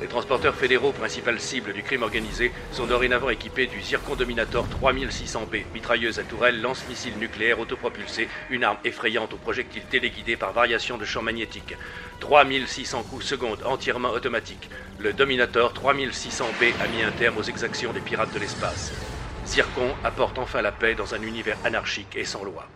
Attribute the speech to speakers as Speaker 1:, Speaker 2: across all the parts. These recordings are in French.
Speaker 1: Les transporteurs fédéraux, principales cibles du crime organisé, sont dorénavant équipés du Zircon Dominator 3600B, mitrailleuse à tourelle, lance-missile nucléaire autopropulsé, une arme effrayante aux projectiles téléguidés par variation de champ magnétique. 3600 coups secondes entièrement automatiques. Le Dominator 3600B a mis un terme aux exactions des pirates de l'espace. Zircon apporte enfin la paix dans un univers anarchique et sans loi.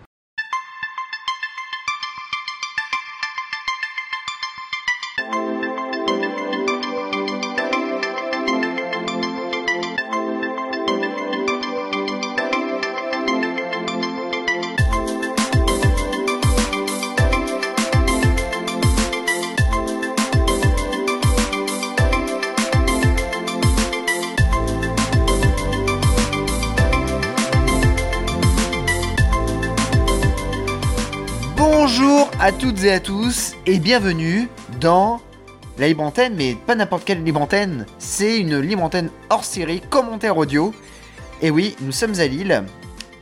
Speaker 2: Bonjour à toutes et à tous et bienvenue dans la libre antenne, mais pas n'importe quelle libre antenne, c'est une libre antenne hors série, commentaire audio. Et oui, nous sommes à Lille.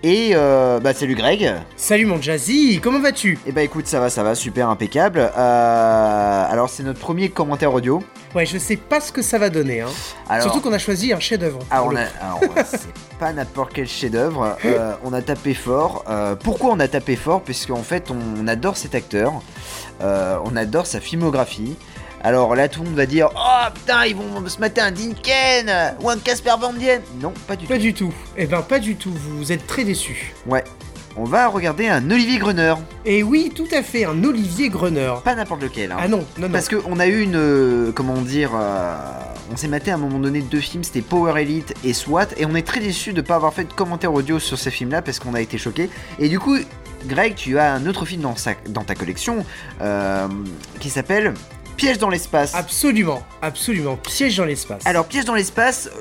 Speaker 2: Et euh, bah salut Greg.
Speaker 3: Salut mon Jazzy, comment vas-tu
Speaker 2: Et bah écoute, ça va, ça va, super impeccable. Euh, alors c'est notre premier commentaire audio.
Speaker 3: Ouais, je sais pas ce que ça va donner, hein.
Speaker 2: Alors,
Speaker 3: Surtout qu'on a choisi un chef-d'œuvre.
Speaker 2: alors, Ah, on
Speaker 3: pour le
Speaker 2: a-
Speaker 3: coup.
Speaker 2: alors, ouais, c'est pas n'importe quel chef-d'œuvre. Euh, on a tapé fort. Euh, pourquoi on a tapé fort Parce qu'en fait, on, on adore cet acteur. Euh, on adore sa filmographie. Alors là, tout le monde va dire Oh putain, ils vont se mater un Dinken ou un Casper Van Dien. Non, pas du tout.
Speaker 3: Pas du tout. Eh ben, pas du tout, vous êtes très déçus.
Speaker 2: Ouais. On va regarder un Olivier Gruneur.
Speaker 3: Et oui, tout à fait, un Olivier Gröner.
Speaker 2: Pas n'importe lequel. hein.
Speaker 3: Ah non, non, non.
Speaker 2: Parce qu'on a eu une. euh, comment dire. euh, on s'est maté à un moment donné deux films, c'était Power Elite et SWAT, et on est très déçu de ne pas avoir fait de commentaire audio sur ces films-là parce qu'on a été choqués. Et du coup, Greg, tu as un autre film dans, sa- dans ta collection euh, qui s'appelle Piège dans l'espace.
Speaker 3: Absolument, absolument. Piège dans l'espace.
Speaker 2: Alors, Piège dans l'espace. euh,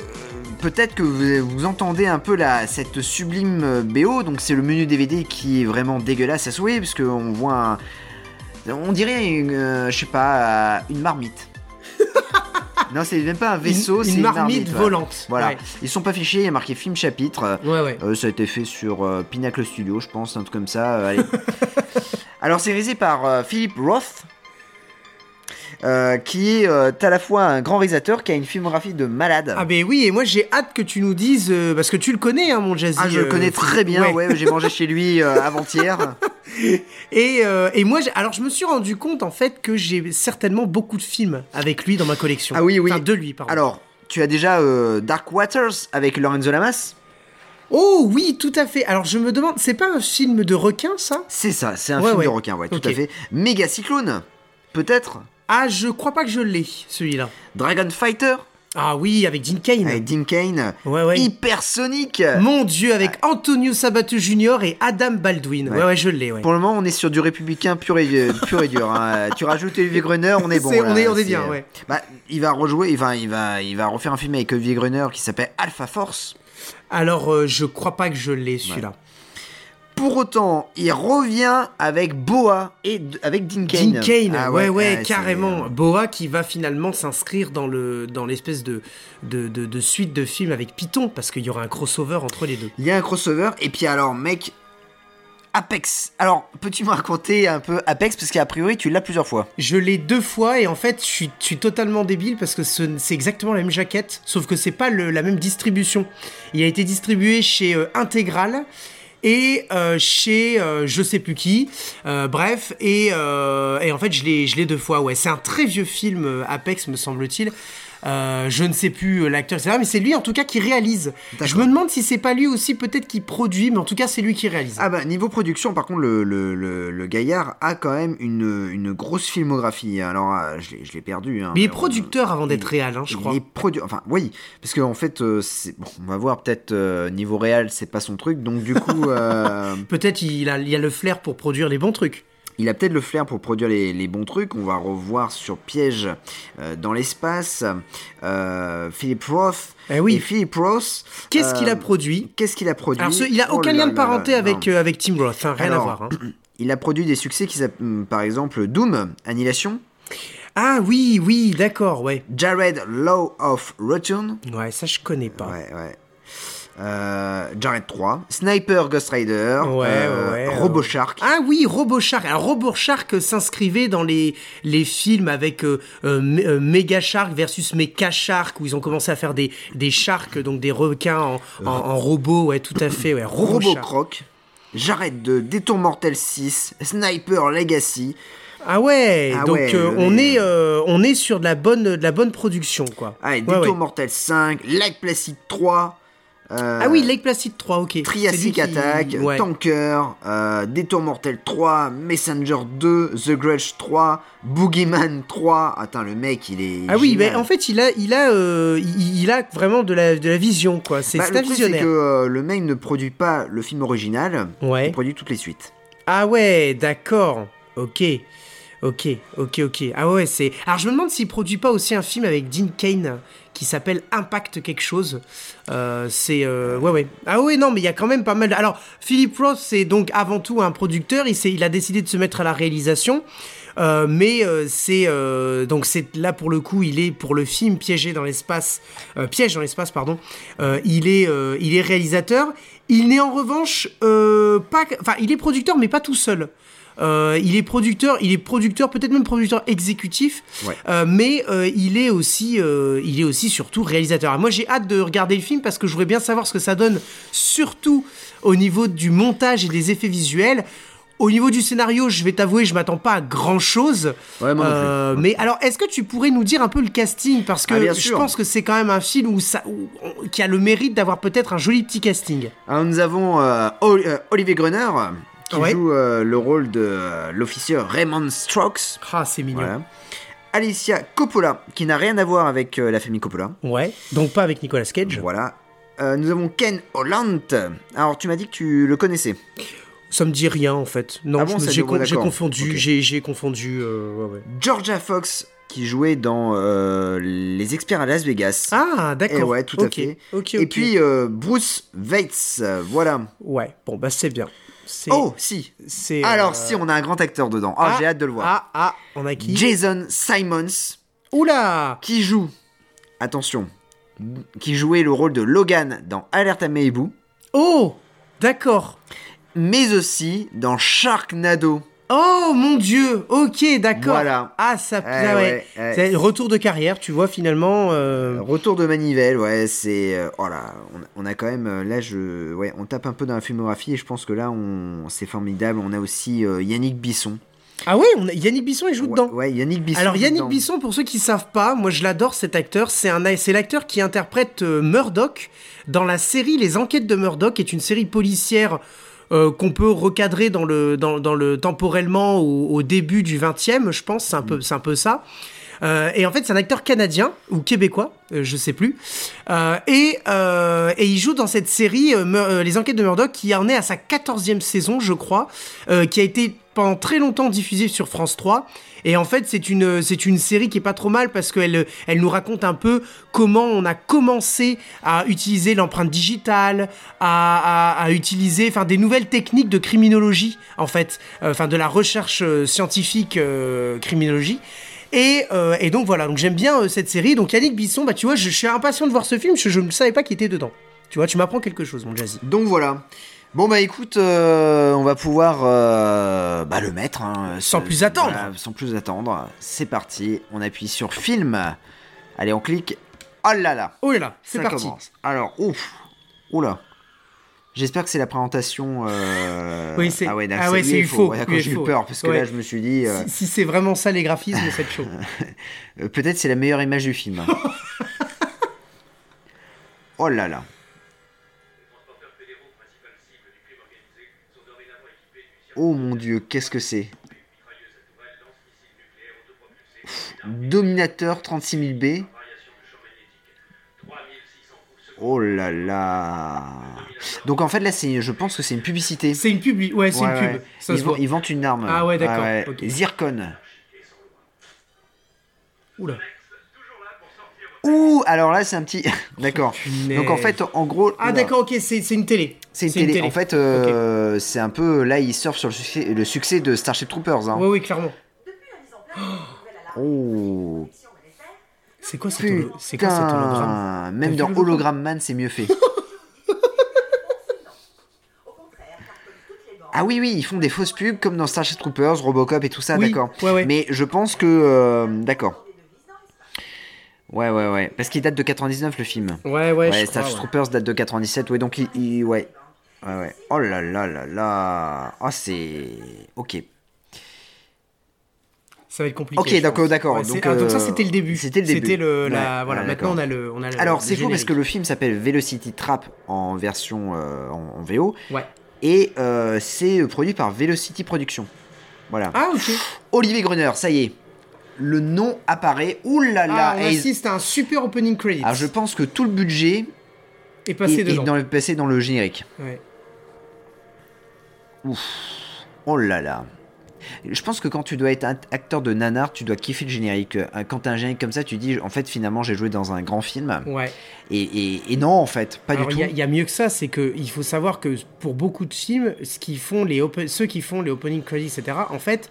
Speaker 2: Peut-être que vous, vous entendez un peu la, cette sublime euh, BO, donc c'est le menu DVD qui est vraiment dégueulasse à souhait, parce qu'on voit un- On dirait, une, euh, je sais pas, euh, une marmite. non, c'est même pas un
Speaker 3: Une-
Speaker 2: vaisseau,
Speaker 3: une,
Speaker 2: c'est une
Speaker 3: marmite
Speaker 2: ouais.
Speaker 3: volante.
Speaker 2: Voilà,
Speaker 3: Ouais,
Speaker 2: ils sont pas fichés, il y a marqué film chapitre. euh,
Speaker 3: ouais. ouais.
Speaker 2: euh, ça a été fait sur euh, Pinnacle Studio, je pense, un truc comme ça. euh, allez. Alors, c'est réalisé par euh, Philip Roth, euh, qui est euh, à la fois un grand réalisateur qui a une filmographie de malade.
Speaker 3: Ah ben oui, et moi j'ai hâte que tu nous dises, euh, parce que tu le connais, hein, mon Jazzy.
Speaker 2: Ah, je le
Speaker 3: euh,
Speaker 2: connais très bien,
Speaker 3: ouais.
Speaker 2: ouais, j'ai mangé chez lui euh, avant-hier.
Speaker 3: Et, euh, et moi, j'ai- alors je me suis rendu compte en fait que j'ai certainement beaucoup de films avec lui dans ma collection.
Speaker 2: Ah oui, oui.
Speaker 3: Enfin, de lui, pardon.
Speaker 2: Alors, tu as déjà euh, Dark Waters avec Lorenzo Lamas
Speaker 3: Oh oui, tout à fait. Alors je me demande, c'est pas un film de requin ça
Speaker 2: C'est ça, c'est un
Speaker 3: Ouais,
Speaker 2: film
Speaker 3: ouais.
Speaker 2: de requin, ouais,
Speaker 3: Ok.
Speaker 2: tout à fait. Méga Cyclone, peut-être
Speaker 3: Ah, je crois pas que je l'ai, celui-là.
Speaker 2: Dragon Fighter
Speaker 3: Ah oui, avec Dean Cain.
Speaker 2: avec Dean Kane.
Speaker 3: Ouais, ouais.
Speaker 2: Hypersonic
Speaker 3: Mon Dieu, avec Antonio Sabato Jr. et Adam Baldwin. Ouais, ouais, je l'ai, ouais.
Speaker 2: Pour le moment, on est sur du républicain pur et, euh, pur et dur. hein. tu rajoutes Olivier Gruner, on est bon.
Speaker 3: C'est-
Speaker 2: là.
Speaker 3: on est- on est
Speaker 2: C'est,
Speaker 3: bien,
Speaker 2: euh,
Speaker 3: ouais.
Speaker 2: bah, il va rejouer, il va, il va, il va refaire un film avec Olivier Gruner qui s'appelle Alpha Force.
Speaker 3: Alors, euh, je crois pas que je l'ai, celui-là.
Speaker 2: Pour autant, il revient avec Boa et d- avec Dean Kane.
Speaker 3: Dean Cain,
Speaker 2: Ah
Speaker 3: ouais, ouais,
Speaker 2: ah,
Speaker 3: carrément.
Speaker 2: c'est-
Speaker 3: Boa qui va finalement s'inscrire dans le dans l'espèce de de, de de suite de film avec Python, parce qu'il y aura un crossover entre les deux.
Speaker 2: Il y a un crossover et puis alors, mec, Apex. Alors, peux-tu me raconter un peu Apex parce qu'a priori tu l'as plusieurs fois.
Speaker 3: Je l'ai deux fois et en fait, je suis, je suis totalement débile parce que ce- c'est exactement la même jaquette, sauf que c'est pas le- la même distribution. Il a été distribué chez euh, Intégral et euh, chez euh, je sais plus qui. Euh, bref, et, euh, et en fait, je l'ai je l'ai deux fois. Ouais, c'est un très vieux film euh, Apex, me semble-t-il. Euh, je ne sais plus euh, l'acteur, etc. Mais c'est lui en tout cas qui réalise. Je me demande si c'est pas lui aussi peut-être qui produit, mais en tout cas c'est lui qui réalise.
Speaker 2: Ah bah niveau production par contre le, le, le, le gaillard a quand même une, une grosse filmographie. Alors euh, je l'ai- je l'ai perdu. hein,
Speaker 3: mais il est
Speaker 2: on-
Speaker 3: producteur avant d'être
Speaker 2: il-
Speaker 3: réal, hein, je
Speaker 2: il
Speaker 3: crois.
Speaker 2: est produ- Enfin oui, parce qu'en fait euh, c'est- bon, on va voir peut-être euh, niveau réel c'est pas son truc donc du coup euh,
Speaker 3: Peut-être il a, il a le flair pour produire les bons trucs.
Speaker 2: il a peut-être le flair pour produire les, les bons trucs. On va revoir sur Piège euh, dans l'espace euh, Philip Roth.
Speaker 3: Eh oui.
Speaker 2: Et Philip Roth.
Speaker 3: Qu'est-ce
Speaker 2: euh,
Speaker 3: qu'il a produit
Speaker 2: Qu'est-ce qu'il a produit
Speaker 3: Alors, ce- il a
Speaker 2: Oh
Speaker 3: aucun
Speaker 2: là
Speaker 3: lien de
Speaker 2: là là,
Speaker 3: parenté
Speaker 2: non. Ah
Speaker 3: avec, euh, avec Tim Roth, hein, rien
Speaker 2: Alors,
Speaker 3: à voir. hein.
Speaker 2: Il a produit des succès qui s'appellent par exemple Doom, Annihilation,
Speaker 3: Ah oui, oui, d'accord, ouais.
Speaker 2: Jared Law of Return.
Speaker 3: Ouais, ça je connais pas.
Speaker 2: Ouais, ouais. euh, Jared 3, Sniper Ghost Rider,
Speaker 3: Ouais,
Speaker 2: euh,
Speaker 3: ouais, ouais.
Speaker 2: Robo Shark.
Speaker 3: Ah oui, RoboShark. Alors RoboShark euh, s'inscrivait dans les les films avec euh, euh, M- euh, Mega Shark versus Mecha Shark où ils ont commencé à faire des des sharks donc des requins en, en,
Speaker 2: Ah.
Speaker 3: en robot, ouais, tout à fait, ouais,
Speaker 2: Robo
Speaker 3: RoboShark.
Speaker 2: Croc, Jared 2, Détour Mortel 6, Sniper Legacy.
Speaker 3: Ah ouais,
Speaker 2: Ah
Speaker 3: donc
Speaker 2: ouais,
Speaker 3: euh,
Speaker 2: euh,
Speaker 3: on
Speaker 2: les-
Speaker 3: est euh, on est sur de la bonne de la bonne production quoi.
Speaker 2: Ah, et
Speaker 3: Ouais,
Speaker 2: Détour
Speaker 3: ouais.
Speaker 2: Mortel 5, Light Placid 3. euh,
Speaker 3: Ah oui, Lake Placid 3, OK. C'est lui
Speaker 2: Triassic
Speaker 3: qui-
Speaker 2: Attack,
Speaker 3: ouais.
Speaker 2: Tanker, euh, Détour Mortel 3, Messenger 2, The Grudge 3, Boogeyman 3. Attends, le mec, il est.
Speaker 3: Ah oui,
Speaker 2: génial.
Speaker 3: mais en fait, il a, il a, euh, il, il a vraiment de la, de la vision, quoi. C'est
Speaker 2: Bah,
Speaker 3: c'est
Speaker 2: le
Speaker 3: un
Speaker 2: truc, c'est
Speaker 3: visionnaire.
Speaker 2: que euh, le mec ne produit pas le film original,
Speaker 3: Ouais.
Speaker 2: il produit toutes les suites.
Speaker 3: Ah ouais, d'accord. Ok. Ok, ok, ok. Ah ouais, c'est. Alors, je me demande s'il produit pas aussi un film avec Dean Kane qui s'appelle Impact quelque chose. Euh, c'est. euh, Ouais, ouais. Ah ouais, non, mais il y a quand même pas mal. de- Alors, Philip Roth, c'est donc avant tout un producteur. Il, s'est- il a décidé de se mettre à la réalisation. Euh, mais euh, c'est euh, donc c'est là pour le coup il est pour le film piégé dans l'espace euh, piège dans l'espace pardon Euh, il est euh, il est réalisateur il n'est en revanche euh, pas enfin il est producteur mais pas tout seul Euh, il est producteur, il est producteur, peut-être même producteur exécutif,
Speaker 2: Ouais.
Speaker 3: euh, mais euh, il est aussi, euh, il est aussi surtout réalisateur. Alors moi, j'ai hâte de regarder le film parce que je voudrais bien savoir ce que ça donne, surtout au niveau du montage et des effets visuels. Au niveau du scénario, je vais t'avouer, je m'attends pas à grand chose.
Speaker 2: Ouais, moi non plus.
Speaker 3: mais alors, est-ce que tu pourrais nous dire un peu le casting Parce que
Speaker 2: Ah, bien
Speaker 3: je
Speaker 2: sûr.
Speaker 3: pense que c'est quand même un film où ça, où- où- qui a le mérite d'avoir peut-être un joli petit casting.
Speaker 2: Alors nous avons euh, Ol- euh, Olivier Gruner euh, qui
Speaker 3: Ouais.
Speaker 2: joue euh, le rôle de euh, l'officier Raymond Strokes.
Speaker 3: Ah, c'est mignon.
Speaker 2: Voilà. Alicia Coppola qui n'a rien à voir avec euh, la famille Coppola.
Speaker 3: Ouais. Donc pas avec Nicolas Cage.
Speaker 2: Voilà. Euh, nous avons Ken Holland. Alors tu m'as dit que tu le connaissais.
Speaker 3: Ça me dit rien en fait. Non,
Speaker 2: Ah bon,
Speaker 3: je me-
Speaker 2: ça
Speaker 3: j'ai
Speaker 2: dit-
Speaker 3: con-
Speaker 2: ouais,
Speaker 3: j'ai
Speaker 2: d'accord.
Speaker 3: confondu.
Speaker 2: Ok.
Speaker 3: J'ai j'ai confondu. euh, ouais, ouais.
Speaker 2: Georgia Fox qui jouait dans euh, Les Experts à Las Vegas.
Speaker 3: Ah,
Speaker 2: Et
Speaker 3: d'accord.
Speaker 2: Eh ouais, tout
Speaker 3: Ok,
Speaker 2: à fait.
Speaker 3: Ok,
Speaker 2: Et
Speaker 3: ok.
Speaker 2: puis euh, Bruce Weitz, euh, voilà.
Speaker 3: ouais. Bon, bah c'est bien. C'est-
Speaker 2: Oh, si.
Speaker 3: c'est.
Speaker 2: Alors,
Speaker 3: euh,
Speaker 2: si on a un grand acteur dedans. Ah,
Speaker 3: ah,
Speaker 2: j'ai hâte de le voir.
Speaker 3: Ah, ah, on a qui
Speaker 2: Jason Simons,
Speaker 3: Oula
Speaker 2: qui joue, attention, qui jouait le rôle de Logan dans Alerte à Malibu,
Speaker 3: Oh D'accord.
Speaker 2: mais aussi dans Sharknado.
Speaker 3: Oh mon dieu Ok, d'accord.
Speaker 2: Voilà.
Speaker 3: Ah, ça.
Speaker 2: Eh
Speaker 3: ah, ouais.
Speaker 2: ouais, eh.
Speaker 3: C'est retour de carrière, tu vois, finalement. euh,
Speaker 2: Retour de Manivelle, ouais, c'est. euh, oh là, on, on a quand même. euh, Là, je. Ouais, on tape un peu dans la filmographie et je pense que là, on, c'est formidable. On a aussi euh, Yannick Bisson.
Speaker 3: Ah ouais, on a... Yannick Bisson, il joue
Speaker 2: Ouais,
Speaker 3: dedans.
Speaker 2: ouais, Yannick Bisson.
Speaker 3: Alors
Speaker 2: joue
Speaker 3: Yannick
Speaker 2: dedans.
Speaker 3: Bisson, pour ceux qui savent pas, moi je l'adore cet acteur. C'est un, c'est l'acteur qui interprète euh, Murdoch dans la série Les Enquêtes de Murdoch, qui est une série policière euh, qu'on peut recadrer dans le, dans, dans le temporellement au, au début du 20e, je pense. C'est un
Speaker 2: Mm.
Speaker 3: peu, c'est un peu ça. Euh, et en fait, c'est un acteur canadien ou québécois, euh, je sais plus. Euh, et, euh, et il joue dans cette série euh, Mur- euh, Les Enquêtes de Murdoch, qui en est à sa 14e saison, je crois, euh, qui a été pendant très longtemps diffusée sur France 3. Et en fait, c'est une, euh, c'est une série qui est pas trop mal parce qu'elle euh, elle nous raconte un peu comment on a commencé à utiliser l'empreinte digitale, à, à- à utiliser enfin, des nouvelles techniques de criminologie, en fait, euh, enfin de la recherche euh, scientifique euh, criminologie. Et, euh, et donc voilà, donc j'aime bien euh, cette série. Donc Yannick Bisson, bah tu vois, je, je suis impatient de voir ce film, je je ne savais pas qu'il était dedans. Tu vois, tu m'apprends quelque chose, mon Jazzy.
Speaker 2: Donc voilà. Bon bah écoute, euh, on va pouvoir euh, bah, le mettre. hein,
Speaker 3: Sans
Speaker 2: ce-
Speaker 3: plus attendre.
Speaker 2: voilà, sans plus attendre. C'est parti. On appuie sur film. Allez, on clique. Oh là là.
Speaker 3: Oh là là, c'est
Speaker 2: ça
Speaker 3: parti.
Speaker 2: commence. Alors, ouf. Oula. J'espère que c'est la présentation. euh,
Speaker 3: Oui, c'est-
Speaker 2: Ah ouais,
Speaker 3: ah ouais,
Speaker 2: c'est UFO. Ouais, d'accord, j'ai eu
Speaker 3: UFO.
Speaker 2: peur parce que
Speaker 3: Ouais.
Speaker 2: là, je me suis dit, euh,
Speaker 3: Si, si c'est vraiment ça les graphismes, cette chose.
Speaker 2: euh, peut-être c'est la meilleure image du film. oh là là. Oh mon dieu, qu'est-ce que c'est Dominateur 36000B. Oh là là. Donc en fait là, c'est, je pense que c'est une publicité.
Speaker 3: C'est une pub, ouais, c'est
Speaker 2: Ouais,
Speaker 3: une
Speaker 2: ouais.
Speaker 3: pub. Ça
Speaker 2: ils,
Speaker 3: se
Speaker 2: vend-
Speaker 3: voit.
Speaker 2: ils vendent une arme.
Speaker 3: Ah ouais, d'accord, ok.
Speaker 2: Zircon.
Speaker 3: Oula.
Speaker 2: Ouh, alors là, c'est un petit. d'accord.
Speaker 3: Oh, Punaise.
Speaker 2: Donc en fait, en gros.
Speaker 3: Ah
Speaker 2: Oula.
Speaker 3: d'accord, ok, c'est c'est une télé.
Speaker 2: C'est une, télé. En fait, euh, c'est un peu. Là, ils surfent sur le succès, le succès de Starship Troopers. hein.
Speaker 3: Oui, oui, clairement.
Speaker 4: Depuis la mise en place de cette nouvelle alarme,
Speaker 2: Oh.
Speaker 4: protection monétaire,
Speaker 3: C'est quoi cet holo- c'est quoi cet hologramme
Speaker 2: Putain. Même
Speaker 3: T'as
Speaker 2: dans
Speaker 3: vu le
Speaker 2: Hologram Man, c'est mieux fait. Ah oui, oui, ils font des fausses pubs comme dans Starship Troopers, Robocop et tout ça,
Speaker 3: Oui,
Speaker 2: d'accord.
Speaker 3: ouais, ouais.
Speaker 2: Mais je pense que. euh, d'accord. Ouais, ouais, ouais. Parce qu'il date de 99 le film.
Speaker 3: Ouais, ouais, je crois,
Speaker 2: Starship
Speaker 3: ouais.
Speaker 2: Troopers date de 97, ouais, donc il. il- ouais. Ouais, ouais. Oh là là là là. Ah, c'est. Ok.
Speaker 3: Euh, Ça va être compliqué.
Speaker 2: Ok,
Speaker 3: je
Speaker 2: d'accord,
Speaker 3: pense.
Speaker 2: d'accord.
Speaker 3: Ouais, c'est-
Speaker 2: donc,
Speaker 3: ah, donc ça,
Speaker 2: euh,
Speaker 3: c'était le début.
Speaker 2: C'était le début.
Speaker 3: la,
Speaker 2: Ouais,
Speaker 3: voilà,
Speaker 2: ouais,
Speaker 3: maintenant, on
Speaker 2: d'accord.
Speaker 3: a le, on a le-
Speaker 2: Alors,
Speaker 3: le
Speaker 2: c'est faux parce
Speaker 3: générique.
Speaker 2: que le film s'appelle Velocity Trap en version euh, en, en VO
Speaker 3: Ouais.
Speaker 2: et euh, c'est euh, produit par Velocity Productions. Voilà.
Speaker 3: Ah, ok.
Speaker 2: Olivier Gruner, ça y est. Le nom apparaît. Ouh là là.
Speaker 3: Ah, on
Speaker 2: et-
Speaker 3: assiste à un super opening credits.
Speaker 2: Alors, je pense que tout le budget
Speaker 3: Et
Speaker 2: est,
Speaker 3: passé
Speaker 2: est
Speaker 3: dedans.
Speaker 2: dans le, passé dans le générique.
Speaker 3: Ouais.
Speaker 2: Oh là là. Je pense que quand tu dois être act- acteur de nanar, tu dois kiffer le générique. Euh, Quand t'as un générique comme ça, tu dis en fait finalement j'ai joué dans un grand film.
Speaker 3: Ouais.
Speaker 2: Et, et- et non en fait, pas
Speaker 3: Alors,
Speaker 2: du
Speaker 3: il
Speaker 2: tout.
Speaker 3: y, a- il y a mieux que ça, c'est que il faut savoir que pour beaucoup de films, ce qu'ils font les open- ceux qui font les opening credits, etc., en fait,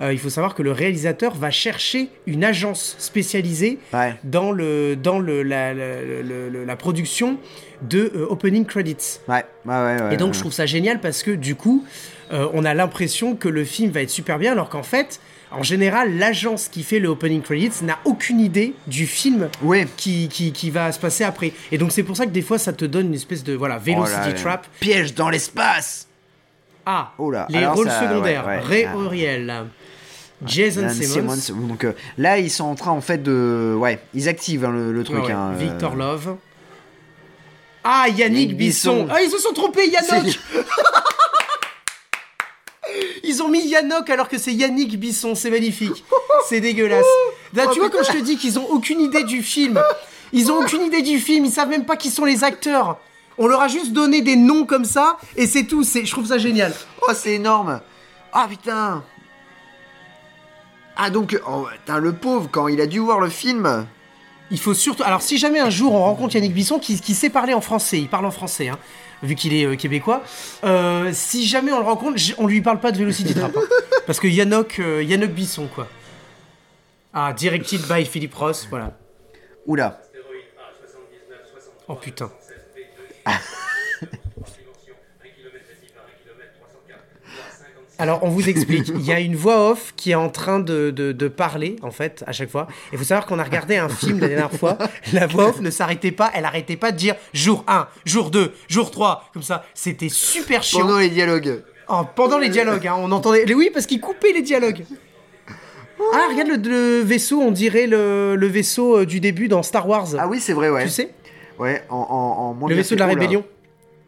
Speaker 3: euh, il faut savoir que le réalisateur va chercher une agence spécialisée
Speaker 2: Ouais.
Speaker 3: dans, le, dans le, la, la- la- la- la production de euh, opening credits.
Speaker 2: Ouais, ouais, ouais. ouais,
Speaker 3: Et donc
Speaker 2: ouais.
Speaker 3: je trouve ça génial parce que du coup, euh, on a l'impression que le film va être super bien, alors qu'en fait, en général, l'agence qui fait le opening credits n'a aucune idée du film
Speaker 2: Oui.
Speaker 3: qui, qui, qui va se passer après. Et donc c'est pour ça que des fois, ça te donne une espèce de voilà,
Speaker 2: Oh là
Speaker 3: velocity
Speaker 2: là.
Speaker 3: trap.
Speaker 2: Piège dans l'espace.
Speaker 3: Ah,
Speaker 2: Oh là,
Speaker 3: les
Speaker 2: alors
Speaker 3: rôles
Speaker 2: ça, ouais,
Speaker 3: secondaires.
Speaker 2: ouais,
Speaker 3: Ray
Speaker 2: ah.
Speaker 3: Oriel, Jason
Speaker 2: Lance
Speaker 3: Simmons,
Speaker 2: Simmons. Donc euh, là, ils sont en train en fait de, ouais, ils activent hein, le, le
Speaker 3: ouais,
Speaker 2: truc.
Speaker 3: ouais,
Speaker 2: hein, euh,
Speaker 3: Victor Love. Ah, Yannick
Speaker 2: Yannick
Speaker 3: Bisson.
Speaker 2: Bisson.
Speaker 3: Ah, ils se sont trompés, Yannock Ils ont mis Yannock alors que c'est Yannick Bisson, c'est magnifique. C'est dégueulasse. Là,
Speaker 2: Oh,
Speaker 3: tu vois quand je te dis qu'ils ont aucune idée du film. Ils ont aucune idée du film, ils savent même pas qui sont les acteurs. On leur a juste donné des noms comme ça et c'est tout, c'est je trouve ça génial.
Speaker 2: Oh, c'est énorme. Ah putain. Ah donc, oh, putain, le pauvre quand il a dû voir le film.
Speaker 3: Il faut surtout alors si jamais un jour on rencontre Yannick Bisson qui, qui sait parler en français, il parle en français hein, vu qu'il est euh, québécois. euh, si jamais on le rencontre, j- on lui parle pas de Velocity Trap hein. parce que Yannock euh, Yannock Bisson quoi. Ah, directed by Philippe Ross, voilà.
Speaker 2: Oula.
Speaker 3: Oh putain. Alors, on vous explique. Il y a une voix off qui est en train de, de- de parler, en fait, à chaque fois. Il faut savoir qu'on a regardé un film la dernière fois. La voix off ne s'arrêtait pas. Elle arrêtait pas de dire jour 1, jour 2, jour 3. Comme ça, c'était super chiant.
Speaker 2: Pendant les dialogues.
Speaker 3: Oh, pendant les dialogues, hein, on entendait. les- Oui, parce qu'il coupait les dialogues. Ah, regarde le, le vaisseau, on dirait le, le vaisseau euh, du début dans Star Wars.
Speaker 2: Ah oui, c'est vrai, ouais.
Speaker 3: Tu sais
Speaker 2: Ouais, en, en, en moins
Speaker 3: Le
Speaker 2: bien
Speaker 3: vaisseau
Speaker 2: fait.
Speaker 3: de la
Speaker 2: Oh là.
Speaker 3: rébellion.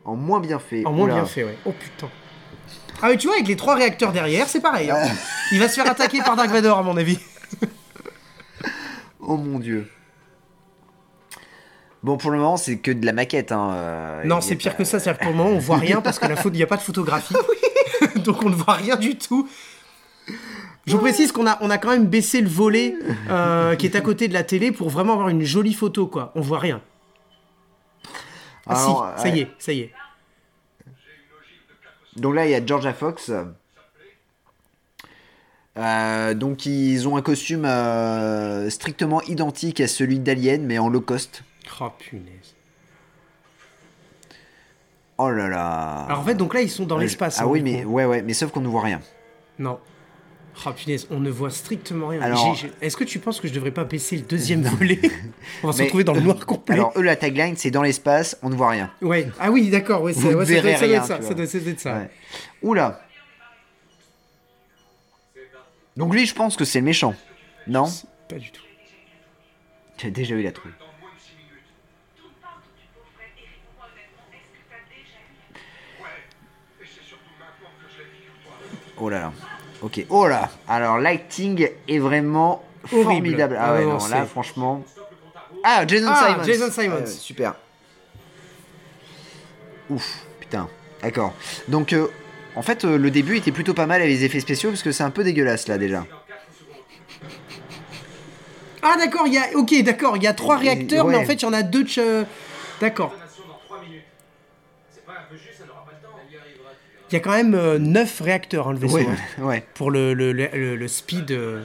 Speaker 2: En moins bien fait.
Speaker 3: En moins
Speaker 2: Oula.
Speaker 3: bien fait, ouais. Oh putain. Ah mais tu vois, avec les trois réacteurs derrière, c'est pareil. hein. Il va se faire attaquer par Dark Vador, à mon avis.
Speaker 2: Oh mon dieu. Bon, pour le moment, c'est que de la maquette. Hein. euh,
Speaker 3: non,
Speaker 2: il y
Speaker 3: c'est
Speaker 2: a
Speaker 3: pire
Speaker 2: pas-
Speaker 3: que ça. C'est-à-dire que pour le moment, on voit rien parce que la faute, il n'y a pas de photographie. Donc on ne voit rien du tout. Je vous précise qu'on a, on a quand même baissé le volet euh, qui est à côté de la télé pour vraiment avoir une jolie photo, quoi. On voit rien. Ah
Speaker 2: Alors,
Speaker 3: si, ça
Speaker 2: ouais.
Speaker 3: y est, ça y est.
Speaker 2: Donc là, il y a Georgia Fox. Euh, donc ils ont un costume euh, strictement identique à celui d'Alien, mais en low cost.
Speaker 3: Oh punaise.
Speaker 2: Ah. Oh là là.
Speaker 3: Alors en fait, donc là, ils sont dans
Speaker 2: Ouais, je-
Speaker 3: l'espace.
Speaker 2: Ah
Speaker 3: hein,
Speaker 2: oui,
Speaker 3: du
Speaker 2: mais
Speaker 3: coup.
Speaker 2: ouais, ouais, mais sauf qu'on ne voit rien.
Speaker 3: Non. Oh punaise, on ne voit strictement rien.
Speaker 2: Alors-
Speaker 3: J'ai- j'ai- Est-ce que tu penses que je devrais pas baisser le deuxième volet On va se
Speaker 2: Mais-
Speaker 3: retrouver dans le noir complet.
Speaker 2: Alors eux, la tagline, c'est dans l'espace, on ne voit rien.
Speaker 3: Ouais. Ah oui, d'accord, ouais,
Speaker 2: Vous
Speaker 3: c'est
Speaker 2: ne
Speaker 3: ouais, ça doit
Speaker 2: verrez
Speaker 3: être ça. doit
Speaker 2: rien,
Speaker 3: être ça,
Speaker 2: tu
Speaker 3: ça
Speaker 2: vois.
Speaker 3: doit ça doit être ça.
Speaker 2: Ouais. Oula. Donc lui, je pense que c'est le méchant. Non
Speaker 3: Pas du tout.
Speaker 2: J'ai déjà eu la trouille. Oh là là. Ok. Oh là. Alors, lighting est vraiment
Speaker 3: Horrible.
Speaker 2: formidable. Ah ouais,
Speaker 3: Ah non,
Speaker 2: non, là,
Speaker 3: c'est-
Speaker 2: franchement. Ah, Jason
Speaker 3: Ah,
Speaker 2: Simons.
Speaker 3: Jason Simons.
Speaker 2: ouais, super. Ouf, putain. D'accord. Donc, euh, en fait, euh, le début était plutôt pas mal avec les effets spéciaux parce que c'est un peu dégueulasse là déjà.
Speaker 3: Ah d'accord, il y a OK, d'accord, il y a trois
Speaker 2: Et- et-
Speaker 3: réacteurs mais en
Speaker 2: ouais.
Speaker 3: fait, il y en a deux de che- D'accord. Il y a quand même euh, neuf réacteurs hein, le vaisseau.
Speaker 2: Ouais,
Speaker 3: hein,
Speaker 2: ouais.
Speaker 3: Pour le, le, le, le- le speed euh.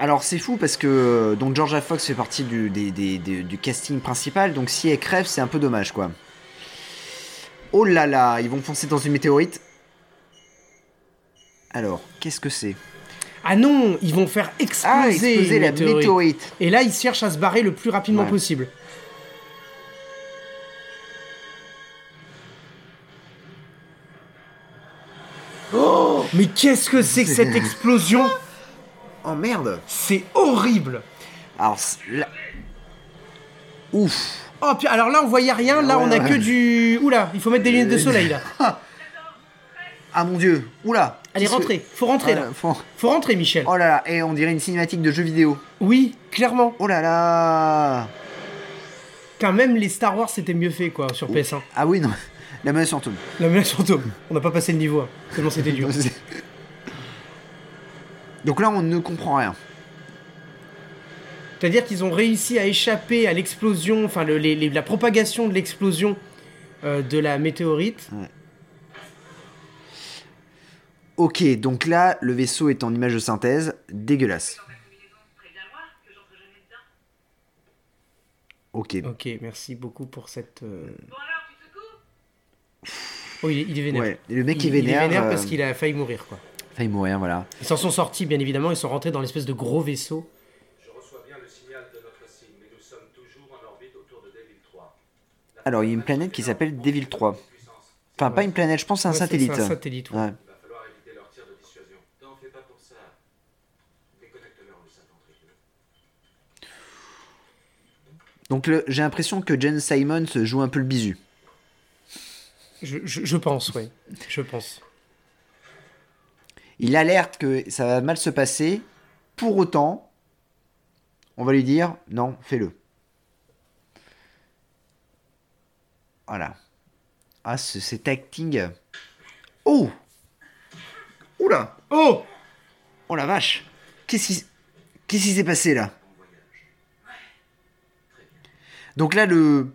Speaker 2: Alors c'est fou parce que euh, donc Georgia Fox fait partie du, des- des- des- du casting principal, donc si elle crève c'est un peu dommage quoi. Oh là là, ils vont foncer dans une météorite. Alors, qu'est-ce que c'est
Speaker 3: Ah non, ils vont faire exploser,
Speaker 2: Ah, exploser
Speaker 3: une
Speaker 2: la
Speaker 3: météorite.
Speaker 2: météorite.
Speaker 3: Et là, ils cherchent à se barrer le plus rapidement
Speaker 2: Ouais.
Speaker 3: possible. Oh Mais qu'est-ce que c'est que cette explosion
Speaker 2: Oh merde.
Speaker 3: C'est horrible
Speaker 2: Alors, c'est- là- Ouf.
Speaker 3: Oh, puis- alors là, on voyait rien, là,
Speaker 2: Ouais,
Speaker 3: on a
Speaker 2: ouais.
Speaker 3: que du... Oula, il faut mettre des lunettes de soleil, là.
Speaker 2: Ah mon dieu. Oula.
Speaker 3: Allez,
Speaker 2: Qu'est-ce que-
Speaker 3: rentrez, faut rentrer, là.
Speaker 2: Ah, faut-
Speaker 3: Faut rentrer, Michel.
Speaker 2: Oh là là, et on dirait une cinématique de jeu vidéo.
Speaker 3: Oui, clairement.
Speaker 2: Oh là là.
Speaker 3: Car même les Star Wars, c'était mieux fait, quoi, sur PS1.
Speaker 2: Ah oui, non. La menace fantôme.
Speaker 3: La menace fantôme. On n'a pas passé le niveau, hein. tellement c'était dur.
Speaker 2: Donc là, on ne comprend rien.
Speaker 3: C'est-à-dire qu'ils ont réussi à échapper à l'explosion, enfin le- les- les- la propagation de l'explosion euh, de la météorite.
Speaker 2: Mm. Ok, donc là, le vaisseau est en image de synthèse, dégueulasse. Ok.
Speaker 3: Ok, merci beaucoup pour cette. euh, Oh, il est, il est vénère.
Speaker 2: Ouais, et le mec
Speaker 3: il,
Speaker 2: est vénère.
Speaker 3: Il est vénère
Speaker 2: euh,
Speaker 3: parce qu'il a failli mourir, quoi.
Speaker 2: failli mourir, voilà.
Speaker 3: Ils s'en sont sortis, bien évidemment, ils sont rentrés dans l'espèce de gros vaisseau.
Speaker 1: Je reçois bien le signal de notre signe, mais nous sommes toujours en orbite autour de Devil 3.
Speaker 2: Alors, il y a une planète qui s'appelle Devil 3. Enfin, pas une planète, je pense que c'est un
Speaker 3: Ouais, c'est-
Speaker 2: satellite.
Speaker 3: c'est un satellite, ouais.
Speaker 2: Ouais.
Speaker 1: Il va falloir éviter leur tir de dissuasion. T'en fais pas pour ça. Déconnecte-leur le infanterie.
Speaker 2: Donc, le- j'ai l'impression que Jen Simon se joue un peu le bisu.
Speaker 3: Je, je- je pense, oui. Je pense.
Speaker 2: Il alerte que ça va mal se passer. Pour autant, on va lui dire non, fais-le. Voilà. Ah, ce- cet acting. Oh Oula
Speaker 3: Oh
Speaker 2: Oh la vache Qu'est-ce qui qu'est-ce qui s'est passé là Donc là le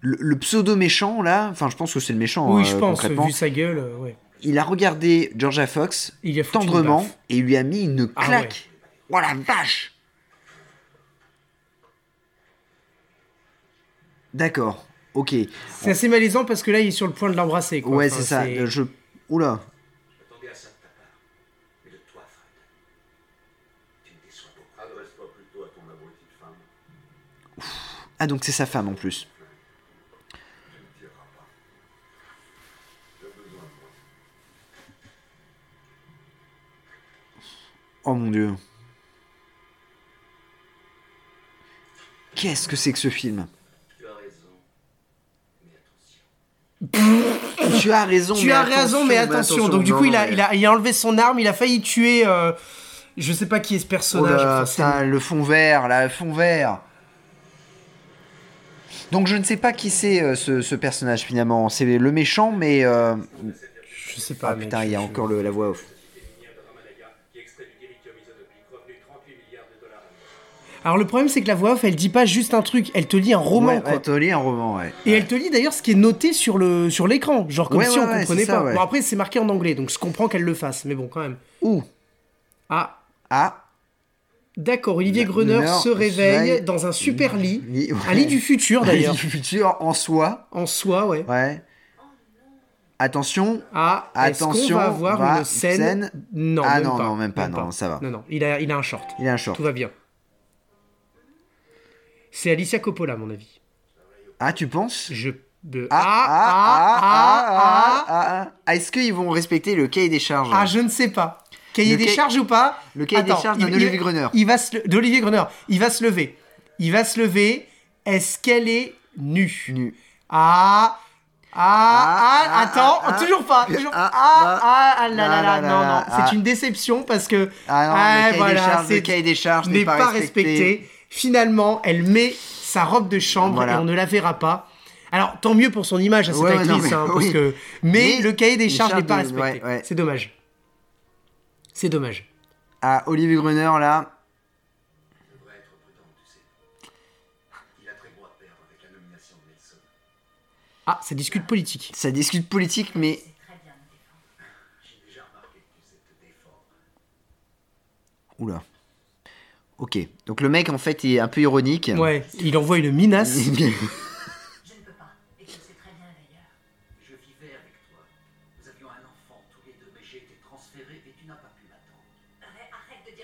Speaker 2: le, pseudo méchant là, enfin je pense que c'est le méchant
Speaker 3: Oui,
Speaker 2: hein,
Speaker 3: je pense,
Speaker 2: concrètement.
Speaker 3: vu sa gueule, euh, ouais.
Speaker 2: Il a regardé Georgia Fox
Speaker 3: Il lui a foutu une
Speaker 2: tendrement
Speaker 3: baffe.
Speaker 2: et lui a mis une
Speaker 3: Ah
Speaker 2: claque. Oh la vache D'accord. OK.
Speaker 3: C'est assez malaisant parce que là, il est sur le point de l'embrasser, quoi.
Speaker 2: Ouais,
Speaker 3: Enfin,
Speaker 2: c'est ça. euh, Je Oula.
Speaker 1: Attendez à ça de ta part. Mais de toi, Fred. Tu me déçois beaucoup. Adresse-toi plutôt à ton abruti de femme.
Speaker 2: Ah donc c'est sa femme en plus. Oh mon dieu. Qu'est-ce que c'est que ce film
Speaker 1: Tu as raison. Mais attention.
Speaker 2: Tu as raison,
Speaker 3: Tu
Speaker 2: Oh, mais
Speaker 3: as raison, mais attention. Donc, du
Speaker 2: non,
Speaker 3: coup, il, a,
Speaker 2: non,
Speaker 3: il, a, il a enlevé son arme, il a failli tuer. euh, je sais pas qui est ce
Speaker 2: Oh
Speaker 3: personnage.
Speaker 2: là,
Speaker 3: Enfin, c'est-
Speaker 2: putain, le fond vert, là, le fond vert. Donc je ne sais pas qui c'est euh, ce, ce personnage finalement. C'est le méchant, mais euh,
Speaker 3: je sais pas.
Speaker 2: ah
Speaker 3: mec,
Speaker 2: putain, il y a
Speaker 3: je-
Speaker 2: encore le- la voix off.
Speaker 1: qui extrait du dirichum isotopique revenu 38 milliards de dollars.
Speaker 3: Alors, le problème, c'est que la voix off, elle dit pas juste un truc, elle te lit un roman,
Speaker 2: ouais,
Speaker 3: quoi.
Speaker 2: ouais, Tolly, un roman, ouais.
Speaker 3: Et elle te lit d'ailleurs ce qui est noté sur le sur l'écran, genre comme
Speaker 2: Ouais,
Speaker 3: si
Speaker 2: ouais,
Speaker 3: on
Speaker 2: ouais,
Speaker 3: comprenait
Speaker 2: c'est ça,
Speaker 3: pas.
Speaker 2: ouais.
Speaker 3: Bon après c'est marqué en anglais, donc je comprends qu'elle le fasse, mais bon quand même.
Speaker 2: Ouh.
Speaker 3: Ah
Speaker 2: Ah.
Speaker 3: d'accord, Olivier
Speaker 2: Bah,
Speaker 3: Grener
Speaker 2: Grener
Speaker 3: se
Speaker 2: se
Speaker 3: réveille
Speaker 2: réveille
Speaker 3: dans un super lit,
Speaker 2: Lit, ouais.
Speaker 3: un lit du futur d'ailleurs,
Speaker 2: Du futur en soi.
Speaker 3: en soi ouais.
Speaker 2: Ouais. Attention.
Speaker 3: Ah est-ce qu'on
Speaker 2: Attention,
Speaker 3: va avoir
Speaker 2: va,
Speaker 3: une scène,
Speaker 2: scène.
Speaker 3: Non,
Speaker 2: Ah
Speaker 3: même
Speaker 2: non,
Speaker 3: pas.
Speaker 2: non, même pas, non, ça va.
Speaker 3: Non non, il a il a un short,
Speaker 2: Il a un short.
Speaker 3: tout va bien. C'est Alicia Coppola à mon avis.
Speaker 2: Ah, tu penses
Speaker 3: Je de
Speaker 2: ah ah,
Speaker 3: ah, ah,
Speaker 2: ah, ah, ah, ah. Est-ce qu'ils vont respecter le cahier des charges
Speaker 3: Ah, je ne sais pas. Cahier
Speaker 2: Le
Speaker 3: des
Speaker 2: cahier-
Speaker 3: charges ou pas
Speaker 2: le cahier des charges d'un
Speaker 3: il-
Speaker 2: Olivier
Speaker 3: il-
Speaker 2: Grener.
Speaker 3: Il va se le- d'Olivier Grener. Il va se lever. Il va se lever. Est-ce qu'elle est nue
Speaker 2: Nue.
Speaker 3: Ah. Ah, ah,
Speaker 2: ah,
Speaker 3: attends,
Speaker 2: ah,
Speaker 3: toujours pas, toujours
Speaker 2: ah,
Speaker 3: ah, ah,
Speaker 2: ah,
Speaker 3: ah, là, là, là,
Speaker 2: là, là,
Speaker 3: non, non,
Speaker 2: là, ah.
Speaker 3: c'est une déception parce que,
Speaker 2: Ah non, le cahier des charges, le
Speaker 3: c'est-
Speaker 2: cahier des charges n'est pas respecté.
Speaker 3: Finalement, elle met sa robe de chambre
Speaker 2: Voilà.
Speaker 3: et on ne la verra pas. Alors, tant mieux pour son image à cette
Speaker 2: Ouais, ouais,
Speaker 3: actrice,
Speaker 2: non, mais-
Speaker 3: hein, parce
Speaker 2: oui.
Speaker 3: que, mais,
Speaker 2: Mais
Speaker 3: le cahier des
Speaker 2: les
Speaker 3: charges n'est
Speaker 2: charges
Speaker 3: pas
Speaker 2: de- ouais,
Speaker 3: respecté,
Speaker 2: ouais.
Speaker 3: c'est dommage. C'est dommage.
Speaker 2: Ah, Olivier Gruner, là.
Speaker 1: Je devrais être prudent, tu sais. Il a très gros à perdre avec la nomination de Nelson.
Speaker 3: Ah, ça discute politique.
Speaker 2: Ça discute politique, mais
Speaker 1: J'ai déjà remarqué que tu sais te défendre.
Speaker 2: Oula. Ok. Donc le mec en fait il est un peu ironique.
Speaker 3: Ouais, il envoie une minace.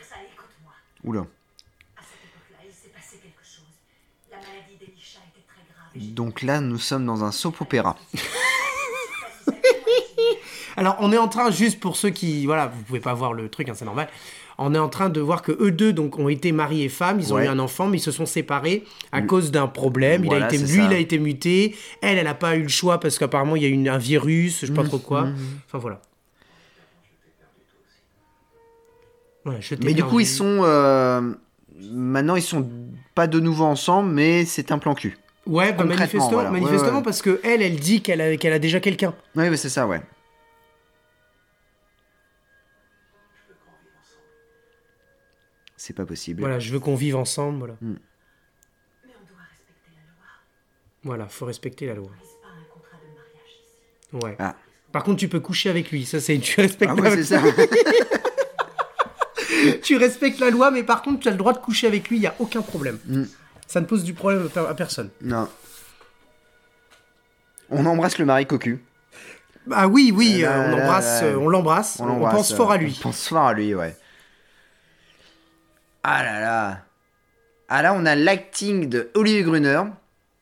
Speaker 4: ça, écoute-moi.
Speaker 2: Oula.
Speaker 4: À cette époque-là, il s'est passé quelque chose. La maladie d'Elisha était très grave. et j'ai-
Speaker 2: Donc là, nous sommes dans un soap opéra.
Speaker 3: Alors, on est en train, juste pour ceux qui. Voilà, vous pouvez pas voir le truc, hein, c'est normal. On est en train de voir que eux deux donc, ont été mariés et femmes, ils ont
Speaker 2: Ouais. Mm.
Speaker 3: eu un enfant, mais ils se sont séparés à cause d'un problème.
Speaker 2: Voilà,
Speaker 3: il a été,
Speaker 2: c'est
Speaker 3: lui,
Speaker 2: ça.
Speaker 3: il a été muté. Elle, elle n'a pas eu le choix parce qu'apparemment, il y a eu une- un virus, je sais
Speaker 2: Mm.
Speaker 3: pas trop quoi. Enfin, voilà. Voilà, je t'ai
Speaker 2: Mais du
Speaker 3: perdu.
Speaker 2: coup, ils sont. euh, Maintenant, ils sont pas de nouveau ensemble, mais c'est un plan cul.
Speaker 3: Ouais, bah,
Speaker 2: Concrètement,
Speaker 3: manifestement,
Speaker 2: voilà. Ouais,
Speaker 3: manifestement
Speaker 2: ouais.
Speaker 3: parce que elle, elle dit qu'elle a, qu'elle a déjà quelqu'un.
Speaker 2: Oui, ouais, c'est ça, ouais. C'est pas possible.
Speaker 3: Voilà, je veux qu'on vive ensemble. Voilà.
Speaker 4: Mais on doit respecter la loi.
Speaker 3: voilà, faut respecter la loi.
Speaker 4: On brise pas un contrat de mariage ici.
Speaker 3: Ouais.
Speaker 2: Ah.
Speaker 3: Par contre, tu peux coucher avec lui. Ça, c'est tu respectes.
Speaker 2: Ah ouais,
Speaker 3: la-
Speaker 2: c'est ça.
Speaker 3: tu respectes la loi, mais par contre, tu as le droit de coucher avec lui. Il y a aucun problème. Ça ne pose du problème à per- à personne.
Speaker 2: non. On embrasse le mari cocu.
Speaker 3: Bah oui, oui,
Speaker 2: Euh,
Speaker 3: euh,
Speaker 2: là,
Speaker 3: on
Speaker 2: là,
Speaker 3: embrasse,
Speaker 2: là.
Speaker 3: euh, on l'embrasse, on,
Speaker 2: l'embrasse,
Speaker 3: pense fort
Speaker 2: euh,
Speaker 3: à lui.
Speaker 2: On pense fort à lui, ouais. Ah là là. Ah là, on a l'acting de Olivier Gruner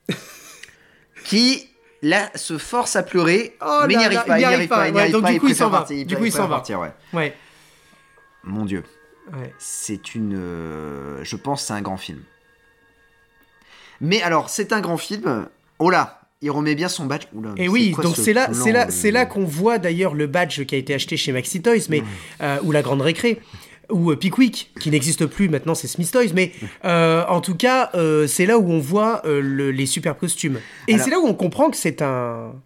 Speaker 2: qui, là, se force à pleurer,
Speaker 3: Oh
Speaker 2: mais il
Speaker 3: là
Speaker 2: n'y arrive
Speaker 3: là,
Speaker 2: pas. Il n'y arrive pas. n'y
Speaker 3: ouais,
Speaker 2: arrive
Speaker 3: donc
Speaker 2: pas,
Speaker 3: du coup, il
Speaker 2: préfère
Speaker 3: s'en va.
Speaker 2: partir,
Speaker 3: Du coup, il
Speaker 2: préfère
Speaker 3: s'en va.
Speaker 2: partir, ouais.
Speaker 3: Ouais,
Speaker 2: Mon dieu.
Speaker 3: ouais.
Speaker 2: C'est une. euh, je pense que c'est un grand film. Mais alors, c'est un grand film. Oh là Il remet bien son badge. Oula,
Speaker 3: Et oui,
Speaker 2: quoi
Speaker 3: donc
Speaker 2: ce
Speaker 3: c'est là,
Speaker 2: plan,
Speaker 3: c'est là,
Speaker 2: euh,
Speaker 3: c'est là qu'on voit d'ailleurs le badge qui a été acheté chez Maxi Toys,
Speaker 2: Hmm.
Speaker 3: mais euh, ou la Grande Récré, ou euh, Pickwick, qui n'existe plus maintenant, c'est Smith Toys, mais euh, en tout cas, euh, c'est là où on voit euh, le- les super costumes. Et
Speaker 2: Alors-
Speaker 3: c'est là où on comprend que c'est un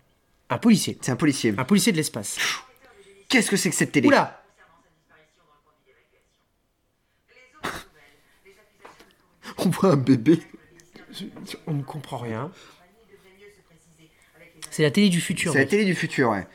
Speaker 3: un policier,
Speaker 2: C'est un policier.
Speaker 3: un policier de l'espace.
Speaker 2: Qu'est-ce que c'est que cette télé
Speaker 3: Ah. Oula,
Speaker 2: On voit un bébé.
Speaker 3: on ne comprend rien. C'est la télé du futur.
Speaker 2: C'est la
Speaker 3: mec.
Speaker 2: télé du futur, ouais.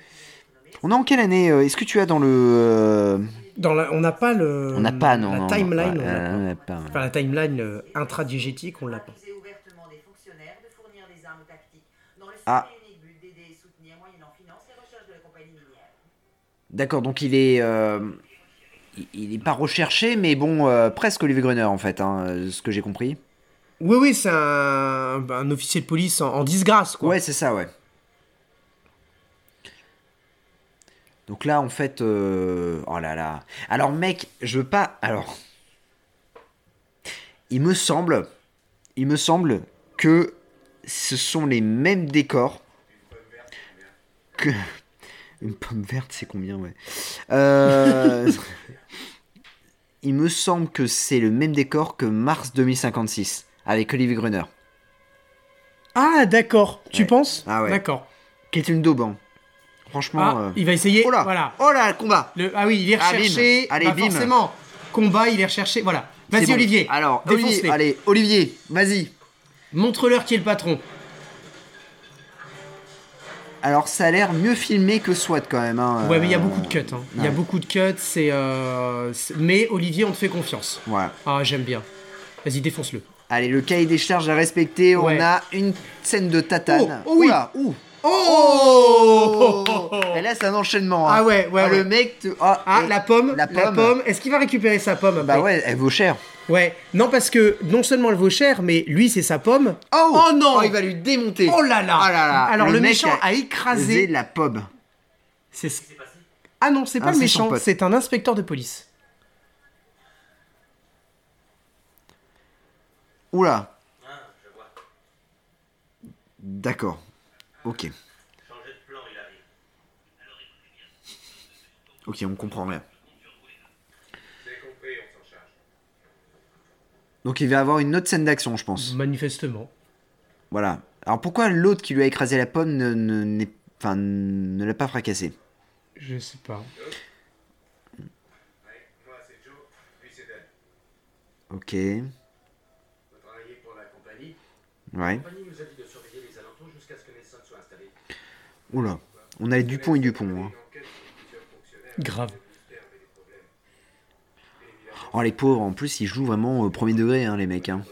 Speaker 2: On est en quelle année euh, Est-ce que tu as dans le. euh,
Speaker 3: Dans la- on n'a pas le.
Speaker 2: On n'a pas, non.
Speaker 3: La
Speaker 2: non,
Speaker 3: timeline.
Speaker 2: ouais, euh,
Speaker 3: on l'a pas.
Speaker 2: on n'a pas, ouais.
Speaker 3: Enfin, la timeline euh, intradiégétique, on l'a pas.
Speaker 4: Accuser ouvertement des fonctionnaires de fournir des armes tactiques dans le seul
Speaker 2: Ah.
Speaker 4: et unique but d'aider et soutenir moyennant finance les recherches de la compagnie minière.
Speaker 2: D'accord, donc il est. euh, il- Il n'est pas recherché, mais bon, euh, presque Olivier Gruner, en fait, hein, euh, ce que j'ai compris.
Speaker 3: Oui, oui, c'est un, un officier de police en, en disgrâce, quoi.
Speaker 2: Ouais, c'est ça, ouais. Donc là, en fait, euh, oh là là. Alors, mec, je veux pas. Alors, il me semble, il me semble que ce sont les mêmes décors que une pomme verte, c'est combien, ouais. Euh, il me semble que c'est le même décor que Mars 2056 avec Olivier Gruner,
Speaker 3: Ah, d'accord. Tu
Speaker 2: Ouais.
Speaker 3: penses
Speaker 2: Ah ouais.
Speaker 3: D'accord.
Speaker 2: qui est une daube. hein. Franchement.
Speaker 3: Ah,
Speaker 2: euh,
Speaker 3: il va essayer.
Speaker 2: Oh là
Speaker 3: Voilà.
Speaker 2: Oh là, le combat
Speaker 3: Le- ah oui, il est
Speaker 2: Ah, bim.
Speaker 3: recherché.
Speaker 2: Allez,
Speaker 3: Bah,
Speaker 2: bim.
Speaker 3: forcément. Combat, il est recherché. Voilà. Vas-y,
Speaker 2: C'est bon.
Speaker 3: Olivier.
Speaker 2: Alors,
Speaker 3: défonce-les.
Speaker 2: Olivier, allez, Olivier, vas-y.
Speaker 3: Montre-leur qui est le patron.
Speaker 2: Alors, ça a l'air mieux filmé que SWAT quand même. hein,
Speaker 3: Ouais, mais il y a
Speaker 2: euh,
Speaker 3: beaucoup de cuts. hein. Il y a
Speaker 2: ouais.
Speaker 3: beaucoup de cuts. C'est. euh, c'est- Mais Olivier, on te fait confiance.
Speaker 2: Ouais.
Speaker 3: Ah, j'aime bien. Vas-y, défonce-le.
Speaker 2: Allez, le cahier des charges à respecter.
Speaker 3: Ouais.
Speaker 2: On a une scène de tatane.
Speaker 3: Oh, oh oui.
Speaker 2: Oula, ouh.
Speaker 3: Oh,
Speaker 2: Et là, c'est un enchaînement. hein.
Speaker 3: Ah ouais, ouais,
Speaker 2: Ah,
Speaker 3: ouais.
Speaker 2: Le mec. te- Ah,
Speaker 3: Ah,
Speaker 2: et-
Speaker 3: la pomme, la
Speaker 2: La
Speaker 3: pomme.
Speaker 2: pomme.
Speaker 3: Est-ce qu'il va récupérer sa pomme après
Speaker 2: Bah ouais, elle vaut cher.
Speaker 3: Ouais. Non, parce que non seulement elle vaut cher, mais lui, c'est sa pomme.
Speaker 2: Oh,
Speaker 3: non
Speaker 2: Il va lui démonter.
Speaker 3: Oh là là
Speaker 2: Ah là là.
Speaker 3: Alors, le,
Speaker 2: mec
Speaker 3: méchant a, écrasé...
Speaker 2: écrasé la pomme.
Speaker 3: C'est... Ah non, c'est
Speaker 2: Ah,
Speaker 3: pas le
Speaker 2: c'est son
Speaker 3: méchant,
Speaker 2: pote.
Speaker 3: c'est un inspecteur de police.
Speaker 2: Oula. D'accord. Ok. Ok, on comprend rien. Donc il va avoir une autre scène d'action, je pense.
Speaker 3: Manifestement.
Speaker 2: Voilà. Alors pourquoi l'autre qui lui a écrasé la pomme ne, ne, n'est- enfin, ne l'a pas fracassé
Speaker 3: Je sais pas.
Speaker 5: Moi, c'est Joe, lui, c'est Dan.
Speaker 2: Ok.
Speaker 5: Vous travaillez pour la compagnie.
Speaker 2: Ouais.
Speaker 5: La compagnie nous a dit de surveiller les alentours jusqu'à ce que Nelson soit installé.
Speaker 2: Oula. On a les Dupont et Dupont. hein.
Speaker 3: Grave.
Speaker 2: Oh les pauvres, en plus ils jouent vraiment au premier degré, hein, les mecs. hein.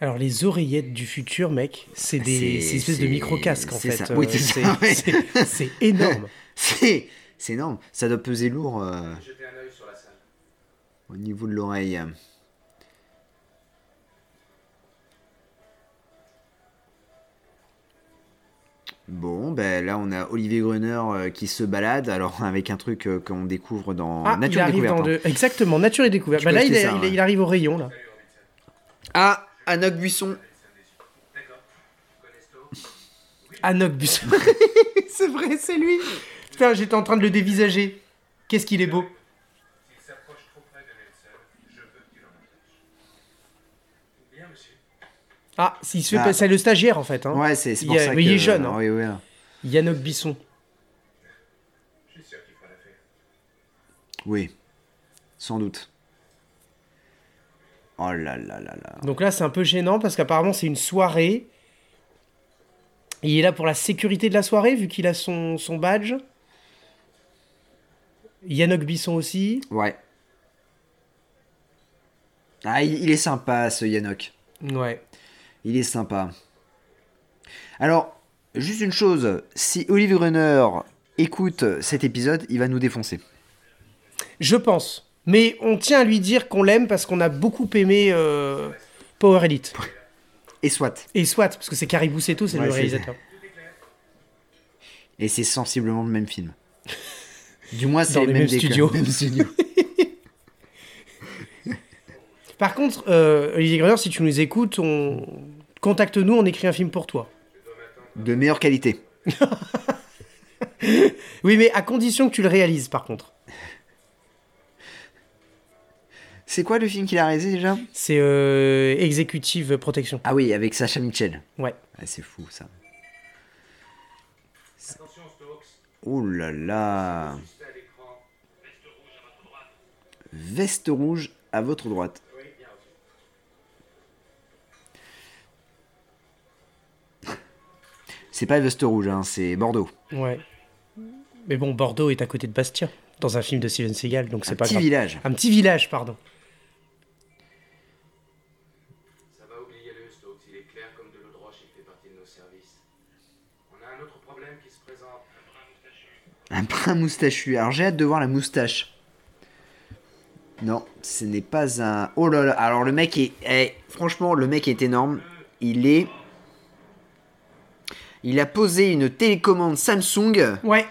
Speaker 3: Alors, les oreillettes du futur, mec, c'est des
Speaker 2: C'est-
Speaker 3: c'est une espèce
Speaker 2: c'est-
Speaker 3: de micro-casque, en Euh,
Speaker 2: c'est
Speaker 3: fait.
Speaker 2: ça. Oui, c'est ça, ouais.
Speaker 3: c'est- c'est énorme.
Speaker 2: C'est C'est énorme. Ça doit peser lourd euh,
Speaker 5: Jetez un œil sur la salle.
Speaker 2: au niveau de l'oreille. Bon, ben là on a Olivier Gruner euh, qui se balade, alors avec un truc euh, qu'on découvre dans
Speaker 3: Ah, il
Speaker 2: Nature
Speaker 3: arrive
Speaker 2: Découverte.
Speaker 3: dans
Speaker 2: hein.
Speaker 3: le... Exactement, nature et découverte.
Speaker 2: Tu
Speaker 3: Bah
Speaker 2: peux
Speaker 3: là, il,
Speaker 2: acheter
Speaker 3: est-
Speaker 2: ça,
Speaker 3: il est-
Speaker 2: ouais.
Speaker 3: il arrive au rayon, là.
Speaker 2: Ah, Anoc Buisson.
Speaker 3: Anokbus. c'est vrai, c'est lui. Putain, j'étais en train de le dévisager. Qu'est-ce qu'il est beau.
Speaker 5: S'il s'approche trop près de Nelson, je veux qu'il en attache. Bien, monsieur.
Speaker 3: Ah, s'il se fait
Speaker 2: Ah.
Speaker 3: passer- c'est le stagiaire en fait. Hein.
Speaker 2: Ouais, c'est c'est pour
Speaker 3: Il est-
Speaker 2: ça
Speaker 3: mais
Speaker 2: que-
Speaker 3: il est jeune, hein.
Speaker 2: Oui, oui. hein.
Speaker 3: Yannock Bisson.
Speaker 5: Je suis sûr qu'il fera l'affaire.
Speaker 2: Oui, sans doute. Oh là là là là.
Speaker 3: Donc là, c'est un peu gênant parce qu'apparemment, c'est une soirée. Il est là pour la sécurité de la soirée vu qu'il a son, son badge. Yannock Bisson aussi.
Speaker 2: Ouais. Ah, il, il est sympa ce Yannock.
Speaker 3: Ouais.
Speaker 2: Il est sympa. Alors, juste une chose, si Olivier Runner écoute cet épisode, il va nous défoncer.
Speaker 3: Je pense. Mais on tient à lui dire qu'on l'aime parce qu'on a beaucoup aimé euh, Power Elite.
Speaker 2: Et soit.
Speaker 3: Et SWAT, parce que c'est Caribou Seto, c'est
Speaker 2: Ouais,
Speaker 3: le
Speaker 2: c'est-
Speaker 3: réalisateur.
Speaker 2: Et c'est sensiblement le même film. Du moins, c'est
Speaker 3: Dans
Speaker 2: les,
Speaker 3: les
Speaker 2: mêmes
Speaker 3: mêmes
Speaker 2: décors,
Speaker 3: studios.
Speaker 2: mêmes studios.
Speaker 3: Par contre, euh, Olivier Grenier, si tu nous écoutes, on... contacte-nous, on écrit un film pour toi.
Speaker 2: De meilleure qualité.
Speaker 3: Oui, mais à condition que tu le réalises, par contre.
Speaker 2: C'est quoi le film qu'il a réalisé déjà
Speaker 3: C'est euh, Executive Protection.
Speaker 2: Ah oui, avec Sacha Mitchell.
Speaker 3: Ouais.
Speaker 2: Ah, c'est fou ça.
Speaker 5: Attention, Stokes.
Speaker 2: Oh là là.
Speaker 5: Juste à l'écran.
Speaker 2: Veste rouge à votre droite.
Speaker 5: Oui, bien reçu.
Speaker 2: C'est pas veste rouge, hein, c'est Bordeaux.
Speaker 3: Ouais. Mais bon, Bordeaux est à côté de Bastia, dans un film de Steven Seagal, donc
Speaker 2: Un
Speaker 3: c'est pas
Speaker 2: petit
Speaker 3: grave.
Speaker 2: village.
Speaker 3: Un petit village, pardon.
Speaker 5: Ça va oublier le Stokes, il est clair comme de l'eau de roche, il fait partie de nos services. On a un autre problème qui se présente.
Speaker 2: Un brun moustachu. Alors j'ai hâte de voir la moustache. Non, ce n'est pas un. Oh là là. Alors le mec est. eh, franchement, le mec est énorme. Il est. Il a posé une télécommande Samsung,
Speaker 3: Ouais.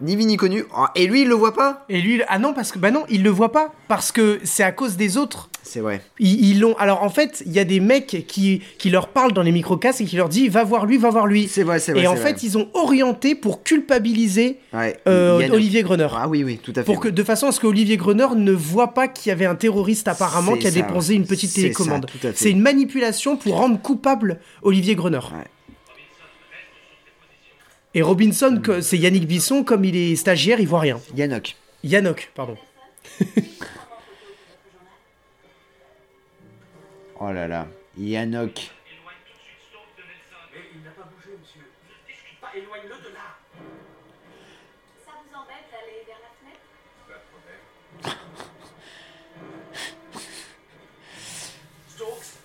Speaker 2: ni vu ni connu. Oh, et lui, il le voit pas
Speaker 3: Et lui, ah non, parce que, bah non, il le voit pas, parce que c'est à cause des autres.
Speaker 2: C'est vrai.
Speaker 3: Ils ils l'ont. Alors en fait, il y a des mecs qui, qui leur parlent dans les microcasques et qui leur disent va voir lui, va voir lui.
Speaker 2: C'est vrai, c'est vrai.
Speaker 3: Et en
Speaker 2: c'est
Speaker 3: fait,
Speaker 2: vrai.
Speaker 3: ils ont orienté pour culpabiliser
Speaker 2: Ouais,
Speaker 3: euh,
Speaker 2: Yann-
Speaker 3: Olivier Grenier.
Speaker 2: Ah oui, oui, tout à fait.
Speaker 3: Pour que, de façon à ce que Olivier Grenier ne voit pas qu'il y avait un terroriste apparemment
Speaker 2: C'est
Speaker 3: qui a
Speaker 2: ça,
Speaker 3: dépensé une petite
Speaker 2: c'est
Speaker 3: télécommande.
Speaker 2: ça, tout à fait.
Speaker 3: C'est une manipulation pour rendre coupable Olivier Grenier.
Speaker 2: Ouais.
Speaker 3: Et Robinson, que- c'est Yannick Bisson, comme il est stagiaire, il voit rien.
Speaker 2: Yannock.
Speaker 3: Yannock, pardon.
Speaker 2: Oh là là. Yannock.
Speaker 5: Mais il n'a pas bougé, monsieur. Pas éloigne-le de là.
Speaker 4: Ça vous embête d'aller vers la fenêtre
Speaker 5: Pas de problème. Stokes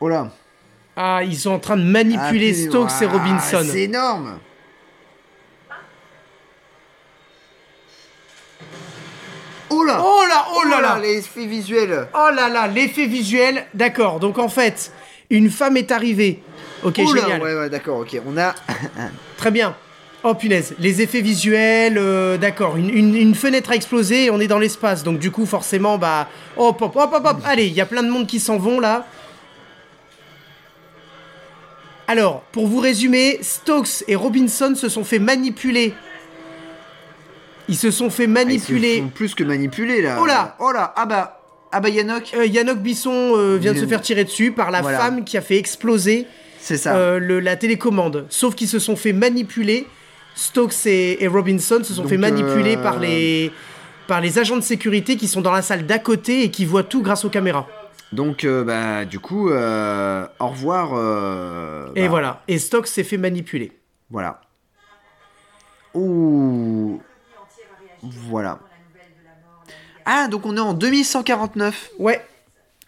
Speaker 2: Oh là.
Speaker 3: Ah, ils sont en train de manipuler
Speaker 2: Ah, puis-
Speaker 3: Stokes et
Speaker 2: Ah,
Speaker 3: Robinson.
Speaker 2: C'est énorme.
Speaker 4: Hein
Speaker 2: Oh là
Speaker 3: Oh là, oh là là
Speaker 2: les effets visuels.
Speaker 3: Oh là là, l'effet visuel, d'accord. Donc en fait, une femme est arrivée. Ok,
Speaker 2: oh là,
Speaker 3: génial.
Speaker 2: ouais, ouais, d'accord, ok. On a. Ah,
Speaker 3: Très bien. Oh punaise, les effets visuels, euh, d'accord. Une, une- une fenêtre a explosé, et on est dans l'espace. Donc du coup, forcément, bah... Hop, hop, hop, hop, hop. Allez, il y a plein de monde qui s'en vont là. Alors, pour vous résumer, Stokes et Robinson se sont fait manipuler. Ah, Ils se sont fait
Speaker 2: Ils
Speaker 3: manipuler.
Speaker 2: sont plus que manipulés là.
Speaker 3: Oh là.
Speaker 2: Oh là Ah bah Ah bah Yannock
Speaker 3: Euh, Yannock Bisson euh, vient de
Speaker 2: Il-
Speaker 3: se faire tirer dessus par la
Speaker 2: Voilà.
Speaker 3: femme qui a fait exploser
Speaker 2: C'est ça.
Speaker 3: euh, le- la télécommande. Sauf qu'ils se sont fait manipuler. Stokes et, et Robinson se sont
Speaker 2: Donc,
Speaker 3: fait manipuler
Speaker 2: euh,
Speaker 3: par, les, par les agents de sécurité qui sont dans la salle d'à côté et qui voient tout grâce aux caméras.
Speaker 2: Donc, euh, bah, du coup, euh, au revoir. euh,
Speaker 3: Et
Speaker 2: bah,
Speaker 3: voilà. Et Stokes s'est fait manipuler.
Speaker 2: Voilà. Ouh.
Speaker 4: Le pays entier va réagir
Speaker 2: Voilà.
Speaker 4: pour la nouvelle de la mort. La libération
Speaker 2: Ah, donc on est en 2149.
Speaker 3: Ouais.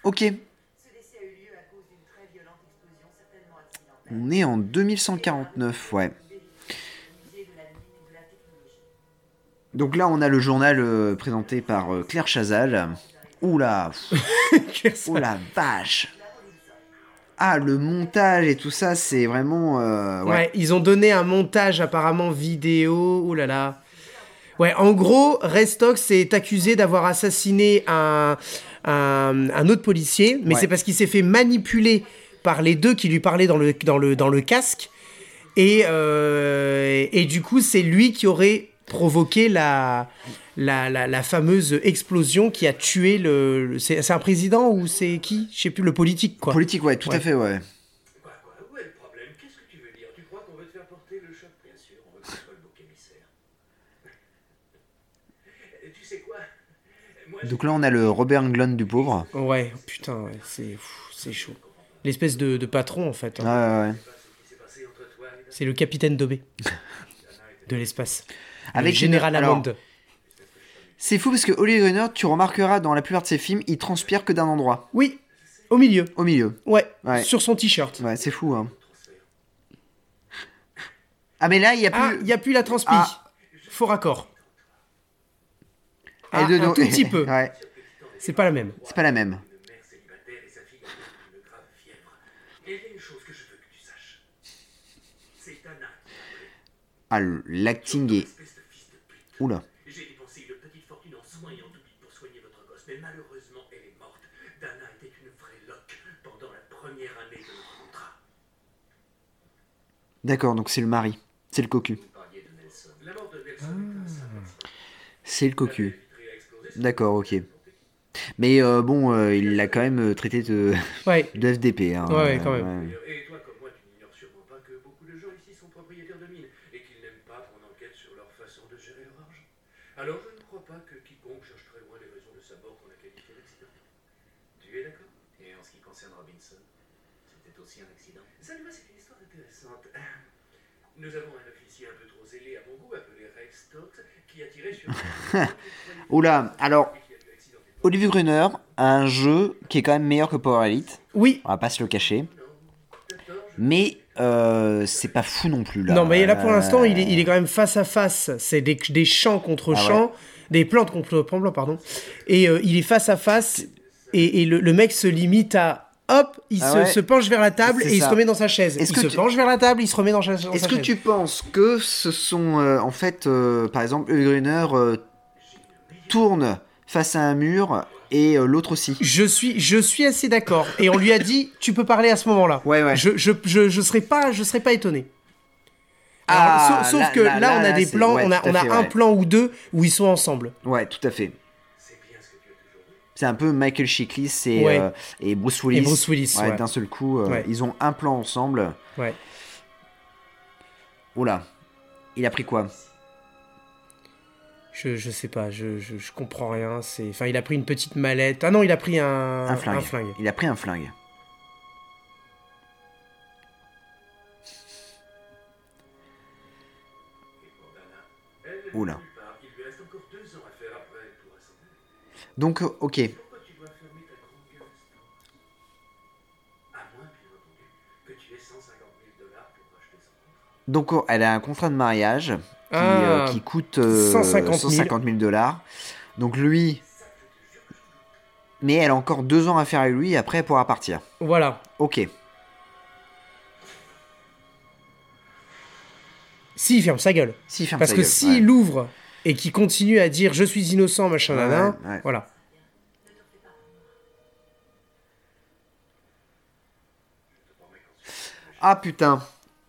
Speaker 2: Ok.
Speaker 4: Ce décès a eu lieu à cause d'une très violente explosion, certainement accidentelle.
Speaker 2: On est en 2149, ouais. Donc là, on a le journal euh, présenté par euh, Claire Chazal. Oula, pff, oh la vache. Ah, le montage et tout ça, c'est vraiment... euh,
Speaker 3: Ouais.
Speaker 2: ouais.
Speaker 3: ils ont donné un montage apparemment vidéo. Oh là là. Ouais, en gros, Restox est accusé d'avoir assassiné un, un, un autre policier, mais
Speaker 2: Ouais.
Speaker 3: c'est parce qu'il s'est fait manipuler par les deux qui lui parlaient dans le, dans le, dans le casque. Et, euh, et du coup, c'est lui qui aurait provoqué la, la, la, la fameuse explosion qui a tué le. le- c'est c'est un président ou c'est qui Je sais plus, le politique, quoi.
Speaker 2: Politique, ouais, tout à
Speaker 3: Ouais.
Speaker 2: fait, ouais.
Speaker 5: Quoi, quoi Où est le problème Qu'est-ce que tu veux dire Tu crois qu'on veut te faire porter le choc Bien sûr, on veut que ce soit le bouc émissaire. Et tu sais quoi Moi, je
Speaker 2: Donc là, on a le Robert Englund du pauvre.
Speaker 3: Ouais, putain, ouais, c'est pff, c'est chaud. L'espèce de, de patron, en fait. hein.
Speaker 2: Ouais, ouais, ouais.
Speaker 5: t'ai passé entre toi et
Speaker 3: C'est le capitaine Dobé de l'espace.
Speaker 2: Avec
Speaker 3: Avec Général
Speaker 2: une- alors-
Speaker 3: Hammond.
Speaker 2: C'est fou parce que Holly Greener, tu remarqueras dans la plupart de ses films, il transpire que d'un endroit,
Speaker 3: Oui, au milieu.
Speaker 2: au milieu.
Speaker 3: Ouais,
Speaker 2: Ouais.
Speaker 3: sur son t-shirt.
Speaker 2: Ouais, c'est fou, hein. Ah, mais là, il y a plus...
Speaker 3: Ah, il n'y a plus la transpi.
Speaker 2: Ah.
Speaker 3: Faux raccord.
Speaker 2: Et
Speaker 3: Ah,
Speaker 2: de-
Speaker 3: un tout petit peu.
Speaker 2: ouais,
Speaker 3: C'est pas la même.
Speaker 2: c'est pas la même.
Speaker 5: une mère célibataire et sa fille en une grave fièvre. Et il y a une chose que je veux que tu saches. C'est Anna qui m'a appelé.
Speaker 2: Ah, le- l'acting est...
Speaker 5: Espèce de fils de pute.
Speaker 2: Oula.
Speaker 5: J'ai dépensé une petite fortune en soins et en doublis pour soigner votre gosse, mais malheureusement, elle est morte. Dana était une vraie loque pendant la première année de notre contrat.
Speaker 2: D'accord, donc c'est le mari. C'est le cocu.
Speaker 5: Parliez de Nelson. La mort de Nelson
Speaker 2: Ah.
Speaker 5: est un symptôme.
Speaker 2: C'est le cocu.
Speaker 5: Vitré a explosé.
Speaker 2: D'accord, ok. Mais euh, bon, euh, il l'a quand même euh, traité de,
Speaker 3: Ouais.
Speaker 2: de FDP. hein.
Speaker 3: Ouais, ouais, quand même.
Speaker 2: ouais.
Speaker 5: Et toi, comme moi, tu n'ignores sûrement pas que beaucoup de gens ici sont propriétaires de mines et qu'ils n'aiment pas qu'on enquête sur leur façon de gérer leur argent. Alors, je ne crois pas que quiconque cherche très loin les raisons de sa mort qu'on a qualifiée d'accident. Tu es d'accord Et en ce qui concerne Robinson, c'était aussi un accident. Ça, tu vois, c'est une histoire intéressante. Nous avons un officier un peu trop zélé à mon goût, appelé Rex Stokes, qui a tiré sur...
Speaker 2: Oula, alors, Olivier Gruner a un jeu qui est quand même meilleur que Power Elite.
Speaker 3: Oui.
Speaker 2: On va pas se le cacher. Mais euh, c'est pas fou non plus là.
Speaker 3: Non, mais là pour
Speaker 2: Euh,
Speaker 3: l'instant, il, est- il est quand même face à face. C'est des, des champs contre
Speaker 2: Ah ouais.
Speaker 3: champs, des plantes contre plantes, pardon. Et euh, il est face à face. Et, et le, le mec se limite à. Hop, il
Speaker 2: Ah
Speaker 3: se,
Speaker 2: ouais.
Speaker 3: se penche vers la table
Speaker 2: C'est
Speaker 3: et il
Speaker 2: ça.
Speaker 3: se remet dans sa chaise.
Speaker 2: Est-ce
Speaker 3: Il
Speaker 2: que
Speaker 3: se
Speaker 2: tu-
Speaker 3: penche vers la table, il se remet dans, sa- dans
Speaker 2: Est-ce
Speaker 3: sa
Speaker 2: que
Speaker 3: chaise.
Speaker 2: tu penses que ce sont euh, en fait, euh, par exemple, Uli Gruner euh, tourne face à un mur et euh, l'autre aussi
Speaker 3: Je suis, je suis assez d'accord. Et on lui a dit, tu peux parler à ce moment-là.
Speaker 2: Ouais, ouais.
Speaker 3: Je, je, je, je serais pas, je serais pas étonné. Alors,
Speaker 2: Ah,
Speaker 3: sa- sauf
Speaker 2: là-
Speaker 3: que
Speaker 2: là-
Speaker 3: là,
Speaker 2: là-
Speaker 3: on a
Speaker 2: là,
Speaker 3: des
Speaker 2: c'est-
Speaker 3: plans,
Speaker 2: ouais,
Speaker 3: on a,
Speaker 2: tout à
Speaker 3: on a
Speaker 2: fait,
Speaker 3: un
Speaker 2: ouais.
Speaker 3: plan ou deux où ils sont ensemble.
Speaker 2: Ouais, tout à fait.
Speaker 5: C'est bien ce que tu as toujours dit.
Speaker 2: C'est un peu Michael Chiklis et,
Speaker 3: Ouais.
Speaker 2: euh, et Bruce Willis.
Speaker 3: Et Bruce Willis,
Speaker 2: Ouais,
Speaker 3: ouais.
Speaker 2: D'un seul coup, euh,
Speaker 3: Ouais.
Speaker 2: ils ont un plan ensemble.
Speaker 3: Ouais.
Speaker 2: Oula, il a pris quoi
Speaker 3: Je, je sais pas, je, je, je comprends rien. C'est, enfin, il a pris une petite mallette. Ah non, il a pris un,
Speaker 2: un, flingue. Il a pris un flingue. Oula.
Speaker 5: Il lui reste encore deux ans à faire après pour ascender.
Speaker 2: Donc, euh, ok.
Speaker 5: Pourquoi tu dois fermer ta grande gueule, Stan À moins, bien entendu, que tu aies 150 000 dollars pour racheter son contrat.
Speaker 2: Donc, oh, elle a un contrat de mariage qui, euh,
Speaker 3: Ah.
Speaker 2: qui coûte euh,
Speaker 3: 150 000.
Speaker 2: 150 000 dollars. Donc, lui. Mais elle a encore deux ans à faire avec lui et après, elle pourra partir.
Speaker 3: Voilà.
Speaker 2: Ok.
Speaker 3: Si, il ferme sa gueule.
Speaker 2: S'il ferme
Speaker 3: Parce
Speaker 2: sa
Speaker 3: que
Speaker 2: gueule,
Speaker 3: s'il
Speaker 2: ouais.
Speaker 3: ouvre et qu'il continue à dire je suis innocent, machin,
Speaker 2: Ouais,
Speaker 3: nanan,
Speaker 2: ouais.
Speaker 3: voilà.
Speaker 2: Ah putain,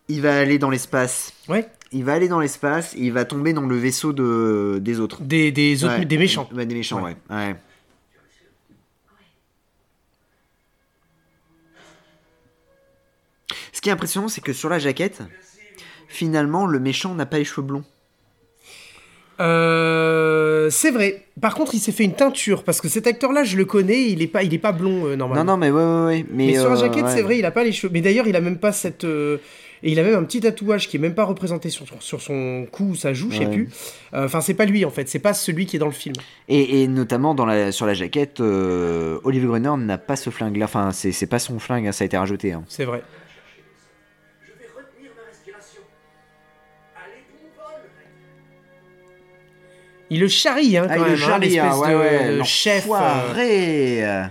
Speaker 2: il va aller dans l'espace.
Speaker 3: Ouais.
Speaker 2: Il va aller dans l'espace, il va tomber dans le vaisseau de... des autres.
Speaker 3: Des, des autres,
Speaker 2: Ouais.
Speaker 3: des méchants.
Speaker 2: Ouais, des méchants, ouais.
Speaker 3: Ouais.
Speaker 2: ouais. Ce qui est impressionnant, c'est que sur la jaquette, finalement, le méchant n'a pas les cheveux blonds.
Speaker 3: Euh, c'est vrai. Par contre, il s'est fait une teinture parce que cet acteur-là, je le connais, il est pas, il est pas blond euh, normalement.
Speaker 2: Non, non, mais ouais, ouais, ouais. Mais,
Speaker 3: mais sur la
Speaker 2: euh,
Speaker 3: jaquette,
Speaker 2: ouais.
Speaker 3: c'est vrai, il a pas les cheveux. Mais d'ailleurs, il a même pas cette. euh, Et il a même un petit tatouage qui est même pas représenté sur, sur- sur son cou ou sa joue, je sais
Speaker 2: Ouais.
Speaker 3: plus. Euh, Enfin, c'est pas lui en fait, c'est pas celui qui est dans le film.
Speaker 2: Et, et notamment dans la, sur la jaquette, euh, Olivier Grenier n'a pas ce flingue-là. Enfin, c'est c'est pas son flingue, hein, ça a été rajouté. hein.
Speaker 3: C'est vrai. Il le charrie, hein, quand
Speaker 2: Ah, il
Speaker 3: même,
Speaker 2: le
Speaker 3: hein,
Speaker 2: charrie, hein,
Speaker 3: l'espèce
Speaker 2: ouais,
Speaker 3: de-
Speaker 2: ouais,
Speaker 3: de, chef. euh,
Speaker 2: l'enfoiré.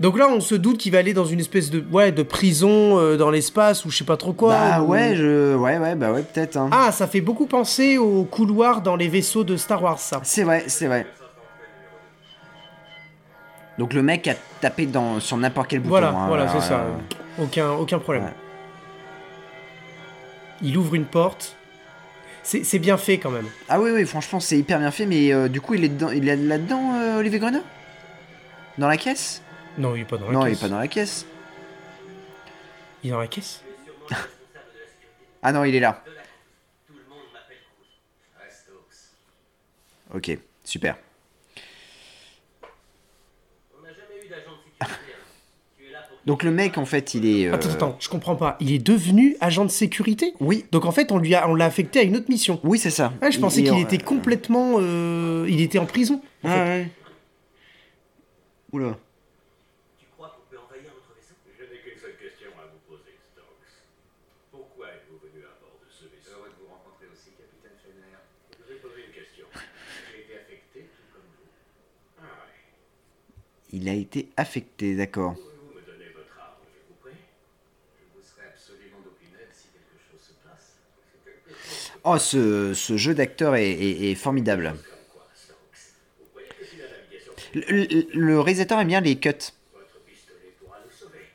Speaker 3: Donc là, on se doute qu'il va aller dans une espèce de, ouais, de prison euh, dans l'espace ou je sais pas trop quoi.
Speaker 2: Bah
Speaker 3: ou-
Speaker 2: ouais, je... Ouais, ouais, bah ouais, peut-être. hein.
Speaker 3: Ah, ça fait beaucoup penser aux couloirs dans les vaisseaux de Star Wars, ça.
Speaker 2: C'est vrai, c'est vrai. Donc le mec a tapé dans, sur n'importe quel bouton.
Speaker 3: Voilà,
Speaker 2: hein,
Speaker 3: voilà, c'est ça.
Speaker 2: euh,
Speaker 3: Aucun, aucun problème.
Speaker 2: Ouais.
Speaker 3: Il ouvre une porte. C'est c'est bien fait quand même.
Speaker 2: Ah oui, oui, franchement, c'est hyper bien fait, mais euh, du coup, il est, dedans- il est là-dedans, euh, Olivier Grenat Dans la caisse
Speaker 3: Non, il est pas dans la
Speaker 2: Non,
Speaker 3: caisse.
Speaker 2: il est pas dans la caisse.
Speaker 3: Il est dans la caisse
Speaker 2: Ah non, il est là.
Speaker 5: Tout le monde m'appelle Cruz. Astox.
Speaker 2: Ok, super.
Speaker 5: On n'a jamais eu d'agent de sécurité. hein. tu es là pour.
Speaker 2: Donc le mec, en fait, il est... euh,
Speaker 3: Attends, attends, je comprends pas. Il est devenu agent de sécurité
Speaker 2: Oui,
Speaker 3: Donc en fait, on lui a, on l'a affecté à une autre mission.
Speaker 2: oui, c'est ça.
Speaker 3: Ah, je pensais
Speaker 2: Il- il-
Speaker 3: qu'il était complètement, euh, il était en prison. en
Speaker 2: Ouais,
Speaker 3: fait.
Speaker 2: ouais. Oula.
Speaker 5: Tu crois qu'on peut envahir notre vaisseau Je n'ai qu'une seule question à vous poser, Stokes. Pourquoi êtes-vous venu à bord de ce vaisseau Heureux de vous rencontrer aussi, capitaine Fenner. Je vous ai posé une question. J'ai été affecté, tout comme vous. Ah oui.
Speaker 2: Il a été affecté, d'accord.
Speaker 5: Vous me donnez votre arme, je vous prie. Je vous serai absolument d'aucune aide si quelque chose se passe. C'est quelque chose
Speaker 2: Oh, ce, ce jeu d'acteur est, est- est formidable.
Speaker 5: comme quoi, Stokes. Vous croyez que si la navigation fait
Speaker 2: Le, le- le réalisateur aime bien les cuts.
Speaker 5: votre pistolet pourra nous sauver,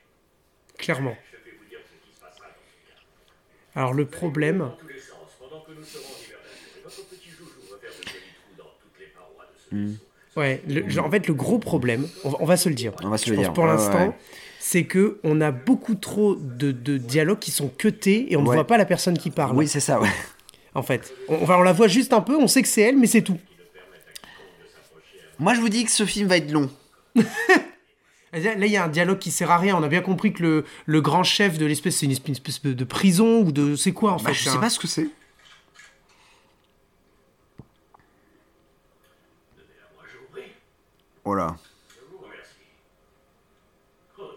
Speaker 3: Clairement.
Speaker 5: je vais vous dire ce qui se passera dans ce cas.
Speaker 3: Alors le problème,
Speaker 5: Dans tous les sens, pendant que nous serons en hibernation, et votre petit joujou va faire de jolis trous dans toutes les parois de ce
Speaker 2: Hmm.
Speaker 5: vaisseau.
Speaker 3: ouais, le- genre, en fait le gros problème, on va, on va se le dire.
Speaker 2: On va se
Speaker 3: je
Speaker 2: le
Speaker 3: pense
Speaker 2: dire,
Speaker 3: Pour
Speaker 2: ouais,
Speaker 3: l'instant,
Speaker 2: ouais.
Speaker 3: c'est que on a beaucoup trop de, de dialogues qui sont cutés et on ne
Speaker 2: Ouais.
Speaker 3: voit pas la personne qui parle.
Speaker 2: Ah Oui, c'est ça, ouais.
Speaker 3: En fait, on, on va- on la voit juste un peu, on sait que c'est elle, mais c'est tout.
Speaker 2: Moi, je vous dis que ce film va être long.
Speaker 3: Là, il y a un dialogue qui sert à rien. On a bien compris que le, le grand chef de l'espèce, c'est une espèce- une espèce de- de prison ou de. C'est
Speaker 2: Bah,
Speaker 3: quoi en fait c'est un-
Speaker 2: ce que c'est.
Speaker 5: Donnez-la moi, je vous prie.
Speaker 2: Oh là.
Speaker 5: Je vous remercie. Creuse.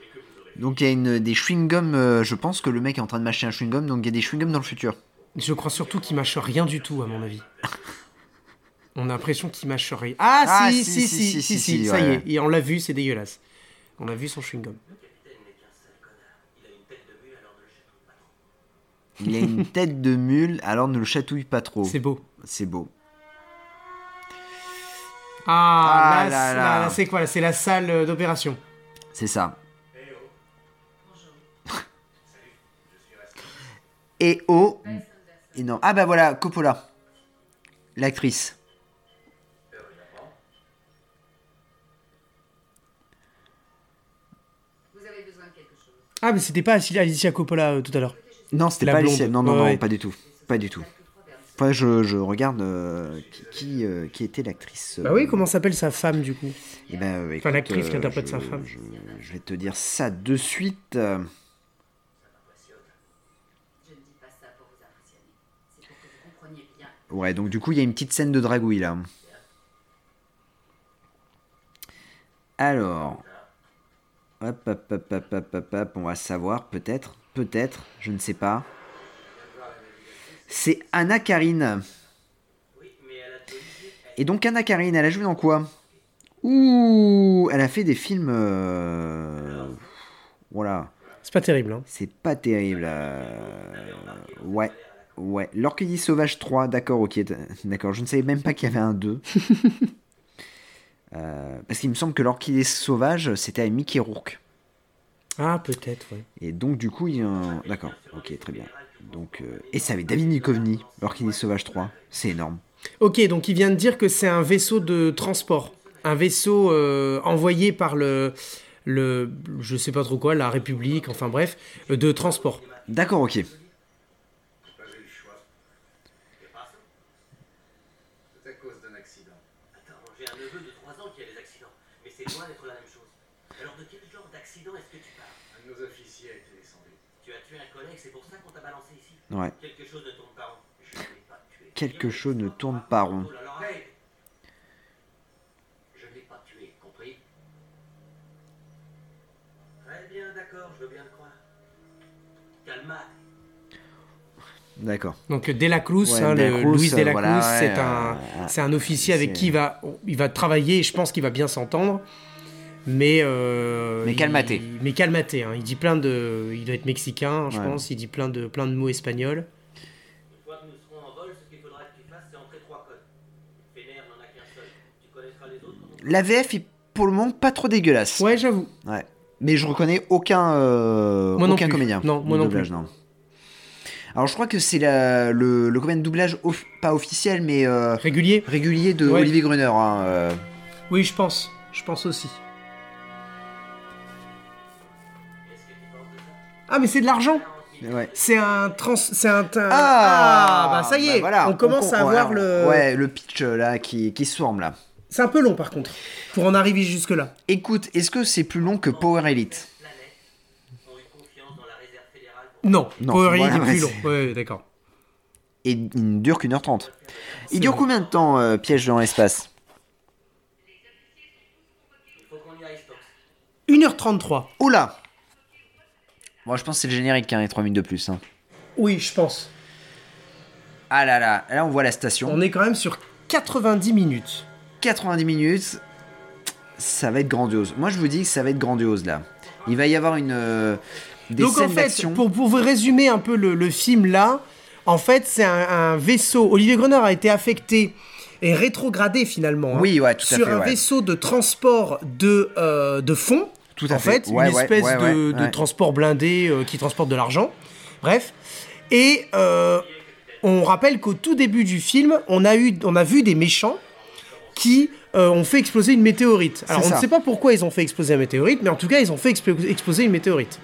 Speaker 5: Et que vous aurez
Speaker 2: Donc il y a une, des chewing-gums, euh, je pense que le mec est en train de mâcher un chewing-gum, donc il y a des chewing-gums dans le futur.
Speaker 3: Je crois surtout qu'il mâche rien du tout, à mon avis. On a l'impression qu'il mâche rien. Ah,
Speaker 2: Ah,
Speaker 3: si, si, si, si, si,
Speaker 2: si,
Speaker 3: ça
Speaker 2: ouais.
Speaker 3: y est. Et on l'a vu, c'est dégueulasse. On a vu son chewing-gum.
Speaker 5: capitaine n'est qu'un sale connard. Il a une tête de mule, alors ne le chatouille pas trop.
Speaker 2: Il y a une tête de mule, alors ne le chatouille pas trop. C'est
Speaker 3: C'est beau.
Speaker 2: beau.
Speaker 3: Ah,
Speaker 2: Ah
Speaker 3: là,
Speaker 2: là
Speaker 3: là,
Speaker 2: là.
Speaker 3: là, c'est quoi là C'est la salle euh, d'opération.
Speaker 2: C'est ça. Et oh. Et non. Ah bah voilà, Coppola. L'actrice.
Speaker 4: Vous avez besoin de quelque chose.
Speaker 3: Ah, mais c'était pas Alicia Coppola euh, tout à l'heure.
Speaker 2: Non, c'était
Speaker 3: La
Speaker 2: pas
Speaker 3: blonde.
Speaker 2: Alicia. Non, non, non,
Speaker 3: Ouais.
Speaker 2: pas du tout. Pas du tout. Enfin, je, je regarde euh, qui, qui, euh, qui était l'actrice. euh,
Speaker 3: Bah oui, comment s'appelle sa femme du coup
Speaker 2: Eh ben, euh, écoute,
Speaker 3: l'actrice qui interprète
Speaker 2: je-
Speaker 3: sa femme.
Speaker 2: Je, je vais te dire ça de suite. euh,
Speaker 4: Je ne dis pas ça pour vous impressionner. C'est pour que vous compreniez bien.
Speaker 2: Ouais, donc du coup, il y a une petite scène de dragouille là. Alors. Hop, hop, hop, hop, hop, hop, hop, on va savoir, peut-être, peut-être, je ne sais pas. C'est Anna Karine. Et donc, Anna Karine, elle a joué dans quoi Ouh, elle a fait des films. euh, Voilà.
Speaker 3: C'est pas terrible. Hein.
Speaker 2: C'est pas terrible. euh, Ouais. Ouais. L'Orchidée Sauvage 3, d'accord, ok. d- D'accord, je ne savais même pas qu'il y avait un 2. Euh, parce qu'il me semble que l'Orchidée Sauvage, c'était à Mickey Rourke.
Speaker 3: Ah, peut-être, ouais.
Speaker 2: Et donc, du coup, il y a un... D'accord, ok, très bien. Donc, euh, Et ça avait David Nikovny, l'Orchidée Sauvage 3. C'est énorme.
Speaker 3: Ok, donc il vient de dire que c'est un vaisseau de transport. Un vaisseau euh, envoyé par le, le. Je sais pas trop quoi, la République, enfin bref, euh, de transport.
Speaker 2: D'accord, ok.
Speaker 5: C'est à cause d'un accident. Attends, j'ai un neveu de 3 ans qui a des accidents, mais c'est loin d'être la même chose. Alors de quel genre d'accident est-ce que tu parles Un de nos officiers a été descendu. Tu as tué un collègue, c'est pour ça qu'on t'a balancé ici
Speaker 2: Ouais.
Speaker 5: Quelque chose ne tourne pas rond. Je ne l'ai pas tué.
Speaker 2: Quelque chose ne tourne pas rond.
Speaker 5: Oh là là, arrête Je ne l'ai pas tué, compris Très bien, d'accord, je veux bien le croire. Calma.
Speaker 2: D'accord.
Speaker 3: Donc Dela Cruz,
Speaker 2: Ouais,
Speaker 3: hein,
Speaker 2: De La
Speaker 3: le-
Speaker 2: Cruz,
Speaker 3: Luis Dela
Speaker 2: euh,
Speaker 3: Cruz,
Speaker 2: voilà,
Speaker 3: c'est
Speaker 2: ouais,
Speaker 3: un,
Speaker 2: euh,
Speaker 3: c'est un officier avec
Speaker 2: c'est-
Speaker 3: qui il va, il va travailler et je pense qu'il va bien s'entendre. Mais. euh,
Speaker 2: Mais
Speaker 3: il-
Speaker 2: calmaté.
Speaker 3: mais calmaté. hein. Il dit plein de. Il doit être mexicain, je
Speaker 2: Ouais.
Speaker 3: pense. Il dit plein de, plein de mots espagnols.
Speaker 6: Une fois que nous serons en vol, ce qu'il faudra que tu fasses, c'est entrer trois codes. Fener n'en a qu'un seul. Tu connaîtras les autres quand on
Speaker 2: La VF est pour le moment pas trop dégueulasse.
Speaker 3: Ouais, j'avoue.
Speaker 2: Ouais. Mais je reconnais aucun, euh,
Speaker 3: Moi non
Speaker 2: aucun
Speaker 3: plus.
Speaker 2: comédien.
Speaker 3: Non,
Speaker 2: de
Speaker 3: moi non
Speaker 2: doublage,
Speaker 3: plus.
Speaker 2: Alors je crois que c'est la- le, le comédien de doublage, off- pas officiel, mais euh,
Speaker 3: Régulier
Speaker 2: régulier de
Speaker 3: Ouais.
Speaker 2: Olivier Gruner. hein, euh.
Speaker 3: Oui, je pense. Je pense aussi. Ah, mais c'est de l'argent
Speaker 2: Ouais.
Speaker 3: C'est un trans. C'est un. un-
Speaker 2: Ah,
Speaker 3: bah ça y est
Speaker 2: bah voilà,
Speaker 3: On commence
Speaker 2: com-
Speaker 3: à avoir
Speaker 2: voilà,
Speaker 3: le.
Speaker 2: Ouais, le pitch euh, là qui, qui se forme là.
Speaker 3: C'est un peu long par contre, pour en arriver jusque-là.
Speaker 2: Écoute, est-ce que c'est plus long que Power Elite
Speaker 6: planète ont eu confiance dans la réserve fédérale pour
Speaker 3: Non,
Speaker 2: Non,
Speaker 3: Power Elite
Speaker 2: voilà,
Speaker 3: est plus
Speaker 2: ouais,
Speaker 3: long. Ouais, ouais, d'accord.
Speaker 2: Et il ne dure qu'une heure trente.
Speaker 3: C'est
Speaker 2: Il dure
Speaker 3: vrai.
Speaker 2: combien de temps, euh, Piège dans l'espace
Speaker 6: Il faut qu'on y aille, Stokes.
Speaker 3: 1h33.
Speaker 2: Oula Moi je pense que c'est le générique, hein, les 3 minutes de plus. hein.
Speaker 3: Oui, je pense.
Speaker 2: Ah là là, là on voit la station.
Speaker 3: On est quand même sur 90 minutes.
Speaker 2: 90 minutes, ça va être grandiose. Moi, je vous dis que ça va être grandiose là. Il va y avoir une euh, des
Speaker 3: Donc en
Speaker 2: scènes
Speaker 3: fait,
Speaker 2: d'action.
Speaker 3: pour, pour vous résumer un peu le, le film là, en fait c'est un, un vaisseau. Olivier Grener a été affecté et rétrogradé finalement. hein,
Speaker 2: Oui, ouais, tout à
Speaker 3: Sur
Speaker 2: fait,
Speaker 3: un
Speaker 2: ouais.
Speaker 3: vaisseau de transport de, euh, de fond.
Speaker 2: Tout à
Speaker 3: en
Speaker 2: fait.
Speaker 3: fait,
Speaker 2: Ouais,
Speaker 3: une
Speaker 2: ouais,
Speaker 3: espèce
Speaker 2: ouais,
Speaker 3: de,
Speaker 2: ouais,
Speaker 3: de
Speaker 2: ouais.
Speaker 3: transport blindé euh, qui transporte de l'argent. Bref. Et euh, on rappelle qu'au tout début du film, on a, eu, on a vu des méchants qui euh, ont fait exploser une météorite. Alors
Speaker 2: C'est
Speaker 3: on
Speaker 2: ça.
Speaker 3: ne sait pas pourquoi ils ont fait exploser la météorite, mais en tout cas ils ont fait explo- exploser une météorite.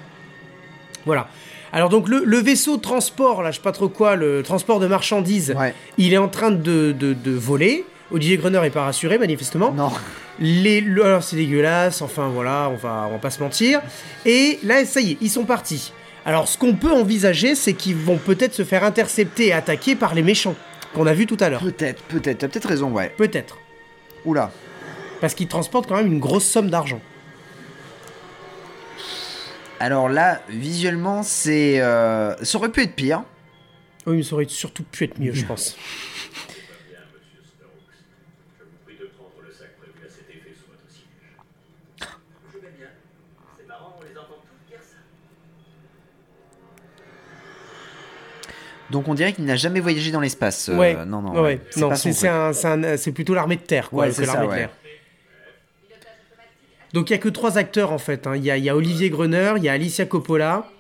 Speaker 3: Voilà. Alors donc le, le vaisseau transport, là je sais pas trop quoi, le transport de marchandises,
Speaker 2: Ouais.
Speaker 3: il est en train de, de- de voler. Olivier Grener est pas rassuré manifestement.
Speaker 2: Non.
Speaker 3: Les, le- alors c'est dégueulasse, enfin voilà, on va, on va pas se mentir. Et là ça y est, ils sont partis. Alors ce qu'on peut envisager, c'est qu'ils vont peut-être se faire intercepter et attaquer par les méchants qu'on a vu tout à l'heure.
Speaker 2: Peut-être, peut-être. T'as peut-être raison, ouais.
Speaker 3: Peut-être.
Speaker 2: Oula.
Speaker 3: Parce qu'ils transportent quand même une grosse somme d'argent.
Speaker 2: Alors là, visuellement, c'est. euh, Ça aurait pu être pire.
Speaker 3: Oui, mais ça aurait surtout pu être mieux, je
Speaker 2: Mm.
Speaker 3: pense.
Speaker 5: Je vous prie de prendre le sac prévu à cet effet sous votre siège.
Speaker 6: Je vais bien. C'est marrant, on les entend tous dire ça.
Speaker 2: Donc on dirait qu'il n'a jamais voyagé dans l'espace. euh,
Speaker 3: ouais.
Speaker 2: Non, non.
Speaker 3: Ouais, ouais.
Speaker 2: C'est
Speaker 3: Non,
Speaker 2: pas son
Speaker 3: c'est c'est
Speaker 2: truc.
Speaker 3: un- c'est un- c'est plutôt l'armée de terre, quoi,
Speaker 2: Ouais,
Speaker 3: que
Speaker 2: c'est ça,
Speaker 3: l'armée
Speaker 2: ouais.
Speaker 3: de l'air. Donc il y a que trois acteurs en fait. hein. Il y, a- il y a Olivier Grener, il y a Alicia Coppola,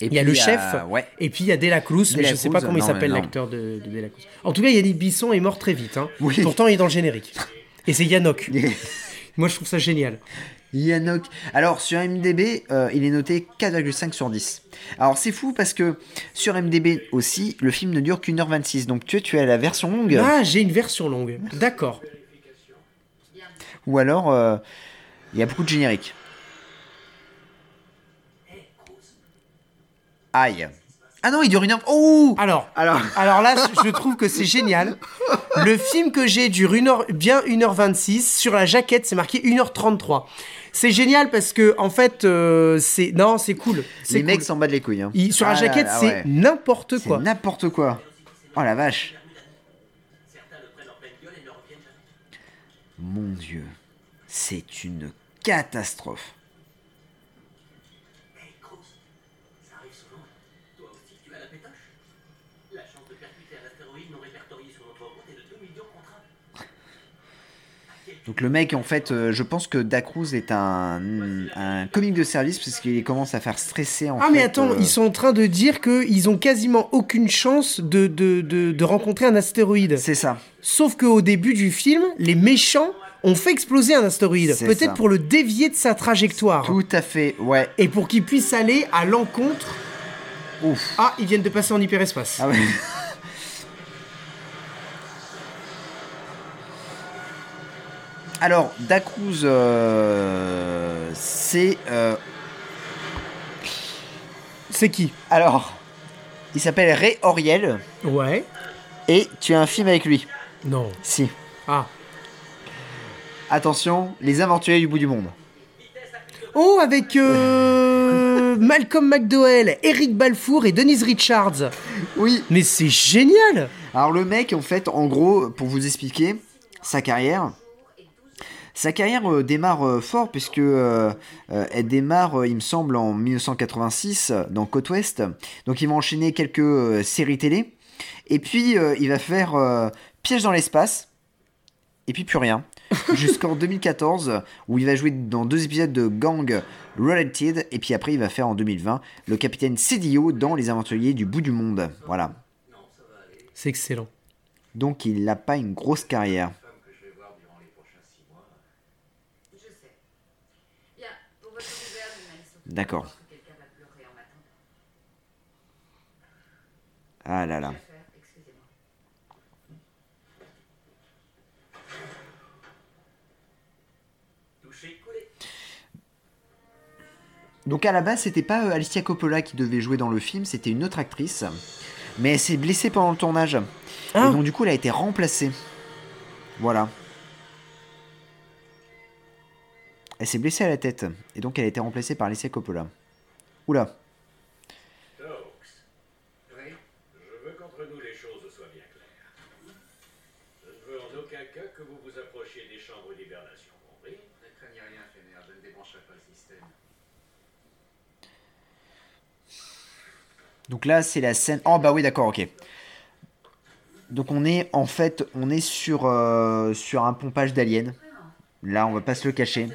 Speaker 2: Et
Speaker 3: il y a
Speaker 2: puis, euh,
Speaker 3: le chef,
Speaker 2: Ouais.
Speaker 3: et puis il y a Dela Cruz,
Speaker 2: De
Speaker 3: mais
Speaker 2: La
Speaker 3: je sais
Speaker 2: Cruz,
Speaker 3: pas comment
Speaker 2: non,
Speaker 3: il s'appelle
Speaker 2: mais non.
Speaker 3: l'acteur de, de De La Cruz. En tout cas, Yannick Bisson est mort très vite. hein.
Speaker 2: Oui.
Speaker 3: Pourtant, il est dans le générique. Et c'est Yannock. Moi, je trouve ça génial.
Speaker 2: Yannock. Alors sur MDB, euh, il est noté 4,5 sur 10. Alors c'est fou parce que sur MDB aussi, le film ne dure qu'une heure 26. Donc tu es, tu as la version longue.
Speaker 3: Ah, j'ai une version longue. D'accord.
Speaker 2: Ou alors, euh, il y a beaucoup de génériques. Aïe. Ah non, il dure une heure. Oh
Speaker 3: Alors,
Speaker 2: Alors,
Speaker 3: Alors là, je trouve que c'est génial. Le film que j'ai dure une heure, bien 1h26. Sur la jaquette, c'est marqué 1h33. C'est génial parce que, en fait, euh, c'est. Non, c'est cool. C'est
Speaker 2: les
Speaker 3: cool.
Speaker 2: mecs s'en battent les couilles. hein.
Speaker 3: Il- sur
Speaker 2: Ah
Speaker 3: la
Speaker 2: là
Speaker 3: jaquette,
Speaker 2: là,
Speaker 3: c'est
Speaker 2: ouais.
Speaker 3: n'importe
Speaker 2: C'est
Speaker 3: quoi.
Speaker 2: n'importe quoi. Oh la vache.
Speaker 6: Certains le prennent en pleine gueule et ne reviennent jamais.
Speaker 2: Mon dieu. C'est une catastrophe.
Speaker 6: Hey, Cruz, ça arrive souvent. Toi aussi, tu as la pétoche La chance de percuter un astéroïde non répertorié sur notre route est de 2 millions contre un.
Speaker 2: Donc le mec, en fait, euh, je pense que Dacruz est un, un comique de service parce qu'il commence à faire stresser en
Speaker 3: Ah, mais
Speaker 2: fait,
Speaker 3: attends,
Speaker 2: euh,
Speaker 3: ils sont en train de dire qu'ils ont quasiment aucune chance de, de, de, de rencontrer un astéroïde.
Speaker 2: C'est ça.
Speaker 3: Sauf qu'au début du film, les méchants ont fait exploser un astéroïde.
Speaker 2: C'est ça.
Speaker 3: Peut-être pour le dévier de sa trajectoire.
Speaker 2: Tout à fait, ouais.
Speaker 3: Et pour qu'ils puissent aller à l'encontre
Speaker 2: Ouf.
Speaker 3: Ah, ils viennent de passer en hyperespace.
Speaker 2: Ah ouais. Alors, Dacruz, euh, c'est. euh,
Speaker 3: C'est qui
Speaker 2: alors, il s'appelle Ray Oriel
Speaker 3: Ouais.
Speaker 2: et tu as un film avec lui.
Speaker 3: Non.
Speaker 2: Si.
Speaker 3: Ah.
Speaker 2: Attention, Les Aventuriers du bout du monde.
Speaker 3: Oh, avec euh, euh, Malcolm McDowell, Eric Balfour et Denise Richards.
Speaker 2: Oui.
Speaker 3: Mais c'est génial
Speaker 2: Alors le mec, en fait, en gros, pour vous expliquer sa carrière, sa carrière euh, démarre euh, fort puisque euh, euh, elle démarre, euh, il me semble, en 1986 euh, dans Côte Ouest. Donc il va enchaîner quelques euh, séries télé. Et puis euh, il va faire euh, Piège dans l'espace. Et puis plus rien. Jusqu'en 2014 où il va jouer dans deux épisodes de Gang Related. Et puis après il va faire en 2020 le capitaine Cédio dans Les Aventuriers du bout du monde. Voilà.
Speaker 3: C'est excellent.
Speaker 2: Donc il n'a pas une grosse carrière.
Speaker 4: Je sais. Bien, pour votre couvert, je vais aller sauter.
Speaker 2: D'accord.
Speaker 4: Parce que Quelqu'un va pleurer en m'attendant.
Speaker 2: Ah là là.
Speaker 4: Je vais faire, excusez-moi.
Speaker 6: Touché, collé.
Speaker 2: Donc à la base, c'était pas euh, Alicia Coppola qui devait jouer dans le film, c'était une autre actrice. Mais elle s'est blessée pendant le tournage.
Speaker 3: Ah.
Speaker 2: Et donc du coup, elle a été remplacée. Voilà. Elle s'est blessée à la tête. Et donc elle a été remplacée par Alicia Coppola. Oula.
Speaker 5: Stokes. Oui. Je veux qu'entre nous les choses soient bien claires. Je ne veux en aucun cas que vous vous approchiez des chambres d'hibernation, compris
Speaker 6: Ne craignez rien, Fénère, je ne débrancherai pas le système.
Speaker 2: Donc là, c'est la scène... Oh bah oui, d'accord, ok. Donc on est en fait, on est sur, euh, sur un pompage d'aliens. Là, on va pas se le cacher.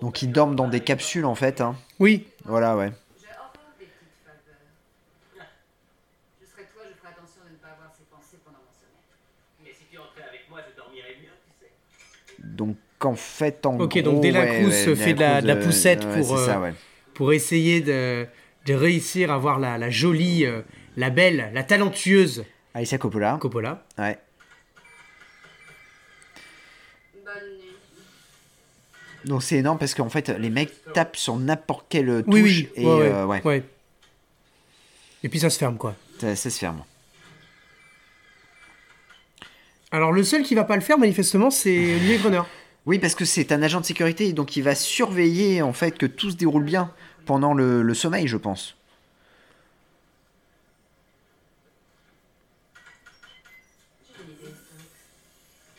Speaker 2: Donc ils dorment dans des capsules en fait. hein.
Speaker 3: Oui,
Speaker 2: Voilà, ouais.
Speaker 4: J'ai horreur des petites faveurs. Je serais toi, je ferai attention de ne pas avoir ces pensées pendant mon sommeil.
Speaker 6: Mais si tu entrais avec moi, je dormirais mieux, tu sais.
Speaker 2: Donc en fait, en
Speaker 3: Ok,
Speaker 2: gros,
Speaker 3: donc Dela
Speaker 2: ouais,
Speaker 3: Cruz
Speaker 2: ouais,
Speaker 3: fait
Speaker 2: Dela
Speaker 3: de
Speaker 2: Cruz,
Speaker 3: la- de la
Speaker 2: euh,
Speaker 3: poussette
Speaker 2: ouais,
Speaker 3: pour,
Speaker 2: c'est ça,
Speaker 3: euh,
Speaker 2: ouais.
Speaker 3: pour essayer de, de réussir à avoir la, la jolie, euh, la belle, la talentueuse
Speaker 2: Alicia Coppola.
Speaker 3: Coppola.
Speaker 2: ouais.
Speaker 4: Bonne nuit.
Speaker 2: Donc c'est énorme parce qu'en fait, les mecs tapent sur n'importe quelle touche
Speaker 3: Oui, oui,
Speaker 2: et
Speaker 3: ouais, ouais,
Speaker 2: euh, ouais,
Speaker 3: ouais. Et puis ça se ferme, quoi.
Speaker 2: Ça, ça se ferme.
Speaker 3: Alors le seul qui va pas le faire, manifestement, c'est Olivier Grenier.
Speaker 2: Oui, parce que c'est un agent de sécurité, donc il va surveiller en fait que tout se déroule bien pendant le, le sommeil, je pense.
Speaker 4: J'ai une idée, Stokes.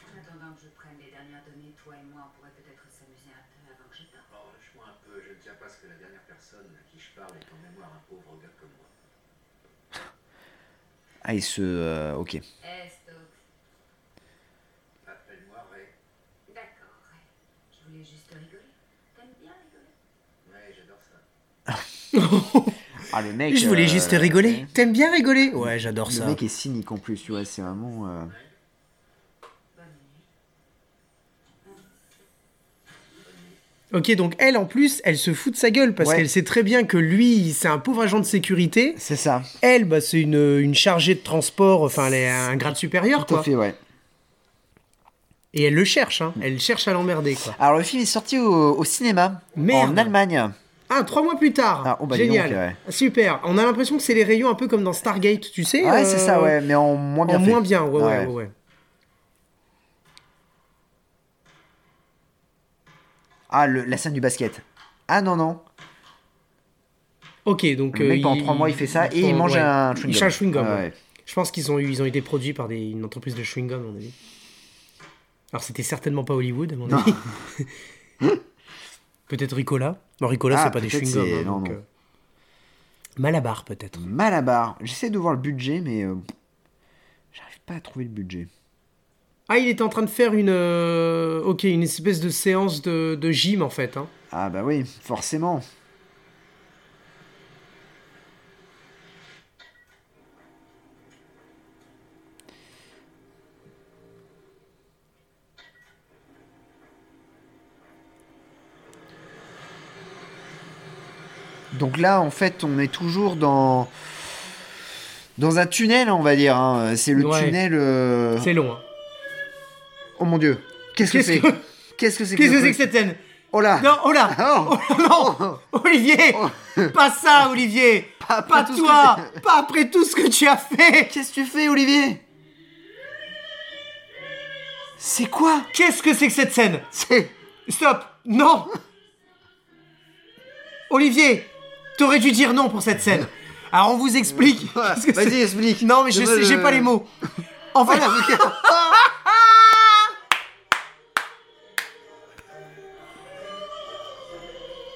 Speaker 4: En attendant que je prenne les dernières données, toi et moi, on pourrait peut-être s'amuser un peu avant que je dorme.
Speaker 6: Oh, lâche-moi un peu, je ne tiens pas à ce que la dernière personne à qui je parle ait en mémoire un pauvre gars comme moi.
Speaker 2: Ah, il se, euh, ok.
Speaker 5: Ah.
Speaker 4: Eh, Stokes.
Speaker 6: Appelle-moi Ray.
Speaker 4: D'accord, ouais. Je voulais juste rigoler. T'aimes bien rigoler
Speaker 6: Ouais, j'adore ça.
Speaker 2: Ah le mec.
Speaker 3: Je voulais
Speaker 2: euh,
Speaker 3: juste rigoler. T'aimes bien rigoler Ouais, j'adore
Speaker 2: Le
Speaker 3: ça.
Speaker 2: mec est cynique en plus, tu vois, c'est vraiment. euh,
Speaker 4: Bonne nuit.
Speaker 3: Ok, donc elle, en plus, elle se fout de sa gueule parce
Speaker 2: Ouais.
Speaker 3: qu'elle sait très bien que lui, c'est un pauvre agent de sécurité.
Speaker 2: C'est ça.
Speaker 3: Elle, bah, c'est une, une chargée de transport, enfin, elle est à un grade supérieur,
Speaker 2: Tout à
Speaker 3: quoi.
Speaker 2: fait, ouais.
Speaker 3: Et elle le cherche, hein. Elle cherche à l'emmerder, quoi.
Speaker 2: Alors le film est sorti au, au cinéma
Speaker 3: Merde.
Speaker 2: en Allemagne.
Speaker 3: Ah, trois mois plus tard.
Speaker 2: Ah, oh, bah, dis
Speaker 3: Génial.
Speaker 2: donc, ouais.
Speaker 3: Super. On a l'impression que c'est les rayons un peu comme dans Stargate, tu sais.
Speaker 2: Ouais,
Speaker 3: euh,
Speaker 2: c'est ça, ouais, mais en moins bien.
Speaker 3: en
Speaker 2: fait.
Speaker 3: moins bien, ouais, ouais,
Speaker 2: Ouais.
Speaker 3: ouais. ouais.
Speaker 2: Ah, le- la scène du basket. Ah non, non.
Speaker 3: Ok, donc. euh,
Speaker 2: Le mec, pendant trois mois, il fait ça et il mange un chewing-gum.
Speaker 3: Il mange un chewing-gum.
Speaker 2: Ah,
Speaker 3: ouais.
Speaker 2: ouais.
Speaker 3: Je pense qu'ils ont, eu- ils ont été produits par des, une entreprise de chewing-gum, à mon avis. Alors, c'était certainement pas Hollywood, à mon avis. peut-être Ricola. Non, Ricola,
Speaker 2: Ah,
Speaker 3: c'est pas des
Speaker 2: peut-être
Speaker 3: chewing-gums.
Speaker 2: c'est-
Speaker 3: hein,
Speaker 2: non,
Speaker 3: donc,
Speaker 2: non.
Speaker 3: euh, Malabar, peut-être.
Speaker 2: Malabar. J'essaie de voir le budget, mais euh, j'arrive pas à trouver le budget.
Speaker 3: Ah, il était en train de faire une, euh, ok, une espèce de séance de, de gym, en fait. hein.
Speaker 2: Ah bah oui, forcément. Donc là, en fait, on est toujours dans dans un tunnel, on va dire. hein. C'est le
Speaker 3: Ouais.
Speaker 2: tunnel. euh,
Speaker 3: C'est long. hein.
Speaker 2: Oh mon dieu, qu'est-ce que
Speaker 3: Qu'est-ce
Speaker 2: c'est
Speaker 3: que-
Speaker 2: Qu'est-ce que c'est
Speaker 3: Qu'est-ce que c'est
Speaker 2: truc
Speaker 3: que cette scène
Speaker 2: Oh là
Speaker 3: Non, oh là
Speaker 2: Oh.
Speaker 3: Oh là, non Olivier Pas ça, Olivier
Speaker 2: Pas
Speaker 3: Pas,
Speaker 2: après tout ce
Speaker 3: toi
Speaker 2: que
Speaker 3: Pas après tout ce que tu as fait
Speaker 2: Qu'est-ce que tu fais, Olivier C'est quoi
Speaker 3: Qu'est-ce que c'est que cette scène
Speaker 2: C'est.
Speaker 3: Stop Non Olivier T'aurais dû dire non pour cette scène. Alors on vous explique. Parce que
Speaker 2: Vas-y,
Speaker 3: c'est-
Speaker 2: explique.
Speaker 3: Non, mais je
Speaker 2: Dommage,
Speaker 3: sais, j'ai
Speaker 2: euh,
Speaker 3: pas les mots. En fait,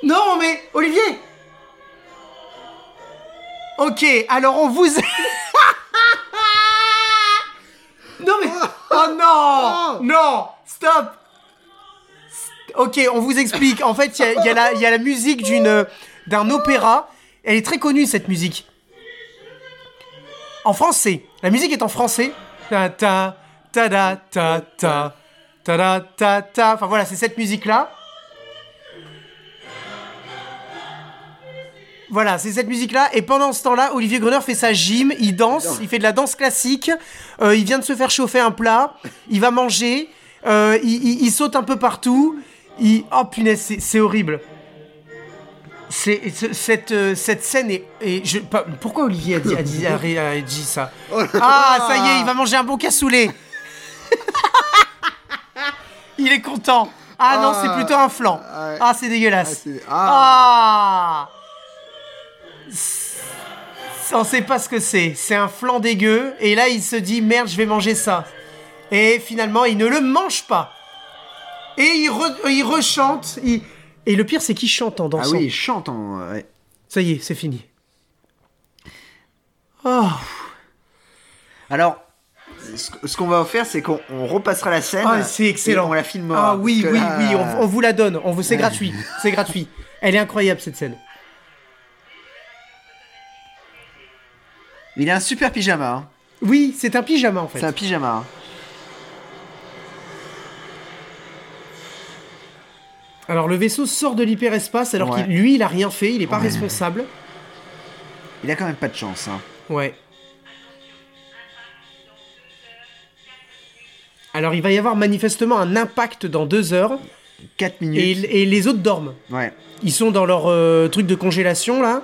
Speaker 3: non, mais Olivier. Ok, alors on vous. non mais. Oh non, non, stop. Ok, on vous explique. En fait, il y a- il y, a la- il y a la musique d'une euh, d'un opéra. Elle est très connue cette musique. En français. La musique est en français. Ta ta ta da ta ta ta da ta ta. Enfin voilà, c'est cette musique là. Voilà, c'est cette musique-là. Et pendant ce temps-là, Olivier Gröner fait sa gym, il danse, il fait de la danse classique, euh, il vient de se faire chauffer un plat, il va manger, euh, il, il- il saute un peu partout. Il... Oh punaise, c'est- c'est horrible. C'est ce- cette, euh, cette scène est... est- je, pas- pourquoi Olivier a dit, a dit- a ré- a dit ça
Speaker 2: Oh
Speaker 3: Ah, ça y est, il va manger un bon cassoulet. il est content. Ah, non, c'est
Speaker 2: Ah.
Speaker 3: plutôt un flan.
Speaker 2: Ah,
Speaker 3: Ah, c'est
Speaker 2: Ah,
Speaker 3: dégueulasse.
Speaker 2: c'est-
Speaker 3: Ah, C'est- On sait pas ce que c'est. C'est un flan dégueu. Et là, il se dit merde, je vais manger ça. Et finalement, il ne le mange pas. Et il, re- il rechante. il- Et le pire, c'est qu'il Oh, chante en
Speaker 2: Ah
Speaker 3: dansant.
Speaker 2: oui, il chante en. euh, ouais.
Speaker 3: Ça y est, c'est fini. Oh.
Speaker 2: Alors, ce ce qu'on va faire, c'est qu'on on repassera la scène.
Speaker 3: Ah, c'est excellent.
Speaker 2: et On la filmera.
Speaker 3: Ah oui,
Speaker 2: parce que
Speaker 3: oui,
Speaker 2: là-
Speaker 3: oui, on, on vous la donne. On vous, c'est gratuit, c'est gratuit. Elle est incroyable cette scène.
Speaker 2: Il a un super pyjama. hein.
Speaker 3: Oui, c'est un pyjama en fait.
Speaker 2: C'est un pyjama. hein.
Speaker 3: Alors le vaisseau sort de l'hyperespace alors
Speaker 2: Ouais.
Speaker 3: qu'il, lui, il a rien fait, il est pas
Speaker 2: Ouais.
Speaker 3: responsable.
Speaker 2: Il a quand même pas de chance. hein.
Speaker 3: Ouais. Alors il va y avoir manifestement un impact dans deux heures
Speaker 2: 4
Speaker 3: et,
Speaker 2: minutes.
Speaker 3: et les autres dorment.
Speaker 2: Ouais.
Speaker 3: Ils sont dans leur euh, truc de congélation là,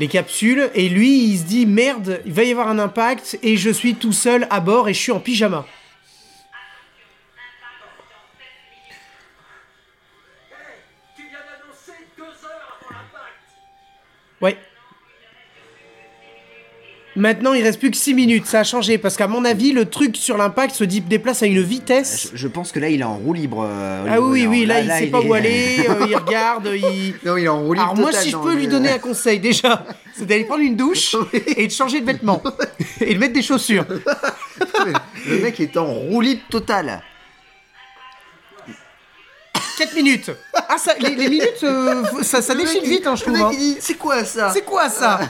Speaker 3: les capsules, et lui il se dit merde, il va y avoir un impact et je suis tout seul à bord et je suis en pyjama.
Speaker 6: Tu viens d'annoncer deux heures avant l'impact
Speaker 3: Ouais. Maintenant il reste plus que 6 minutes, ça a changé parce qu'à mon avis le truc sur l'impact se dit- déplace à une vitesse.
Speaker 2: Je, je pense que là, il est en roue libre. euh,
Speaker 3: Ah
Speaker 2: Olivier
Speaker 3: oui, oui,
Speaker 2: Bonnard.
Speaker 3: là, il sait
Speaker 2: il
Speaker 3: pas où
Speaker 2: est-
Speaker 3: aller, euh, il regarde, il.
Speaker 2: Non, il est en roue libre. euh,
Speaker 3: Alors, moi,
Speaker 2: totale
Speaker 3: si je
Speaker 2: dans
Speaker 3: peux
Speaker 2: le-
Speaker 3: lui donner un conseil, déjà, c'est d'aller prendre une douche et de changer de vêtements et de mettre des chaussures.
Speaker 2: Le mec est en roue libre totale.
Speaker 3: 4 minutes Ah, ça, les, les minutes, euh, faut- ça, ça
Speaker 2: Le mec,
Speaker 3: défile
Speaker 2: il-
Speaker 3: vite, hein, je
Speaker 2: le
Speaker 3: trouve.
Speaker 2: mec,
Speaker 3: hein.
Speaker 2: il dit, ah. C'est quoi ça
Speaker 3: C'est quoi ça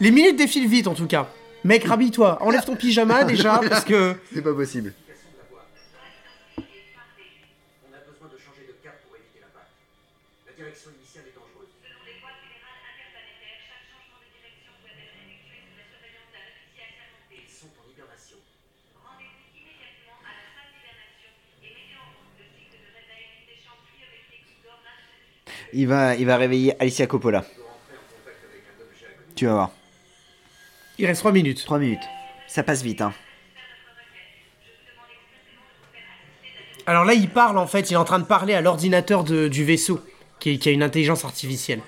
Speaker 3: Les minutes défilent vite, en tout cas. Mec, rhabille-toi, enlève ton pyjama déjà, parce que.
Speaker 2: C'est pas possible.
Speaker 6: On a besoin de changer de cap pour éviter l'impact. La direction initiale est dangereuse. Ils sont en hibernation.
Speaker 2: Il va, il va réveiller Alicia Coppola. Tu vas voir.
Speaker 3: Il reste 3 minutes.
Speaker 2: 3 minutes. Ça passe vite, hein.
Speaker 3: Alors là, il parle en fait, il est en train de parler à l'ordinateur de- du vaisseau, qui, est- qui a une intelligence artificielle.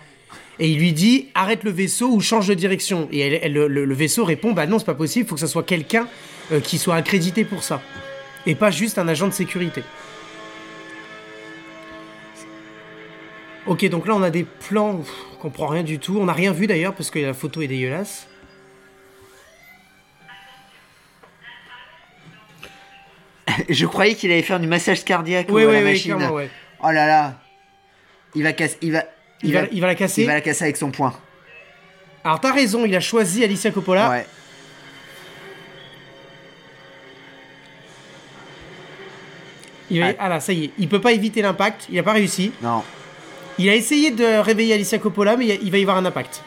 Speaker 3: Et il lui dit arrête le vaisseau ou change de direction. Et elle- elle- le, le- le vaisseau répond bah non, c'est pas possible, faut que ça soit quelqu'un euh, qui soit accrédité pour ça. Et pas juste un agent de sécurité. Ok, donc là on a des plans, pff, on comprend rien du tout. On n'a rien vu d'ailleurs parce que la photo est dégueulasse.
Speaker 2: Je croyais qu'il allait faire du massage cardiaque
Speaker 3: Oui,
Speaker 2: ou à
Speaker 3: oui,
Speaker 2: la
Speaker 3: oui,
Speaker 2: machine.
Speaker 3: clairement, ouais.
Speaker 2: Oh là là. Il va casser. Il va.
Speaker 3: Il, va, il va la casser.
Speaker 2: il va la casser avec son poing.
Speaker 3: Alors t'as raison, il a choisi Alicia Coppola.
Speaker 2: Ouais.
Speaker 3: Il va-
Speaker 2: Ah.
Speaker 3: Ah là, ça y est, il peut pas éviter l'impact, il a pas réussi.
Speaker 2: Non.
Speaker 3: Il a essayé de réveiller Alicia Coppola, mais il va y avoir un impact.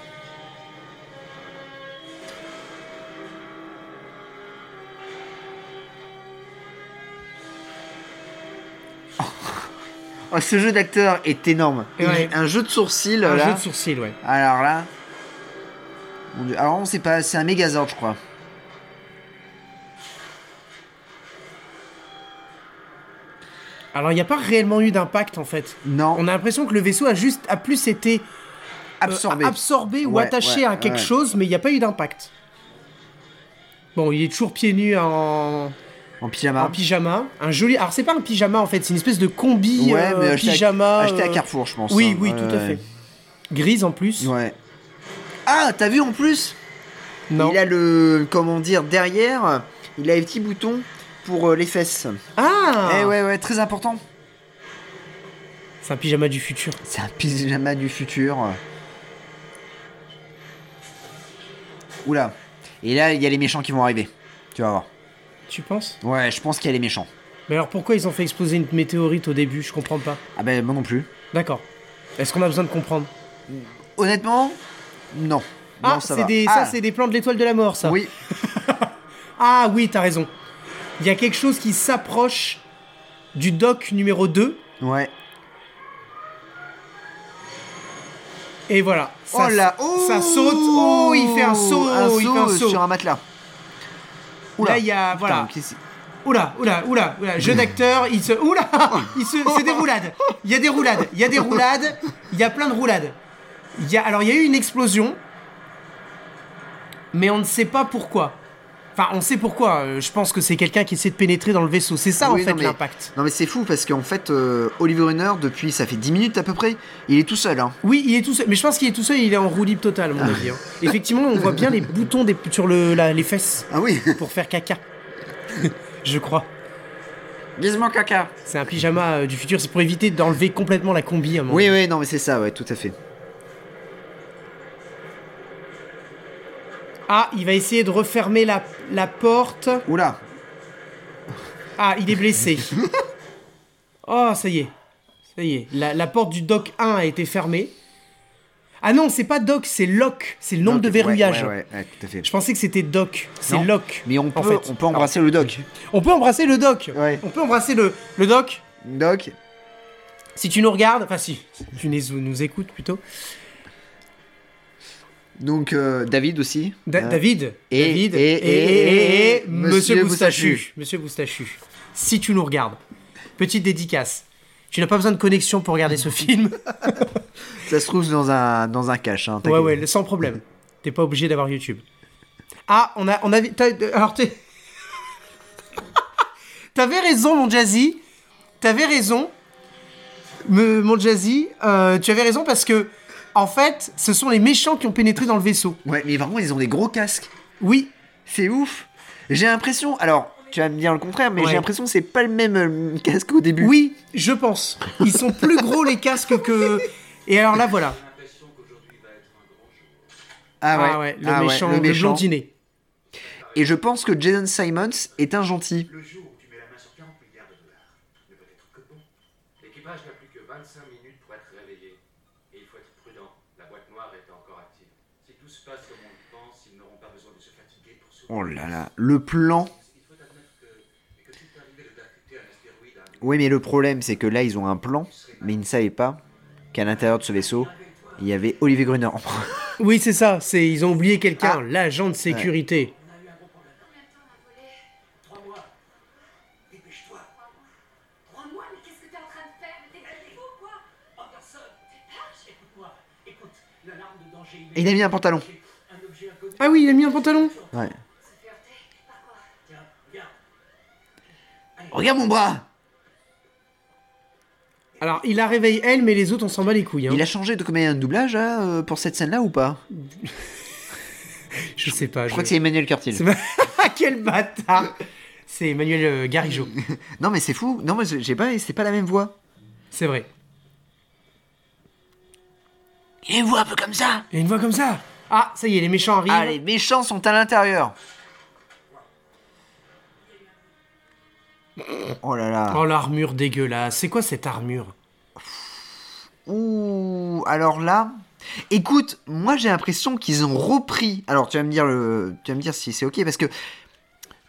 Speaker 2: Oh, ce jeu d'acteur est énorme. Il-
Speaker 3: Ouais.
Speaker 2: Un jeu de sourcils
Speaker 3: Un
Speaker 2: là.
Speaker 3: jeu de sourcils, ouais.
Speaker 2: Alors là. Mon Dieu. Alors on sait pas, c'est un mégazord je crois.
Speaker 3: Alors, il n'y a pas réellement eu d'impact, en fait.
Speaker 2: Non.
Speaker 3: euh, On a l'impression que le vaisseau a juste, a plus été euh,
Speaker 2: Absorbé.
Speaker 3: absorbé ou
Speaker 2: Ouais,
Speaker 3: attaché
Speaker 2: ouais,
Speaker 3: à quelque
Speaker 2: ouais.
Speaker 3: chose, mais il n'y a pas eu d'impact. Bon, il est toujours pieds nus en,
Speaker 2: en
Speaker 3: en
Speaker 2: pyjama.
Speaker 3: pyjama. Un joli. Alors, c'est pas un pyjama en fait, c'est une espèce de combi
Speaker 2: ouais,
Speaker 3: euh,
Speaker 2: mais acheté,
Speaker 3: pyjama.
Speaker 2: à, acheté à
Speaker 3: euh,
Speaker 2: Carrefour, je pense.
Speaker 3: Oui,
Speaker 2: hein.
Speaker 3: oui,
Speaker 2: Ouais,
Speaker 3: tout à
Speaker 2: ouais.
Speaker 3: fait. Grise en plus.
Speaker 2: Ouais. Ah, t'as vu en plus
Speaker 3: Non.
Speaker 2: Il a le. Comment dire Derrière, il a les petits boutons pour euh, les fesses.
Speaker 3: Ah
Speaker 2: Eh ouais, ouais, très important.
Speaker 3: C'est un pyjama du futur.
Speaker 2: C'est un pyjama du futur. Oula. Et là, il y a les méchants qui vont arriver. Tu vas voir.
Speaker 3: Tu penses
Speaker 2: Ouais, je pense qu'il y a les méchants.
Speaker 3: Mais alors pourquoi ils ont fait exploser une météorite au début Je comprends pas.
Speaker 2: Ah ben, moi non plus.
Speaker 3: D'accord. Est-ce qu'on a besoin de comprendre
Speaker 2: Honnêtement, non.
Speaker 3: Ah,
Speaker 2: Non, ça
Speaker 3: c'est
Speaker 2: va.
Speaker 3: des,
Speaker 2: Ah,
Speaker 3: ça c'est des plans de l'étoile de la mort, ça.
Speaker 2: Oui,
Speaker 3: Ah oui, t'as raison. Il y a quelque chose qui s'approche du doc numéro 2.
Speaker 2: ouais.
Speaker 3: Et voilà. Ça,
Speaker 2: oh là, oh
Speaker 3: ça saute. Oh, il fait un saut.
Speaker 2: Un euh,
Speaker 3: il fait un saut.
Speaker 2: sur un matelas.
Speaker 3: Là, il y a. Voilà.
Speaker 2: Putain, qu'est-ce-
Speaker 3: Oula, oula, oula, oula, jeu d'acteur, il se. Oula il se... C'est des roulades Il y a des roulades, il y a des roulades, il y a plein de roulades. Il y a... Alors, il y a eu une explosion, mais on ne sait pas pourquoi. Enfin, on sait pourquoi. euh, Je pense que c'est quelqu'un qui essaie de pénétrer dans le vaisseau. C'est ça,
Speaker 2: Oui,
Speaker 3: en fait,
Speaker 2: non, mais-
Speaker 3: l'impact.
Speaker 2: Non mais c'est fou parce qu'en fait euh, Oliver Runner depuis ça fait 10 minutes à peu près il est tout seul hein.
Speaker 3: Oui, il est tout seul. Mais je pense qu'il est tout seul, il est en roue libre totale, à mon avis. hein. Effectivement, on voit bien les boutons des... sur le... la- les fesses
Speaker 2: Ah oui
Speaker 3: pour faire caca. je crois.
Speaker 2: Gizmo caca
Speaker 3: C'est un pyjama euh, du futur, c'est pour éviter d'enlever complètement la combi à un moment.
Speaker 2: Oui oui non mais c'est ça ouais tout à fait
Speaker 3: Ah, il va essayer de refermer la, la porte.
Speaker 2: Oula
Speaker 3: Ah, il est blessé. oh, ça y est. Ça y est. La, la porte du doc 1 a été fermée. Ah non, c'est pas doc, c'est lock. C'est le nombre
Speaker 2: Non,
Speaker 3: de
Speaker 2: ouais,
Speaker 3: verrouillages.
Speaker 2: ouais, ouais, ouais, tout à fait
Speaker 3: Je pensais que c'était doc. C'est
Speaker 2: Non,
Speaker 3: lock.
Speaker 2: Mais on
Speaker 3: en
Speaker 2: peut,
Speaker 3: fait.
Speaker 2: on peut embrasser le doc
Speaker 3: On peut embrasser le doc.
Speaker 2: Ouais.
Speaker 3: On peut embrasser le, le doc.
Speaker 2: Doc
Speaker 3: Si tu nous regardes. Enfin, si tu nous, nous écoutes plutôt.
Speaker 2: Donc euh, David aussi
Speaker 3: Da-
Speaker 2: Euh,
Speaker 3: David,
Speaker 2: et-
Speaker 3: David,
Speaker 2: et- et- et-
Speaker 3: Monsieur
Speaker 2: Monsieur
Speaker 3: Boustachu,
Speaker 2: Boustachu.
Speaker 3: Monsieur Boustachu, si tu nous regardes, petite dédicace. Tu n'as pas besoin de connexion pour regarder ce film.
Speaker 2: Ça se trouve dans un, dans un cache hein,
Speaker 3: ouais,
Speaker 2: t'inquiète.
Speaker 3: ouais, sans problème. T'es pas obligé d'avoir YouTube. Ah, on a, on avait, t'as- alors t'es- t'avais raison, mon Jazzy. T'avais raison, Me- mon Jazzy. euh, tu avais raison parce que, en fait, ce sont les méchants qui ont pénétré dans le vaisseau.
Speaker 2: Ouais, mais vraiment ils ont des gros casques
Speaker 3: Oui,
Speaker 2: C'est ouf J'ai l'impression alors tu vas me dire le contraire mais
Speaker 3: Ouais.
Speaker 2: j'ai l'impression que c'est pas le même euh, casque qu'au début
Speaker 3: Oui, je pense. Ils sont plus gros les casques que. Et alors là, voilà.
Speaker 2: Ah ouais,
Speaker 3: le,
Speaker 2: Ah ouais,
Speaker 3: méchant, le blondinet.
Speaker 2: Et je pense que Jason Simons est un gentil
Speaker 5: Le jour où tu mets la main sur 40 milliards de dollars, ne peut être que bon. L'équipage n'a plus que 25 minutes pour être réveillé. Et il faut être prudent. La boîte noire est encore active. Si tout se passe comme on le pense, ils n'auront pas besoin de se fatiguer pour se...
Speaker 2: Oh là là Le plan
Speaker 5: Il faut admettre que, que toute arrivée de d'accuter un astéroïde à un
Speaker 2: Oui, mais le problème, c'est que là, ils ont un plan, mais ils ne savaient pas qu'à l'intérieur de ce vaisseau, il y avait Olivier Gruner.
Speaker 3: Oui, c'est ça. C'est ils ont oublié
Speaker 2: Ah.
Speaker 3: quelqu'un, l'agent de sécurité.
Speaker 6: Trois mois. Dépêche-toi.
Speaker 4: Prends-moi, mais qu'est-ce que t'es en train de faire Mais T'es fou, quoi
Speaker 6: Anderson, dépêche. Écoute-moi. Écoute, l'alarme de danger
Speaker 2: Et il a mis un pantalon.
Speaker 6: Un objet inconnu.
Speaker 3: Ah oui, il a mis un pantalon.
Speaker 2: Ouais.
Speaker 6: Tiens, regarde.
Speaker 2: Regarde mon bras
Speaker 3: Alors, il la réveille elle, mais les autres, on s'en bat les couilles. hein.
Speaker 2: Il a changé de comédien de doublage là, euh, pour cette scène-là ou pas Je
Speaker 3: Je sais pas. Je
Speaker 2: crois que c'est Emmanuel Curtil.
Speaker 3: Ah, Quel bâtard C'est Emmanuel euh, Garigeau.
Speaker 2: Non, mais c'est fou. Non, mais je- j'ai pas, c'est pas la même voix.
Speaker 3: C'est vrai.
Speaker 2: Il y a une voix un peu comme ça.
Speaker 3: Il y a une voix comme ça. Ah, ça y est, les méchants arrivent.
Speaker 2: Ah, les méchants sont à l'intérieur. Oh là là.
Speaker 3: Oh, l'armure dégueulasse. C'est quoi cette armure
Speaker 2: Ouh, alors là, écoute, moi j'ai l'impression qu'ils ont repris. Alors tu vas me dire le, tu vas me dire si c'est ok parce que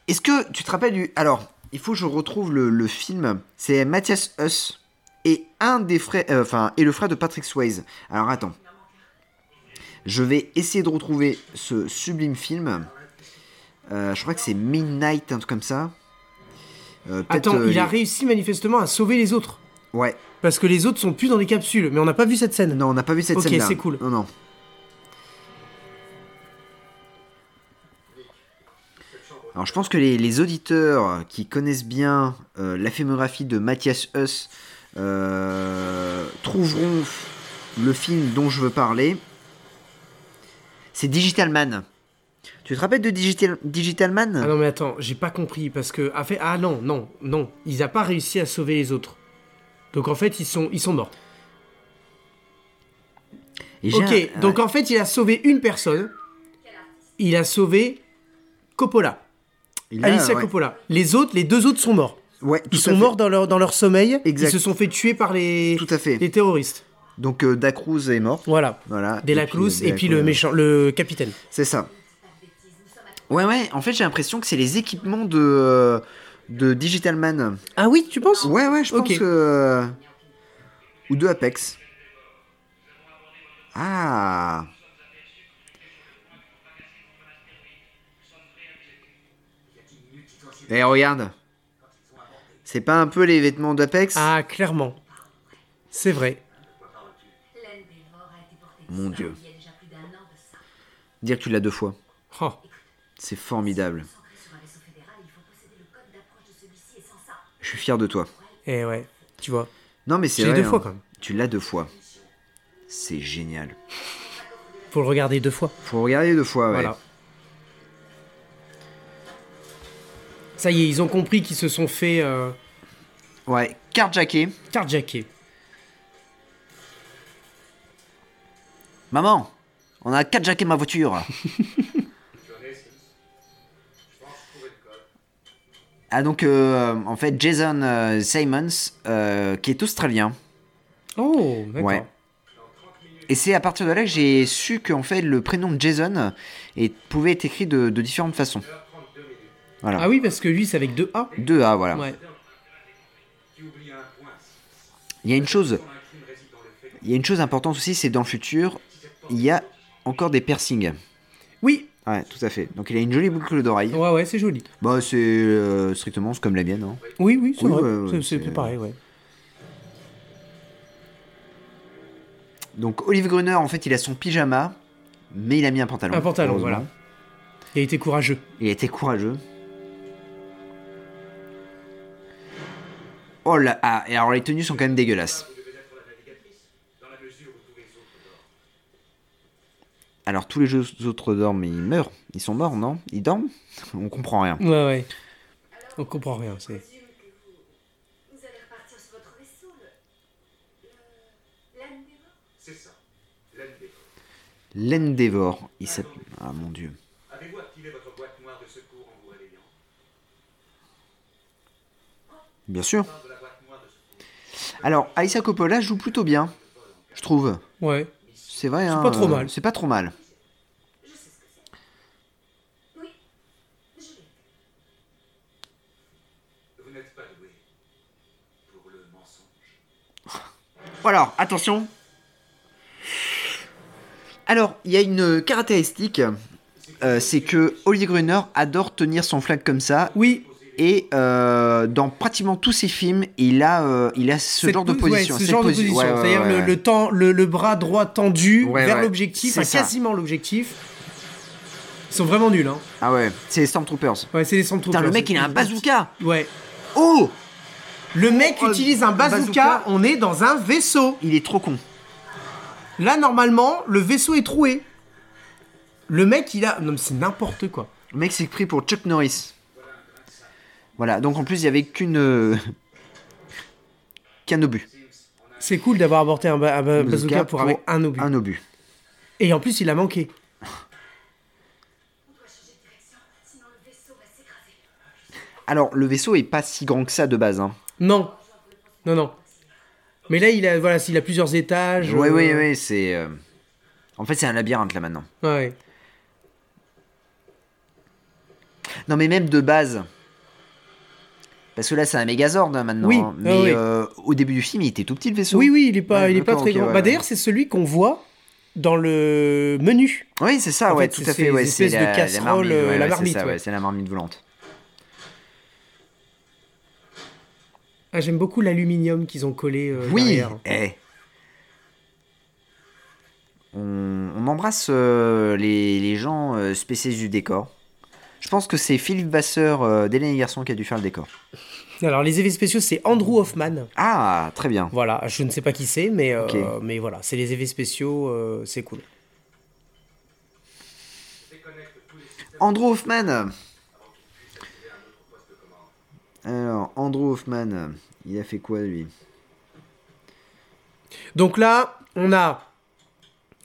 Speaker 2: est-ce que tu te rappelles du Alors il faut que je retrouve le, le film. C'est Mathias Huss et un des frères, euh, enfin et le frère de Patrick Swayze. Alors attends, je vais essayer de retrouver ce sublime film. Euh, je crois que c'est Midnight, un truc comme ça. Euh, peut-être,
Speaker 3: Attends,
Speaker 2: euh,
Speaker 3: il a
Speaker 2: les-
Speaker 3: réussi manifestement à sauver les autres.
Speaker 2: Ouais.
Speaker 3: Parce que les autres sont plus dans les capsules, mais on n'a pas vu cette scène.
Speaker 2: Non, on n'a pas vu cette
Speaker 3: Ok,
Speaker 2: scène-là.
Speaker 3: c'est cool.
Speaker 2: Non, non. Alors, je pense que les, les auditeurs qui connaissent bien euh, la filmographie de Mathias Huss euh, trouveront le film dont je veux parler. C'est Digital Man. Tu te rappelles de Digital, Digital Man
Speaker 3: Ah non mais attends, j'ai pas compris parce que a fait ah non non non, ils a pas réussi à sauver les autres. Donc en fait ils sont ils sont morts.
Speaker 2: Et j'ai
Speaker 3: Ok,
Speaker 2: un-
Speaker 3: donc en fait il a sauvé une personne. Il a sauvé Coppola,
Speaker 2: il a-
Speaker 3: Alicia
Speaker 2: ouais.
Speaker 3: Coppola. Les autres, les deux autres sont morts.
Speaker 2: Ouais, tout
Speaker 3: Ils
Speaker 2: à
Speaker 3: sont
Speaker 2: fait.
Speaker 3: morts dans leur dans leur sommeil.
Speaker 2: Exact.
Speaker 3: Ils se sont fait tuer par les
Speaker 2: Tout à fait.
Speaker 3: les terroristes.
Speaker 2: Donc euh, Da Cruz est mort.
Speaker 3: Voilà.
Speaker 2: Voilà.
Speaker 3: Des
Speaker 2: Et
Speaker 3: la
Speaker 2: puis,
Speaker 3: Cruz
Speaker 2: De
Speaker 3: et
Speaker 2: La
Speaker 3: puis
Speaker 2: Cruz,
Speaker 3: le
Speaker 2: ouais.
Speaker 3: méchant le capitaine.
Speaker 2: C'est ça. Ouais, ouais, en fait j'ai l'impression que c'est les équipements de, euh, de Digital Man.
Speaker 3: Ah oui, tu penses
Speaker 2: Ouais, ouais, je pense
Speaker 3: Ok.
Speaker 2: que. euh, Ou de Apex. Ah Et Eh, regarde C'est pas un peu les vêtements d'Apex
Speaker 3: Ah clairement. C'est vrai.
Speaker 4: L'aine des morts a été portée
Speaker 2: Mon Dieu.
Speaker 4: disparue il y a déjà plus d'un an de ça.
Speaker 2: Dire que tu l'as deux fois.
Speaker 3: Oh.
Speaker 2: C'est formidable.
Speaker 4: Centré sur un vaisseau fédéral, il faut posséder le code d'approche de celui-ci et sans ça,
Speaker 2: Je suis fier de toi.
Speaker 3: Et eh ouais, tu vois.
Speaker 2: Non, mais c'est
Speaker 3: Je l'ai
Speaker 2: vrai, hein.
Speaker 3: deux fois, quand même.
Speaker 2: Tu l'as deux fois. C'est génial.
Speaker 3: Faut le regarder deux fois.
Speaker 2: Faut regarder deux fois, ouais.
Speaker 3: Voilà. Ça y est, ils ont compris qu'ils se sont fait euh,
Speaker 2: Ouais, carjacké.
Speaker 3: carjacker.
Speaker 2: Maman, on a carjacké ma voiture. ah donc, euh, en fait, Jason euh, Simons, euh, qui est australien.
Speaker 3: Oh, d'accord.
Speaker 2: Ouais. Et c'est à partir de là que j'ai su qu'en fait, le prénom de Jason est, pouvait être écrit de, de différentes façons. Voilà.
Speaker 3: Ah oui, parce que lui, c'est avec deux A.
Speaker 2: Deux A, voilà.
Speaker 3: Ouais.
Speaker 6: Tu oublies un point.
Speaker 2: Il y a une chose,
Speaker 6: Un crime réside dans le fait
Speaker 2: il y a une chose importante aussi, c'est dans le futur, il y a encore des piercings.
Speaker 3: Oui,
Speaker 2: Ouais, tout à fait. Donc il a une jolie boucle d'oreille.
Speaker 3: ouais, ouais, c'est joli.
Speaker 2: Bah c'est euh, strictement c'est comme la mienne. Hein.
Speaker 3: Oui, oui, c'est
Speaker 2: Oui,
Speaker 3: vrai.
Speaker 2: ouais, ouais,
Speaker 3: C'est- c'est
Speaker 2: c'est-
Speaker 3: pareil, ouais.
Speaker 2: Donc Olive Gruner, en fait, il a son pyjama, mais il a mis un pantalon.
Speaker 3: Un pantalon,
Speaker 2: heureusement.
Speaker 3: voilà. Il a été courageux.
Speaker 2: Il était courageux. Oh là, ah, et alors les tenues sont quand même dégueulasses. Alors tous les jeux autres dorment, mais ils meurent. Ils sont morts, non Ils dorment On comprend rien.
Speaker 3: Ouais, ouais. On comprend rien. c'est-
Speaker 4: présume que vous. Vous allez repartir sur votre vaisseau, le. le- L'âne des morts
Speaker 5: C'est ça, l'année des morts.
Speaker 2: L'Endeavor, il s'appelle. Ah mon dieu.
Speaker 6: Avez-vous activé votre boîte noire de secours en vous réveillant
Speaker 2: Bien sûr.
Speaker 6: Parle de la boîte noire de secours.
Speaker 2: Alors, Aïssa Coppola joue plutôt bien, je trouve.
Speaker 3: Ouais.
Speaker 2: C'est vrai, hein,
Speaker 3: pas trop
Speaker 2: euh,
Speaker 3: mal.
Speaker 2: C'est pas trop mal.
Speaker 4: Je sais ce que c'est. Oui, je l'ai.
Speaker 6: Vous n'êtes pas doué pour le mensonge.
Speaker 2: Alors, attention. Alors, il y a une caractéristique, euh, c'est que Olivier Gruner adore tenir son flag comme ça.
Speaker 3: Oui,
Speaker 2: Et euh, dans pratiquement tous ses films, il a, euh, il a ce
Speaker 3: cette
Speaker 2: genre de
Speaker 3: pose- ouais,
Speaker 2: position.
Speaker 3: ce
Speaker 2: cette
Speaker 3: genre de
Speaker 2: posi-
Speaker 3: position.
Speaker 2: ouais, ouais,
Speaker 3: C'est-à-dire
Speaker 2: ouais,
Speaker 3: le,
Speaker 2: ouais.
Speaker 3: le temps- le- le bras droit tendu
Speaker 2: Ouais,
Speaker 3: vers
Speaker 2: ouais.
Speaker 3: l'objectif,
Speaker 2: C'est
Speaker 3: enfin,
Speaker 2: ça.
Speaker 3: quasiment l'objectif. Ils sont vraiment nuls, hein.
Speaker 2: Ah ouais, c'est les Stormtroopers.
Speaker 3: Ouais, c'est les centres
Speaker 2: Putain, le mec, il a un bazooka.
Speaker 3: Ouais.
Speaker 2: Oh
Speaker 3: Le mec
Speaker 2: Oh,
Speaker 3: utilise un
Speaker 2: un
Speaker 3: bazooka,
Speaker 2: bazooka.
Speaker 3: on est dans un vaisseau.
Speaker 2: Il est trop con.
Speaker 3: Là, normalement, le vaisseau est troué. Le mec, il a... Non, mais c'est n'importe quoi.
Speaker 2: Le mec s'est pris pour Chuck Norris. Voilà, donc en plus, il n'y avait qu'une. euh, qu'un obus.
Speaker 3: C'est cool d'avoir apporté un, ba- un ba- bazooka,
Speaker 2: Bazooka
Speaker 3: pour, avec un obus.
Speaker 2: Un obus.
Speaker 3: Et en plus, il a manqué.
Speaker 4: On doit changer de direction, sinon le vaisseau va s'écraser.
Speaker 2: Alors, le vaisseau est pas si grand que ça de base. Hein.
Speaker 3: Non. Non, non. Mais là, il a, voilà, il a plusieurs étages.
Speaker 2: Ouais,
Speaker 3: euh,
Speaker 2: ouais, ouais, c'est. euh, En fait, c'est un labyrinthe là maintenant.
Speaker 3: ouais.
Speaker 2: Non, mais même de base. Parce que là, c'est un Megazord hein, maintenant.
Speaker 3: Oui,
Speaker 2: hein.
Speaker 3: ah
Speaker 2: Mais
Speaker 3: oui.
Speaker 2: euh, au début du film, il était tout petit le vaisseau.
Speaker 3: Oui, oui, il est pas,
Speaker 2: Ouais,
Speaker 3: il est pas
Speaker 2: d'accord,
Speaker 3: très
Speaker 2: ok,
Speaker 3: grand.
Speaker 2: ouais,
Speaker 3: bah,
Speaker 2: ouais.
Speaker 3: d'ailleurs, c'est celui qu'on voit dans le menu.
Speaker 2: Oui, c'est ça,
Speaker 3: En
Speaker 2: ouais,
Speaker 3: fait,
Speaker 2: tout
Speaker 3: c'est
Speaker 2: à
Speaker 3: ces
Speaker 2: fait. Ouais, c'est
Speaker 3: espèces de
Speaker 2: la, la
Speaker 3: casseroles,
Speaker 2: marmite.
Speaker 3: euh,
Speaker 2: ouais,
Speaker 3: la
Speaker 2: ouais,
Speaker 3: marmite,
Speaker 2: c'est ça,
Speaker 3: ouais.
Speaker 2: ouais, c'est la marmite volante.
Speaker 3: Ah, J'aime beaucoup l'aluminium qu'ils ont collé euh,
Speaker 2: Oui.
Speaker 3: derrière.
Speaker 2: eh. On, on embrasse euh, les, les gens euh, spécialistes du décor. Je pense que c'est Philippe Basseur euh, d'Hélène et les Garçons qui a dû faire le décor.
Speaker 3: Alors, les effets spéciaux, c'est Andrew Hoffman.
Speaker 2: Ah, très bien.
Speaker 3: Voilà, je ne sais pas qui c'est, mais, euh,
Speaker 2: Ok.
Speaker 3: mais voilà, c'est les effets spéciaux, euh, c'est cool.
Speaker 2: Andrew Hoffman Alors, Andrew Hoffman, il a fait quoi lui
Speaker 3: Donc là, on a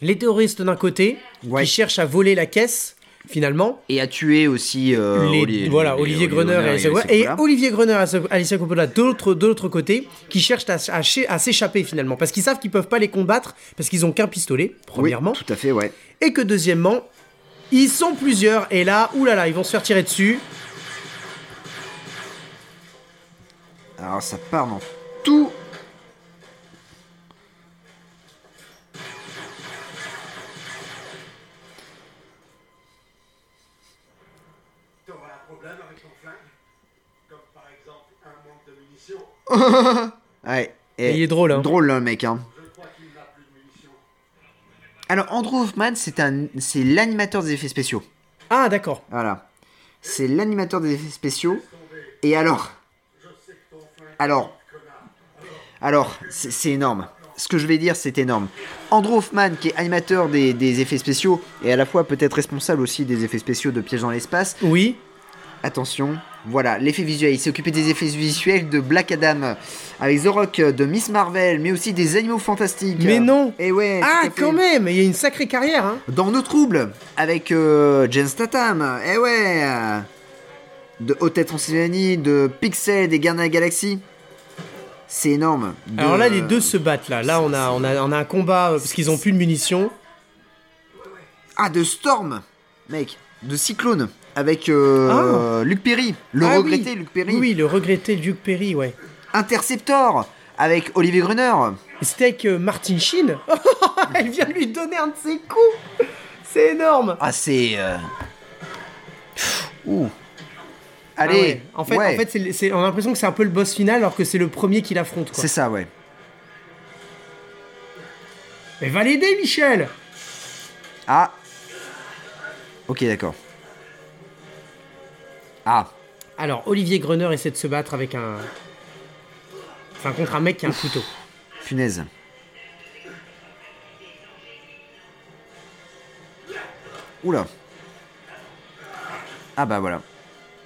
Speaker 3: les terroristes d'un côté,
Speaker 2: Ouais.
Speaker 3: qui cherchent à voler la caisse, finalement.
Speaker 2: Et a tué aussi euh,
Speaker 3: Les-
Speaker 2: Oli-
Speaker 3: voilà,
Speaker 2: les-
Speaker 3: Olivier Grenier et Alicia Coppola. Et Olivier Grenier et Alicia Coppola, d'autres, de l'autre côté, qui cherchent à, à ch- à s'échapper finalement. Parce qu'ils savent qu'ils peuvent pas les combattre, parce qu'ils ont qu'un pistolet, premièrement.
Speaker 2: Oui, tout à fait, ouais.
Speaker 3: Et que deuxièmement, ils sont plusieurs. Et là, oulala, ils vont se faire tirer dessus.
Speaker 2: Alors ça part dans tout.
Speaker 5: T'auras un problème avec ton flingue Comme par exemple un manque de munitions
Speaker 2: Ouais.
Speaker 3: Et il est drôle, hein.
Speaker 2: Drôle, le mec, hein.
Speaker 5: Je crois qu'il n'a plus de munitions.
Speaker 2: Alors, Andrew Hoffman, c'est un, c'est l'animateur des effets spéciaux.
Speaker 3: Ah, d'accord.
Speaker 2: Voilà. C'est l'animateur des effets spéciaux. Et alors Alors Alors, c'est c'est énorme. Ce que je vais dire, c'est énorme. Andrew Hoffman, qui est animateur des, des effets spéciaux et à la fois peut-être responsable aussi des effets spéciaux de Piège dans l'espace.
Speaker 3: Oui.
Speaker 2: Attention, voilà, l'effet visuel. Il s'est occupé des effets visuels de Black Adam, avec The Rock, de Miss Marvel, mais aussi des animaux fantastiques.
Speaker 3: Mais non
Speaker 2: Et ouais
Speaker 3: Ah,
Speaker 2: Eh, tout à fait.
Speaker 3: quand même Il y a une sacrée carrière, hein
Speaker 2: Dans nos troubles, avec euh, Jen Statham, eh ouais De Haute Tête Transylvanie, de Pixel, des Gardiens de la Galaxie. C'est énorme. De-
Speaker 3: Alors là, les deux se battent, là. Là, on a, on a, on a un combat, euh, parce qu'ils ont plus de munitions.
Speaker 2: Ah, de Storm Mec, de Cyclone, avec euh, Luc Perry, le
Speaker 3: Ah oui.
Speaker 2: regretté Luc Perry.
Speaker 3: Oui, le regretté Luke Perry, ouais.
Speaker 2: Interceptor, avec Olivier Gruner.
Speaker 3: Et C'était avec euh, Martin Sheen. Elle vient de lui donner un de ses coups. C'est énorme.
Speaker 2: Ah, c'est. euh, pff, Ouh.
Speaker 3: Ah
Speaker 2: Allez,
Speaker 3: ouais. En fait,
Speaker 2: ouais,
Speaker 3: en fait c'est le- c'est- on a l'impression que c'est un peu le boss final alors que c'est le premier qui l'affronte. quoi.
Speaker 2: c'est ça, ouais.
Speaker 3: Mais va l'aider, Michel
Speaker 2: Ah. Ok, d'accord. Ah.
Speaker 3: Alors, Olivier Grenier essaie de se battre avec un. Enfin, contre un mec qui a un couteau.
Speaker 2: Punaise. Oula. Ah bah voilà.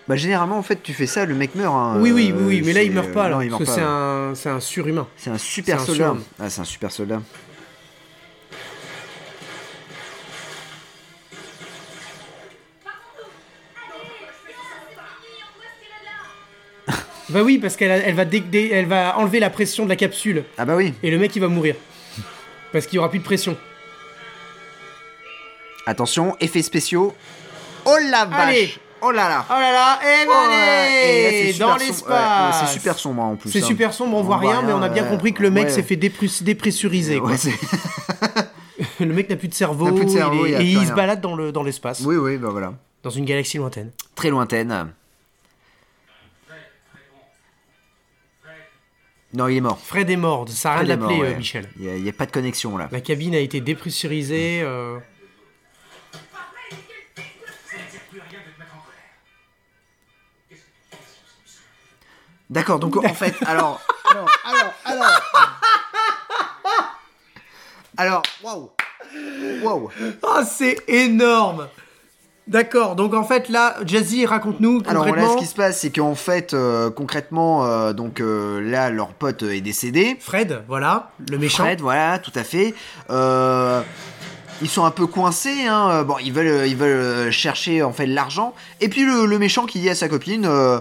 Speaker 2: Bah généralement en fait tu fais ça, le mec meurt. hein.
Speaker 3: oui, oui, oui,
Speaker 2: Euh,
Speaker 3: oui, mais là, il
Speaker 2: c'est-
Speaker 3: meurt pas, là.
Speaker 2: Non, il meurt
Speaker 3: parce que
Speaker 2: pas,
Speaker 3: c'est
Speaker 2: ouais.
Speaker 3: un, c'est un surhumain.
Speaker 2: C'est un super
Speaker 3: c'est un
Speaker 2: soldat.
Speaker 3: surhomme.
Speaker 2: Ah c'est un super soldat.
Speaker 3: Bah oui, parce qu'elle a- elle va, dé- dé- elle va enlever la pression de la capsule.
Speaker 2: Ah bah oui.
Speaker 3: Et le mec, il va mourir. Parce qu'il y aura plus de pression.
Speaker 2: Attention, effets spéciaux. Oh la vache
Speaker 3: Allez.
Speaker 2: Oh là là
Speaker 3: Oh là là, eh ben
Speaker 2: Oh là là. Et là,
Speaker 3: allez,
Speaker 2: c'est super
Speaker 3: dans
Speaker 2: sombre.
Speaker 3: l'espace.
Speaker 2: Ouais, ouais, c'est super sombre hein, en plus.
Speaker 3: C'est
Speaker 2: hein.
Speaker 3: super sombre, on, voit rien, mais on a bien
Speaker 2: ouais.
Speaker 3: compris que le mec
Speaker 2: Ouais.
Speaker 3: s'est fait déprus- dépressuriser. quoi.
Speaker 2: Ouais, c'est-
Speaker 3: le mec n'a plus de cerveau,
Speaker 2: N'a plus de cerveau,
Speaker 3: il
Speaker 2: il
Speaker 3: est-
Speaker 2: a
Speaker 3: et
Speaker 2: plus
Speaker 3: il se
Speaker 2: rien.
Speaker 3: balade dans le dans l'espace,
Speaker 2: oui, oui, bah voilà.
Speaker 3: dans une galaxie lointaine.
Speaker 2: Très lointaine. Non, il est mort.
Speaker 3: Fred est mort, ça a rien
Speaker 2: Fred
Speaker 3: de
Speaker 2: est mort,
Speaker 3: l'appeler, euh,
Speaker 2: ouais.
Speaker 3: Michel.
Speaker 2: Il n'y a, pas de connexion là.
Speaker 3: La cabine a été dépressurisée. euh,
Speaker 2: D'accord, donc en fait, alors. Alors, alors, alors. Alors, waouh. Waouh.
Speaker 3: Ah, c'est énorme D'accord, donc en fait là, Jazzy, raconte-nous
Speaker 2: Alors là,
Speaker 3: concrètement.
Speaker 2: ce qui se passe, c'est qu'en fait, euh, concrètement, euh, donc euh, là, leur pote est décédé.
Speaker 3: Fred, voilà, le méchant.
Speaker 2: Fred, voilà, tout à fait. Euh, ils sont un peu coincés. hein. Euh, Bon, ils veulent, euh, ils veulent euh, chercher en fait l'argent. Et puis le, le méchant qui dit à sa copine, euh,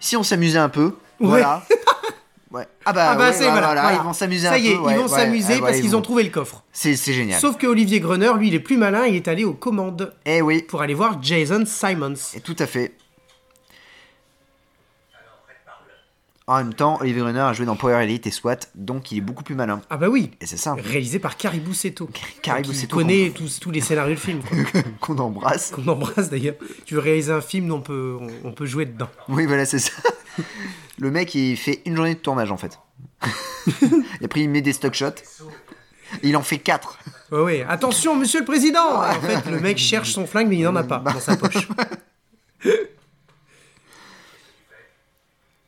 Speaker 2: si on s'amusait un peu,
Speaker 3: Ouais.
Speaker 2: voilà. Ouais. Ah bah,
Speaker 3: Ah bah
Speaker 2: ouais,
Speaker 3: c'est
Speaker 2: bah,
Speaker 3: voilà, voilà.
Speaker 2: ils vont s'amuser un
Speaker 3: Ça
Speaker 2: peu.
Speaker 3: y est,
Speaker 2: ouais,
Speaker 3: ils vont
Speaker 2: ouais, ah, Eh
Speaker 3: s'amuser
Speaker 2: ouais,
Speaker 3: parce
Speaker 2: ils
Speaker 3: qu'ils
Speaker 2: vont-
Speaker 3: ont trouvé le coffre.
Speaker 2: C'est c'est génial.
Speaker 3: Sauf que Olivier Grenier, lui, il est plus malin, il est allé aux commandes
Speaker 2: Eh oui,
Speaker 3: pour aller voir Jason Simons.
Speaker 2: et tout à fait. En même temps, Olivier Renard a joué dans Power Elite et SWAT, donc il est beaucoup plus malin.
Speaker 3: Ah bah oui,
Speaker 2: Et c'est ça
Speaker 3: réalisé par Caribou Seto.
Speaker 2: Caribou
Speaker 3: qui
Speaker 2: Seto,
Speaker 3: connaît tous, tous les scénarios de film, quoi.
Speaker 2: qu'on embrasse.
Speaker 3: qu'on embrasse d'ailleurs. Tu veux réaliser un film, nous on peut, on, on peut jouer dedans.
Speaker 2: Oui, voilà, c'est ça. Le mec, il fait une journée de tournage en fait. Et après, il met des stock shots. Il en fait 4.
Speaker 3: Ouais, ouais. Attention, monsieur le président En fait, le mec cherche son flingue, mais il n'en a pas dans sa poche. Ah,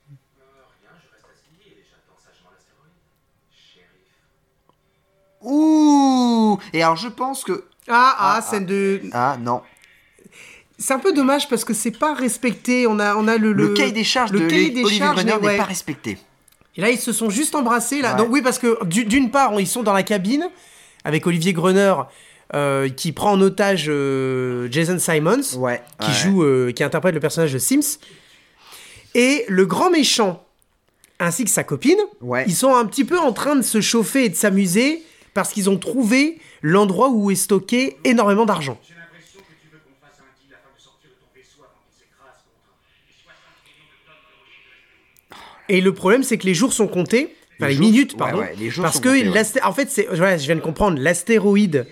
Speaker 6: Rien, je reste assis et j'attends sagement l'astéroïde. Shérif.
Speaker 2: Ouh Et alors, je pense que.
Speaker 3: Ah, ah,
Speaker 2: Ah,
Speaker 3: scène de...
Speaker 2: Ah non.
Speaker 3: C'est un peu dommage parce que c'est pas respecté. On a, on a le,
Speaker 2: Le, cahier des charges
Speaker 3: le
Speaker 2: de
Speaker 3: cahier
Speaker 2: Lé-
Speaker 3: des
Speaker 2: Olivier
Speaker 3: charges,
Speaker 2: Brenner
Speaker 3: mais
Speaker 2: n'est
Speaker 3: ouais.
Speaker 2: pas respecté.
Speaker 3: Et là, ils se sont juste embrassés. Là.
Speaker 2: Ouais.
Speaker 3: Donc, oui, parce que du- d'une part, on- ils sont dans la cabine avec Olivier Grener euh, qui prend en otage euh, Jason Simons,
Speaker 2: Ouais.
Speaker 3: qui joue, euh, qui interprète le personnage de Sims. Et le grand méchant, ainsi que sa copine,
Speaker 2: Ouais.
Speaker 3: ils sont un petit peu en train de se chauffer et de s'amuser parce qu'ils ont trouvé l'endroit où est stocké énormément d'argent.
Speaker 5: J'ai l'impression que tu veux qu'on fasse un deal afin de sortir de ton vaisseau avant qu'il s'écrase contre les 60 millions de tonnes de roulis de la
Speaker 3: Et le problème, c'est que les jours sont comptés. Enfin,
Speaker 2: Les
Speaker 3: les,
Speaker 2: jours-
Speaker 3: minutes,
Speaker 2: ouais,
Speaker 3: pardon.
Speaker 2: ouais, les jours
Speaker 3: parce
Speaker 2: sont
Speaker 3: que,
Speaker 2: comptés, ouais.
Speaker 3: l'asté- en fait, c'est, voilà, je viens de comprendre, l'astéroïde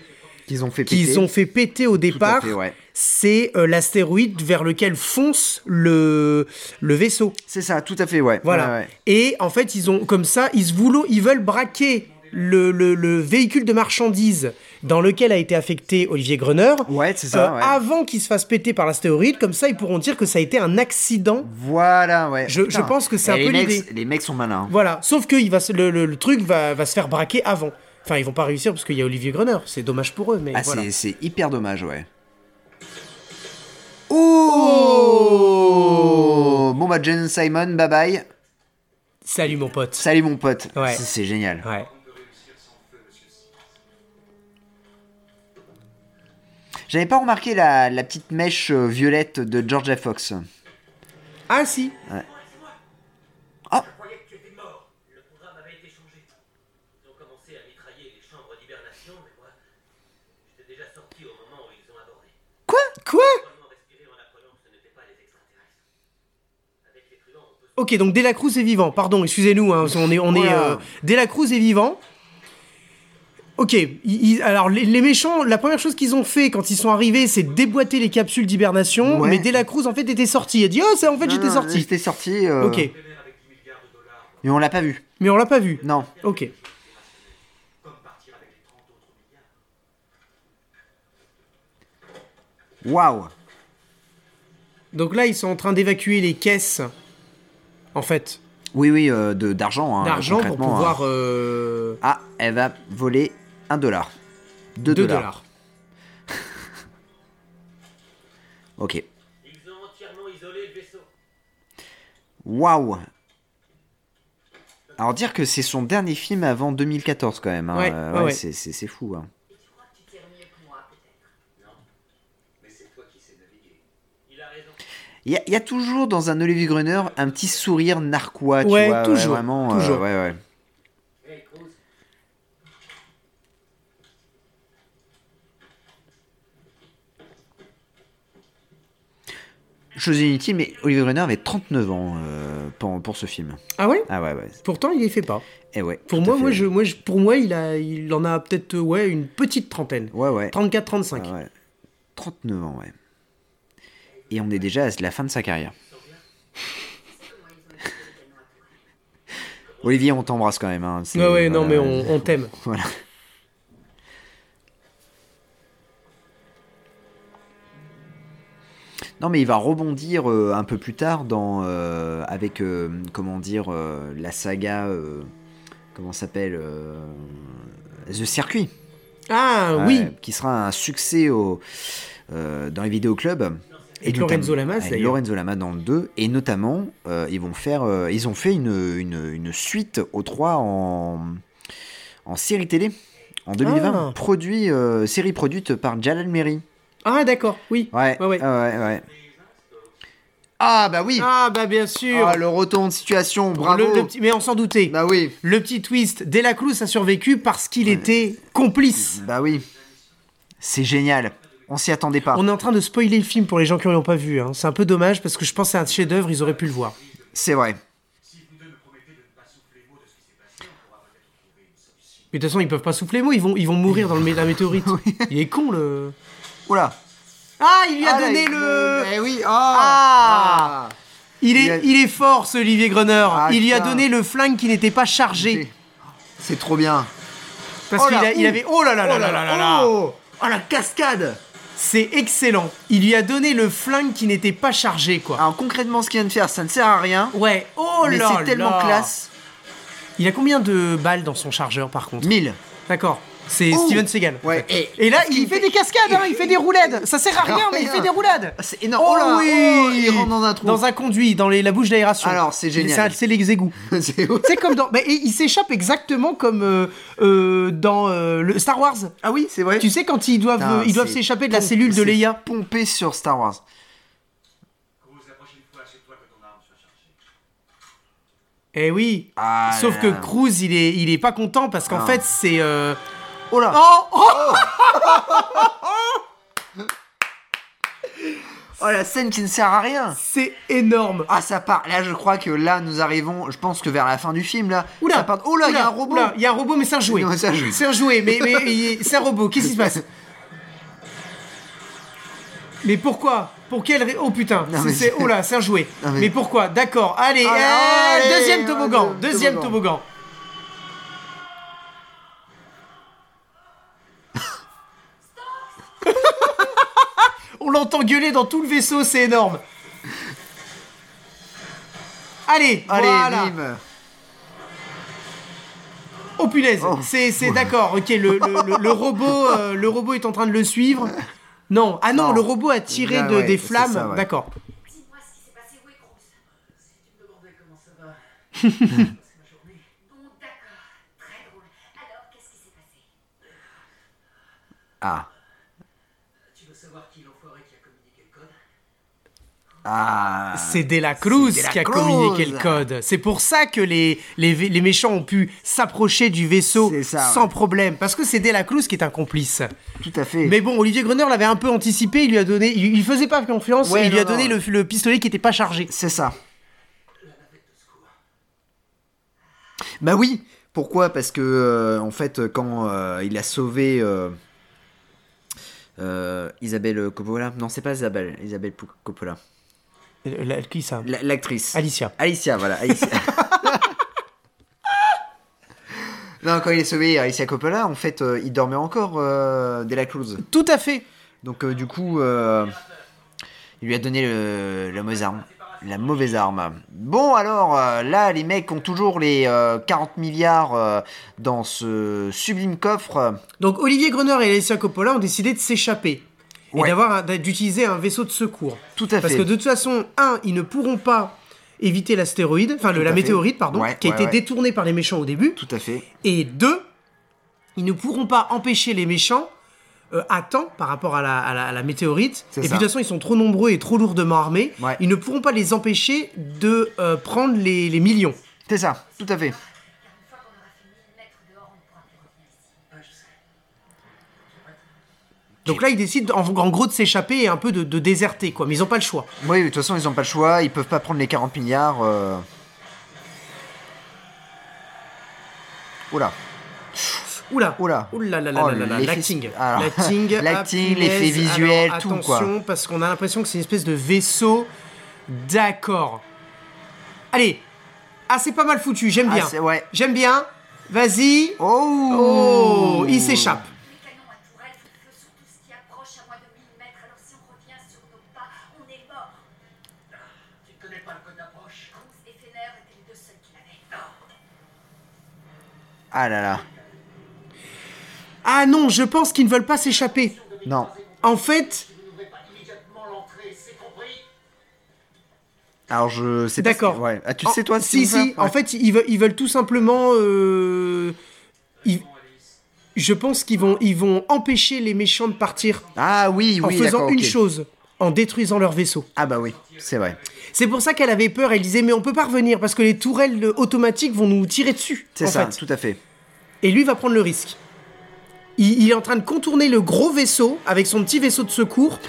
Speaker 2: Qu'ils ont fait péter.
Speaker 3: qu'ils ont fait péter au
Speaker 2: Tout à
Speaker 3: départ,
Speaker 2: fait, ouais.
Speaker 3: c'est euh, l'astéroïde vers lequel fonce le, le vaisseau.
Speaker 2: C'est ça, tout à fait, ouais.
Speaker 3: Voilà.
Speaker 2: Ouais, ouais.
Speaker 3: Et en fait, ils ont, comme ça, ils, se voulent, ils veulent braquer le, le- le véhicule de marchandises dans lequel a été affecté Olivier Grener.
Speaker 2: Ouais, c'est ça, ouais.
Speaker 3: Avant qu'il se fasse péter par l'astéroïde, comme ça, ils pourront dire que ça a été un accident.
Speaker 2: Voilà, ouais.
Speaker 3: Je-
Speaker 2: Putain.
Speaker 3: je pense que c'est un
Speaker 2: Et les
Speaker 3: peu
Speaker 2: mecs-
Speaker 3: l'idée.
Speaker 2: Les mecs sont malins. hein.
Speaker 3: Voilà. Sauf que il va se- le, le- le truc va, va se faire braquer avant. Enfin, ils vont pas réussir parce qu'il y a Olivier Grener. C'est dommage pour eux, mais
Speaker 2: Ah,
Speaker 3: voilà.
Speaker 2: c'est- c'est hyper dommage, ouais. Oh Bon, bah, Jen Simon, bye bye.
Speaker 3: Salut mon pote.
Speaker 2: Salut, mon pote.
Speaker 3: Ouais.
Speaker 2: C'est- C'est génial.
Speaker 3: Ouais.
Speaker 2: J'avais pas remarqué la, la petite mèche euh, violette de Georgia Fox.
Speaker 3: Ah si.
Speaker 6: Je croyais que tu étais mort.
Speaker 7: Le programme avait été changé.
Speaker 6: Ils ont commencé à mitrailler les chambres d'hibernation, mais moi, j'étais déjà sorti au moment où ils ont abordé.
Speaker 3: Quoi Quoi
Speaker 6: Seulement respirer en apprenant que ce n'étaient pas les extraterrestres. Avec les truands, on peut se
Speaker 3: Ok, donc Delacruz est vivant. Pardon, excusez-nous. hein, on est, on est.
Speaker 2: Voilà.
Speaker 3: euh, Delacruz est vivant. Ok. il- il- alors les, les méchants, la première chose qu'ils ont fait quand ils sont arrivés, c'est déboîter les capsules d'hibernation.
Speaker 2: Ouais.
Speaker 3: Mais Delacruz en fait était sorti. Il a dit oh ça en fait
Speaker 2: Non,
Speaker 3: j'étais
Speaker 2: non,
Speaker 3: sorti.
Speaker 2: Ah, J'étais sorti. euh,
Speaker 3: Ok.
Speaker 6: vénère avec 10 milliards de dollars,
Speaker 2: Mais on l'a pas vu.
Speaker 3: Mais on l'a pas vu.
Speaker 2: Non.
Speaker 3: Ok.
Speaker 6: comme partir avec les 30 autres milliards.
Speaker 2: Waouh.
Speaker 3: Donc là ils sont en train d'évacuer les caisses. En fait,
Speaker 2: Oui, oui, euh, de- d'argent. hein,
Speaker 3: d'argent pour
Speaker 2: concrètement,
Speaker 3: pouvoir
Speaker 2: hein.
Speaker 3: euh,
Speaker 2: Ah, elle va voler un dollar. 2
Speaker 3: 2
Speaker 2: dollars.
Speaker 3: dollars.
Speaker 2: Ok.
Speaker 6: Ils ont entièrement isolé le vaisseau.
Speaker 2: Waouh Alors dire que c'est son dernier film avant 2014 quand même. hein.
Speaker 3: Ouais,
Speaker 2: Euh,
Speaker 3: ouais, ouais.
Speaker 2: C'est, c'est- c'est fou. hein.
Speaker 4: Et tu crois que tu tires mieux que moi, peut-être
Speaker 6: Mais c'est toi qui sais naviguer. Il a raison.
Speaker 2: Il y, a- il y a toujours dans un Olivier Gruner un petit sourire narquois. Tu
Speaker 3: Ouais,
Speaker 2: vois,
Speaker 3: toujours,
Speaker 2: vraiment, euh,
Speaker 3: toujours.
Speaker 2: ouais, ouais.
Speaker 6: Hey, Cruz.
Speaker 2: Chose inutile, mais Olivier Gruner avait 39 ans euh, pour, pour ce film.
Speaker 3: Ah ouais
Speaker 2: Ah ouais, ouais.
Speaker 3: Pourtant il les fait pas.
Speaker 2: Eh ouais
Speaker 3: Pour
Speaker 2: tout à
Speaker 3: moi,
Speaker 2: fait.
Speaker 3: moi, je, moi, je- pour moi, il, a, il en a peut-être euh, ouais, une petite trentaine.
Speaker 2: Ouais, ouais.
Speaker 3: 34-35.
Speaker 2: Ah ouais. 39 ans, ouais. Et on est déjà à la fin de sa carrière.
Speaker 4: Comment ils ont été Benoît Tourelle
Speaker 2: Olivier, on t'embrasse quand même. hein. C'est-
Speaker 3: Ouais, ouais, non, mais
Speaker 2: voilà.
Speaker 3: on, on t'aime.
Speaker 2: Voilà. Non, mais il va rebondir euh, un peu plus tard dans euh, avec euh, comment dire euh, la saga euh, comment ça s'appelle euh, The Circuit.
Speaker 3: Ah
Speaker 2: Ouais,
Speaker 3: oui,
Speaker 2: qui sera un succès au, euh, dans les vidéoclubs.
Speaker 3: Avec Lorenzo
Speaker 2: notam-
Speaker 3: Lamas,
Speaker 2: avec
Speaker 3: d'ailleurs.
Speaker 2: Lorenzo Lamas dans le 2. Et notamment, euh, ils, vont faire, euh, ils ont fait une, une- une suite au 3 en, en série télé en 2020.
Speaker 3: Ah.
Speaker 2: Produit, euh, série produite par Jalal Meri.
Speaker 3: ah d'accord, oui.
Speaker 2: Ouais,
Speaker 3: Ouais, ouais.
Speaker 2: ah ouais, ouais. Ah, bah oui
Speaker 3: Ah bah bien sûr.
Speaker 2: Ah, le retour de situation, bravo
Speaker 3: Le- le petit- mais on s'en doutait.
Speaker 2: Bah oui
Speaker 3: Le petit twist, Delaclous a survécu parce qu'il était complice.
Speaker 2: Bah oui C'est génial On s'y attendait pas.
Speaker 3: On est en train de spoiler le film pour les gens qui ne l'ont pas vu. hein. C'est un peu dommage parce que je pense que c'est un chef-d'œuvre, ils auraient pu le voir.
Speaker 2: C'est vrai.
Speaker 5: Si vous deux me promettez de ne pas souffler mot de ce qui s'est passé, on pourra peut-être trouver une solution.
Speaker 3: Mais de toute façon, ils peuvent pas souffler les mots, ils vont, ils vont mourir dans le, mé- la météorite. Il est con le.
Speaker 2: Oula
Speaker 3: Ah, il lui a
Speaker 2: Ah, là,
Speaker 3: donné
Speaker 2: il-
Speaker 3: le.
Speaker 2: Eh oui oh.
Speaker 3: Ah. Il
Speaker 2: Il
Speaker 3: est,
Speaker 2: a-
Speaker 3: il est fort, ce Olivier Greneur.
Speaker 2: Ah,
Speaker 3: il lui a
Speaker 2: putain.
Speaker 3: donné le flingue qui n'était pas chargé.
Speaker 2: C'est trop bien.
Speaker 3: Parce
Speaker 2: Oh
Speaker 3: qu'il
Speaker 2: là,
Speaker 3: a- il
Speaker 2: ouh.
Speaker 3: avait. Oh là là là là là là là.
Speaker 2: Oh, Oh, la cascade
Speaker 3: C'est excellent. Il lui a donné le flingue qui n'était pas chargé, quoi.
Speaker 2: Alors concrètement, ce qu'il vient de faire, ça ne sert à rien.
Speaker 3: Ouais, oh
Speaker 2: Ah. mais
Speaker 3: là
Speaker 2: c'est tellement
Speaker 3: là.
Speaker 2: classe.
Speaker 3: Il a combien de balles dans son chargeur, par contre
Speaker 2: 1000.
Speaker 3: D'accord. C'est
Speaker 2: Oh.
Speaker 3: Steven Seagal.
Speaker 2: Ouais.
Speaker 3: Et, et là, il, fait, des cascades, hein, il fait des roulades. Ça sert à rien, mais il
Speaker 2: Rien.
Speaker 3: fait des roulades.
Speaker 2: C'est énorme. Oh là, oh, il rentre dans un trou.
Speaker 3: Dans un conduit, dans les, la bouche d'aération.
Speaker 2: Alors, c'est génial.
Speaker 3: C'est- C'est les égouts.
Speaker 2: C'est
Speaker 3: C'est comme dans. mais il s'échappe exactement comme euh, euh, dans euh, le Star Wars.
Speaker 2: Ah oui, c'est vrai.
Speaker 3: Tu sais quand ils doivent
Speaker 2: Putain,
Speaker 3: euh, ils doivent
Speaker 2: c'est
Speaker 3: s'échapper de la
Speaker 2: pom-
Speaker 3: cellule de
Speaker 2: c'est
Speaker 3: Leia.
Speaker 2: Pompé sur Star Wars.
Speaker 6: Cause, la prochaine fois, toi que ton arme soit chargée.
Speaker 3: Eh oui.
Speaker 2: Ah
Speaker 3: Sauf
Speaker 2: là
Speaker 3: que
Speaker 2: là. Ah.
Speaker 3: Cruz il est il est pas content parce qu'en
Speaker 2: Non.
Speaker 3: fait c'est euh,
Speaker 2: Oh là.
Speaker 3: oh, oh
Speaker 2: Oh la scène qui ne sert à rien.
Speaker 3: c'est énorme.
Speaker 2: Ah ça part. Là je crois que là nous arrivons. Je pense que vers la fin du film là.
Speaker 3: Oula,
Speaker 2: Ça part- Oh là il y
Speaker 3: oula,
Speaker 2: a un robot.
Speaker 3: oula, Il y a un robot mais c'est un jouet.
Speaker 2: Non, c'est un jouet.
Speaker 3: C'est un jouet mais mais il- c'est un robot. Qu'est-ce qui se passe Mais pourquoi Pour quelle ra- Oh putain,
Speaker 2: Non,
Speaker 3: c'est-
Speaker 2: mais
Speaker 3: c'est
Speaker 2: c'est-
Speaker 3: oh là, c'est un jouet.
Speaker 2: Non,
Speaker 3: mais...
Speaker 2: mais-
Speaker 3: pourquoi D'accord. Allez,
Speaker 2: Ah,
Speaker 3: eh,
Speaker 2: allez,
Speaker 3: deuxième toboggan,
Speaker 2: deux-
Speaker 3: deuxième
Speaker 2: toboggan.
Speaker 3: toboggan. On l'entend gueuler dans tout le vaisseau, c'est énorme. Allez,
Speaker 2: Allez
Speaker 3: voilà.
Speaker 2: bim.
Speaker 3: Oh punaise,
Speaker 2: Oh.
Speaker 3: c'est c'est d'accord, ok, le, le- le- le robot, euh, le robot est en train de le suivre. Non, ah non,
Speaker 2: Non.
Speaker 3: le robot a tiré
Speaker 2: Ah
Speaker 3: de-
Speaker 2: ouais,
Speaker 3: des
Speaker 2: c'est
Speaker 3: flammes,
Speaker 2: ça, ouais.
Speaker 3: d'accord.
Speaker 4: Dites-moi ce qui s'est passé, où est Cruz
Speaker 6: Si tu me demandais comment ça va, c'est ma journée.
Speaker 4: Bon, d'accord, très drôle. Alors, qu'est-ce qui s'est passé
Speaker 2: Ah
Speaker 6: Tu veux savoir qui l'enfoiré qui a communiqué le code
Speaker 2: ah.
Speaker 3: C'est Dela Cruz
Speaker 2: c'est De La
Speaker 3: qui a
Speaker 2: Cruz.
Speaker 3: communiqué le code. C'est pour ça que les, les, vé- les méchants ont pu s'approcher du vaisseau
Speaker 2: C'est ça,
Speaker 3: sans
Speaker 2: ouais.
Speaker 3: problème, parce que c'est Dela Cruz qui est un complice.
Speaker 2: Tout à fait.
Speaker 3: Mais bon, Olivier Greneur l'avait un peu anticipé, il lui a donné, il, il faisait pas confiance,
Speaker 2: Ouais,
Speaker 3: il lui
Speaker 2: non,
Speaker 3: a donné
Speaker 2: non.
Speaker 3: le, le pistolet qui était pas chargé.
Speaker 2: C'est ça.
Speaker 6: La navette de secours.
Speaker 2: Bah oui. Pourquoi Parce que euh, en fait quand euh, il a sauvé euh, euh, Isabelle Coppola. Non c'est pas Isabelle. Isabelle Pou- Coppola.
Speaker 3: Euh, la- qui ça
Speaker 2: La- L'actrice.
Speaker 3: Alicia.
Speaker 2: Alicia, voilà. Alicia. non, quand il est sauvé, Alicia Coppola, en fait, euh, il dormait encore euh, De La Cruz.
Speaker 3: Tout à fait.
Speaker 2: Donc, euh, du coup, euh, il lui a donné le- la mauvaise arme. La mauvaise arme. Bon, alors, euh, là, les mecs ont toujours les euh, 40 milliards euh, dans ce sublime coffre.
Speaker 3: Donc Olivier Greneur et Alicia Coppola ont décidé de s'échapper et
Speaker 2: Ouais.
Speaker 3: d'avoir un- d'utiliser un vaisseau de secours.
Speaker 2: Tout à
Speaker 3: Parce
Speaker 2: fait.
Speaker 3: que de toute façon, un, ils ne pourront pas éviter l'astéroïde, enfin le-
Speaker 2: Tout
Speaker 3: la
Speaker 2: à fait.
Speaker 3: météorite, pardon,
Speaker 2: Ouais,
Speaker 3: qui a
Speaker 2: ouais,
Speaker 3: été
Speaker 2: ouais.
Speaker 3: détournée par les méchants au début.
Speaker 2: Tout à fait.
Speaker 3: Et deux, ils ne pourront pas empêcher les méchants euh, à temps par rapport à la, à la- à la météorite. Et
Speaker 2: C'est
Speaker 3: puis de
Speaker 2: ça.
Speaker 3: toute façon, ils sont trop nombreux et trop lourdement armés.
Speaker 2: Ouais.
Speaker 3: Ils ne pourront pas les empêcher de euh, prendre les, les millions.
Speaker 2: C'est ça, tout à fait.
Speaker 4: Car une fois qu'on aura fini de mettre dehors, on ne pourra plus revenir ici.
Speaker 6: Ah, je sais.
Speaker 3: Donc là, ils décident en, en gros de s'échapper et un peu de, de déserter, quoi. Mais ils n'ont pas le choix.
Speaker 2: Oui, de toute façon, ils n'ont pas le choix. Ils peuvent pas prendre les 40 milliards. Euh... Oula.
Speaker 3: Oula
Speaker 2: Oula.
Speaker 3: Oula là là
Speaker 2: Oh,
Speaker 3: là là là,
Speaker 2: l'effet-
Speaker 3: L'acting
Speaker 2: alors,
Speaker 3: L'acting
Speaker 2: l'acting,
Speaker 3: ah,
Speaker 2: l'effet
Speaker 3: punaise.
Speaker 2: visuel,
Speaker 3: Alors,
Speaker 2: tout, quoi.
Speaker 3: Attention, parce qu'on a l'impression que c'est une espèce de vaisseau. D'accord. Allez Ah, c'est pas mal foutu, j'aime
Speaker 2: Ah,
Speaker 3: bien.
Speaker 2: c'est- ouais.
Speaker 3: J'aime bien. Vas-y.
Speaker 2: Oh,
Speaker 3: Oh, Il s'échappe.
Speaker 4: Les canons à tourelle font feu sur tout ce qui approche à moins de 1000 mètres, alors si on revient sur nos pas, on est mort.
Speaker 6: Ah, Tu ne connais pas le code d'approche
Speaker 4: Cruz et Fener étaient les deux seuls qui l'avaient.
Speaker 2: Ah là là.
Speaker 3: Ah non, je pense qu'ils ne veulent pas s'échapper.
Speaker 2: Non.
Speaker 3: En fait,
Speaker 6: Vous n'ouvrez pas immédiatement l'entrée, c'est compris
Speaker 2: Alors je sais pas.
Speaker 3: d'accord.
Speaker 2: si- Ouais. Ah, tu
Speaker 3: En-
Speaker 2: sais toi ce
Speaker 3: Si,
Speaker 2: qu'ils
Speaker 3: si.
Speaker 2: vont faire
Speaker 3: En
Speaker 2: Ouais.
Speaker 3: fait, ils veulent, ils veulent tout simplement. euh, ils- je pense qu'ils vont, ils vont empêcher les méchants de partir.
Speaker 2: Ah oui,
Speaker 3: en
Speaker 2: oui.
Speaker 3: faisant
Speaker 2: d'accord,
Speaker 3: une
Speaker 2: ok.
Speaker 3: chose, en détruisant leur vaisseau.
Speaker 2: Ah bah oui, c'est vrai.
Speaker 3: C'est pour ça qu'elle avait peur, elle disait mais on peut pas revenir parce que les tourelles euh, automatiques vont nous tirer dessus.
Speaker 2: C'est
Speaker 3: en
Speaker 2: ça,
Speaker 3: fait.
Speaker 2: tout à fait.
Speaker 3: Et lui va prendre le risque. Il, il est en train de contourner le gros vaisseau avec son petit vaisseau de secours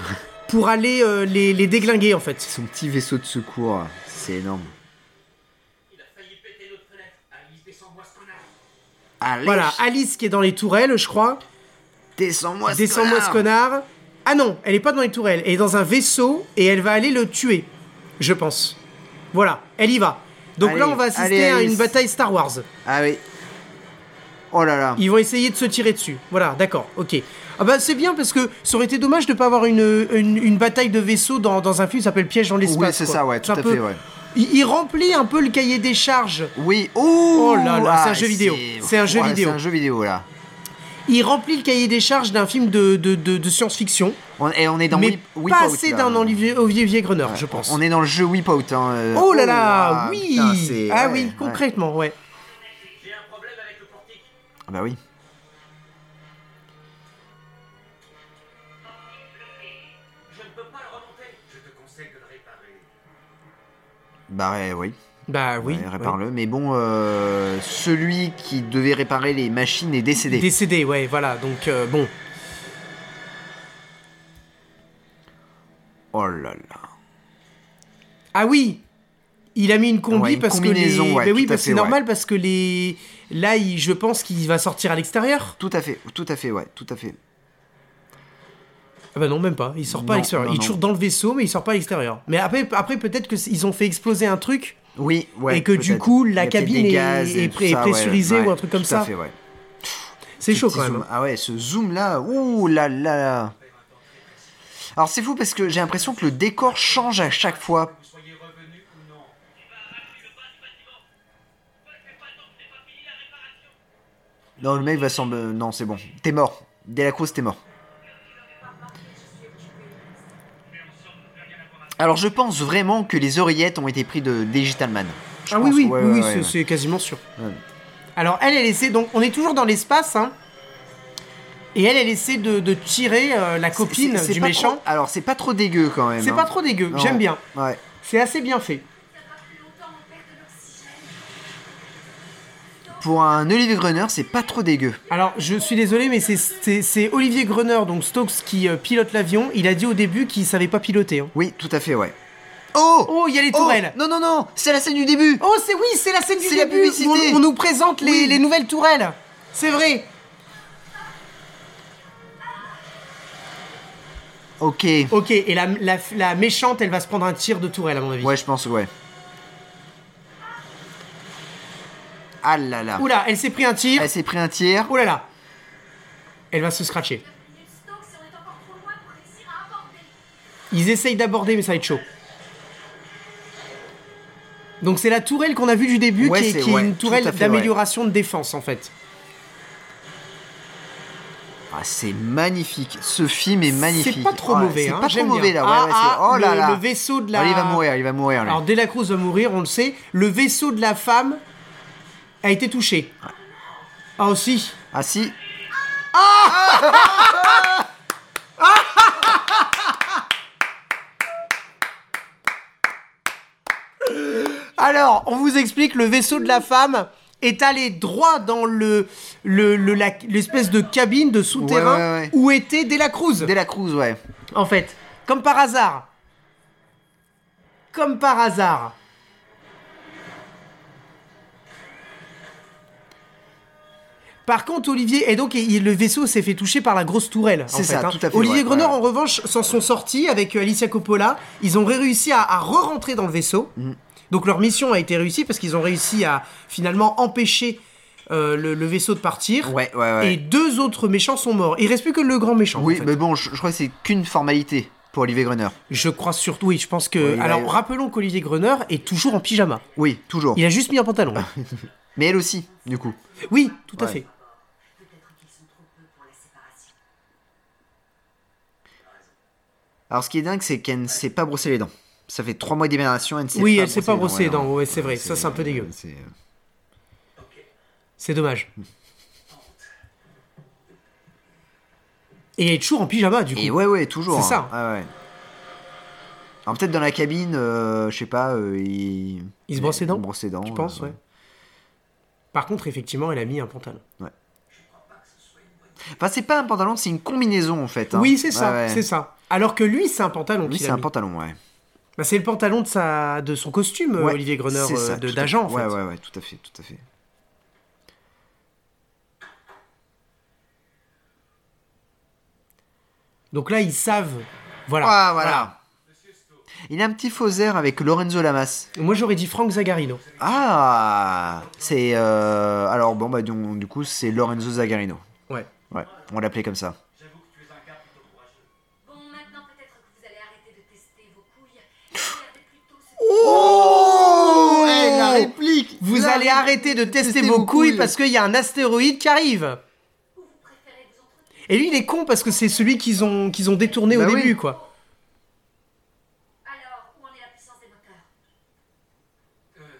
Speaker 3: pour aller euh, les, les déglinguer en fait.
Speaker 2: Son petit vaisseau de secours, c'est énorme.
Speaker 6: Il a failli péter notre fenêtre. Alice, descends-moi ce connard.
Speaker 2: Allez,
Speaker 3: Voilà, Alice qui est dans les tourelles je crois.
Speaker 2: descends-moi ce
Speaker 3: Descends-moi ce connard. Ah non, elle est pas dans les tourelles, elle est dans un vaisseau et elle va aller le tuer. Je pense. Voilà, elle y va. Donc
Speaker 2: Allez,
Speaker 3: là, on va assister
Speaker 2: allez,
Speaker 3: à
Speaker 2: allez,
Speaker 3: une
Speaker 2: c'est-
Speaker 3: bataille Star Wars.
Speaker 2: Ah oui. Oh là là.
Speaker 3: Ils vont essayer de se tirer dessus. Voilà, d'accord, ok. Ah bah c'est bien parce que ça aurait été dommage de ne pas avoir une, une, une bataille de vaisseaux dans, dans un film qui s'appelle Piège dans l'espace.
Speaker 2: Oui, c'est
Speaker 3: quoi.
Speaker 2: ça, ouais, tout
Speaker 3: un
Speaker 2: à
Speaker 3: peu-
Speaker 2: fait, ouais.
Speaker 3: Il, il remplit un peu le cahier des charges.
Speaker 2: Oui. Oh,
Speaker 3: Oh là là, c'est un
Speaker 2: ah,
Speaker 3: jeu vidéo. C'est un jeu
Speaker 2: Ouais,
Speaker 3: vidéo.
Speaker 2: C'est un jeu vidéo là.
Speaker 3: Il remplit le cahier des charges d'un film de, de, de, de science-fiction,
Speaker 2: On- et on est dans
Speaker 3: mais
Speaker 2: Whip, Whip
Speaker 3: pas
Speaker 2: Out,
Speaker 3: assez
Speaker 2: là.
Speaker 3: d'un Olivier, Olivier Greneur, je pense.
Speaker 2: On est dans le jeu Whip Out. hein, euh.
Speaker 3: Oh là là,
Speaker 2: ah,
Speaker 3: oui
Speaker 2: putain, c'est-
Speaker 3: Ah
Speaker 2: ouais,
Speaker 3: oui,
Speaker 2: ouais.
Speaker 3: concrètement, ouais.
Speaker 6: J'ai un problème avec le portique.
Speaker 2: Ah bah oui.
Speaker 6: Je ne peux pas le remonter. Je te conseille de le réparer.
Speaker 2: Bah ouais, oui.
Speaker 3: Bah oui.
Speaker 2: Ouais,
Speaker 3: ouais.
Speaker 2: Répare-le. Mais bon, euh, celui qui devait réparer les machines est décédé.
Speaker 3: Décédé, ouais, voilà, donc euh, bon.
Speaker 2: Oh là là.
Speaker 3: Ah oui Il a mis une combi
Speaker 2: Ouais, une
Speaker 3: parce que les...
Speaker 2: combinaison, ouais,
Speaker 3: Ben
Speaker 2: tout
Speaker 3: oui,
Speaker 2: à
Speaker 3: parce que
Speaker 2: fait,
Speaker 3: c'est normal parce que les... Là, il- je pense qu'il va sortir à l'extérieur.
Speaker 2: Tout à fait, tout à fait, ouais, tout à fait.
Speaker 3: Ah bah non, même pas. Il sort pas à
Speaker 2: Non,
Speaker 3: l'extérieur.
Speaker 2: non,
Speaker 3: Il est
Speaker 2: non.
Speaker 3: toujours dans le vaisseau, mais il sort pas à l'extérieur. Mais après, après peut-être qu'ils ont fait exploser un truc.
Speaker 2: Oui, ouais.
Speaker 3: Et que du
Speaker 2: peut-être.
Speaker 3: coup,
Speaker 2: Il y a
Speaker 3: la
Speaker 2: peut-être
Speaker 3: cabine
Speaker 2: des
Speaker 3: est-
Speaker 2: gaz et
Speaker 3: est
Speaker 2: tout
Speaker 3: pré-
Speaker 2: ça, ouais,
Speaker 3: pressurisée
Speaker 2: ouais,
Speaker 3: ou un truc comme
Speaker 2: Tout
Speaker 3: ça.
Speaker 2: à fait, ouais.
Speaker 3: C'est
Speaker 2: Ce
Speaker 3: chaud
Speaker 2: petit
Speaker 3: quand même. hein.
Speaker 2: zoom. Ah ouais, ce zoom là, ouh là là là. Alors c'est fou parce que j'ai l'impression que le décor change à chaque fois. Non, le mec va s'en... euh, Non, c'est bon. T'es mort. Dès la cause, t'es mort. Alors je pense vraiment que les oreillettes ont été prises de Digital Man. Je
Speaker 3: Ah oui,
Speaker 2: pense,
Speaker 3: oui,
Speaker 2: ouais,
Speaker 3: oui,
Speaker 2: ouais,
Speaker 3: oui,
Speaker 2: ouais,
Speaker 3: c'est-
Speaker 2: ouais.
Speaker 3: c'est quasiment sûr.
Speaker 2: Ouais.
Speaker 3: Alors, elle, elle essaie... Donc, on est toujours dans l'espace, hein. Et elle, elle essaie de, de tirer euh, la copine
Speaker 2: C'est- c'est
Speaker 3: du
Speaker 2: pas
Speaker 3: méchant.
Speaker 2: trop- alors c'est pas trop dégueu quand même.
Speaker 3: C'est
Speaker 2: hein.
Speaker 3: pas trop dégueu,
Speaker 2: Non.
Speaker 3: j'aime bien.
Speaker 2: Ouais.
Speaker 3: C'est assez bien fait.
Speaker 2: Pour un Olivier Grunner, c'est pas trop dégueu.
Speaker 3: Alors, je suis désolé, mais c'est- c'est c'est Olivier Gröner, donc Stokes, qui euh, pilote l'avion. Il a dit au début qu'il savait pas piloter. hein.
Speaker 2: Oui, tout à fait, ouais. Oh
Speaker 3: Oh, il y a les
Speaker 2: Oh
Speaker 3: tourelles
Speaker 2: Non, non, non C'est la scène du début
Speaker 3: Oh, c'est oui, c'est la scène du
Speaker 2: C'est la
Speaker 3: début où
Speaker 2: publicité.
Speaker 3: on, on nous présente les,
Speaker 2: Oui.
Speaker 3: les nouvelles tourelles. C'est vrai. Oh.
Speaker 2: Ok.
Speaker 3: Ok, et la, la- la méchante, elle va se prendre un tir de tourelle, à mon avis.
Speaker 2: Ouais, je pense, ouais. Ah là là.
Speaker 3: Oula, elle s'est pris un tir.
Speaker 2: Elle s'est pris un tir.
Speaker 3: Oh là là. Elle va se scratcher. Ils essayent d'aborder, mais ça va être chaud. Donc c'est la tourelle qu'on a vue du début,
Speaker 2: Ouais,
Speaker 3: qui est,
Speaker 2: c'est-
Speaker 3: qui est
Speaker 2: ouais,
Speaker 3: une
Speaker 2: tout
Speaker 3: tourelle
Speaker 2: à fait,
Speaker 3: d'amélioration de défense, en fait.
Speaker 2: Ah, c'est magnifique. Ce film est magnifique.
Speaker 3: C'est pas trop
Speaker 2: Oh,
Speaker 3: mauvais,
Speaker 2: C'est
Speaker 3: hein,
Speaker 2: pas trop
Speaker 3: j'aime
Speaker 2: mauvais
Speaker 3: bien.
Speaker 2: là. Ouais,
Speaker 3: Ah,
Speaker 2: ouais,
Speaker 3: ah,
Speaker 2: c'est- oh là
Speaker 3: le-
Speaker 2: là.
Speaker 3: le vaisseau de la-
Speaker 2: Oh, il va mourir, il va mourir là.
Speaker 3: Alors De la Cruz va mourir, on le sait. Le vaisseau de la femme a été touché. Ah aussi.
Speaker 2: Ah si.
Speaker 3: Alors, on vous explique, le vaisseau de la femme est allé droit dans le le- le- la- l'espèce de cabine de souterrain
Speaker 2: Ouais, ouais, ouais.
Speaker 3: où était De la Cruz.
Speaker 2: De la Cruz, ouais.
Speaker 3: En fait, comme par hasard. Comme par hasard. Par contre, Olivier, et donc il- le vaisseau s'est fait toucher par la grosse tourelle. en
Speaker 2: C'est
Speaker 3: fait,
Speaker 2: ça,
Speaker 3: hein.
Speaker 2: tout à fait,
Speaker 3: Olivier
Speaker 2: ouais,
Speaker 3: Grenier,
Speaker 2: ouais.
Speaker 3: en revanche, s'en sont sortis avec euh, Alicia Coppola. Ils ont réussi à, à re-rentrer dans le vaisseau.
Speaker 2: Mm.
Speaker 3: Donc leur mission a été réussie parce qu'ils ont réussi à finalement empêcher euh, le, le vaisseau de partir.
Speaker 2: Ouais, ouais, ouais.
Speaker 3: Et deux autres méchants sont morts. Il reste plus que le grand méchant.
Speaker 2: Oui,
Speaker 3: en fait.
Speaker 2: mais bon, je, je crois que c'est qu'une formalité pour Olivier Grunner.
Speaker 3: Je crois surtout, oui, je pense que.
Speaker 2: Oui,
Speaker 3: Alors,
Speaker 2: ouais.
Speaker 3: rappelons qu'Olivier Gröner est toujours en pyjama.
Speaker 2: Oui, toujours.
Speaker 3: Il a juste mis un pantalon.
Speaker 2: Mais elle aussi, du coup.
Speaker 3: oui, tout à
Speaker 2: Ouais.
Speaker 3: fait.
Speaker 4: Peut-être qu'ils sont trop peu pour la séparation.
Speaker 2: Alors, ce qui est dingue, c'est qu'elle ne s'est pas brossé les dents. Ça fait trois mois d'hibernation, elle ne s'est
Speaker 3: Oui,
Speaker 2: pas
Speaker 3: elle s'est pas brossée les
Speaker 2: les dents,
Speaker 3: dents,
Speaker 2: ouais,
Speaker 3: ouais, c'est vrai. Ça, c'est un peu dégueu.
Speaker 2: c'est- euh,
Speaker 3: C'est dommage. Et il est toujours en pyjama, du coup.
Speaker 2: Et ouais, ouais, toujours.
Speaker 3: C'est
Speaker 2: hein.
Speaker 3: ça.
Speaker 2: Ah, ouais. Alors, peut-être dans la cabine, euh, je sais pas, euh, il...
Speaker 3: Il se brosse les dents
Speaker 2: dents,
Speaker 3: Je pense,
Speaker 2: euh,
Speaker 3: ouais. Par contre, effectivement, elle a mis un pantalon.
Speaker 2: Enfin, c'est pas un pantalon, c'est une combinaison, en fait. hein.
Speaker 3: Oui, c'est ça,
Speaker 2: Ouais, ouais.
Speaker 3: c'est ça. Alors que lui, c'est un pantalon.
Speaker 2: Lui,
Speaker 3: qu'il
Speaker 2: c'est
Speaker 3: a
Speaker 2: un
Speaker 3: mis.
Speaker 2: pantalon, ouais.
Speaker 3: Bah, c'est le pantalon de, sa... de son costume, euh,
Speaker 2: Ouais,
Speaker 3: Olivier Gröner,
Speaker 2: c'est
Speaker 3: euh,
Speaker 2: ça,
Speaker 3: de
Speaker 2: tout à
Speaker 3: d'agent, en fait.
Speaker 2: Ouais, ouais, ouais, tout à fait, tout à fait.
Speaker 3: Donc là, ils savent. Voilà.
Speaker 2: Ah, voilà. Ah, Il a un petit faux air avec Lorenzo Lamas.
Speaker 3: Moi, j'aurais dit Frank Zagarino.
Speaker 2: Ah C'est. euh, Alors, bon, bah, donc, du coup, c'est Lorenzo Zagarino.
Speaker 3: Ouais.
Speaker 2: Ouais, on l'appelait comme ça.
Speaker 4: Bon, maintenant, peut-être que vous allez arrêter de tester vos couilles. Regardez plutôt ce qui
Speaker 2: Oh
Speaker 3: Eh, la
Speaker 2: réplique
Speaker 3: Vous allez arrêter de tester vos couilles parce qu'il y a un astéroïde qui arrive.
Speaker 4: vous préférez vous entretenir.
Speaker 3: Et lui, il est con parce que c'est celui qu'ils ont, qu'ils ont détourné
Speaker 2: Bah
Speaker 3: au
Speaker 2: oui.
Speaker 3: début, quoi.
Speaker 4: Alors, où en est la puissance des moteurs
Speaker 6: Euh,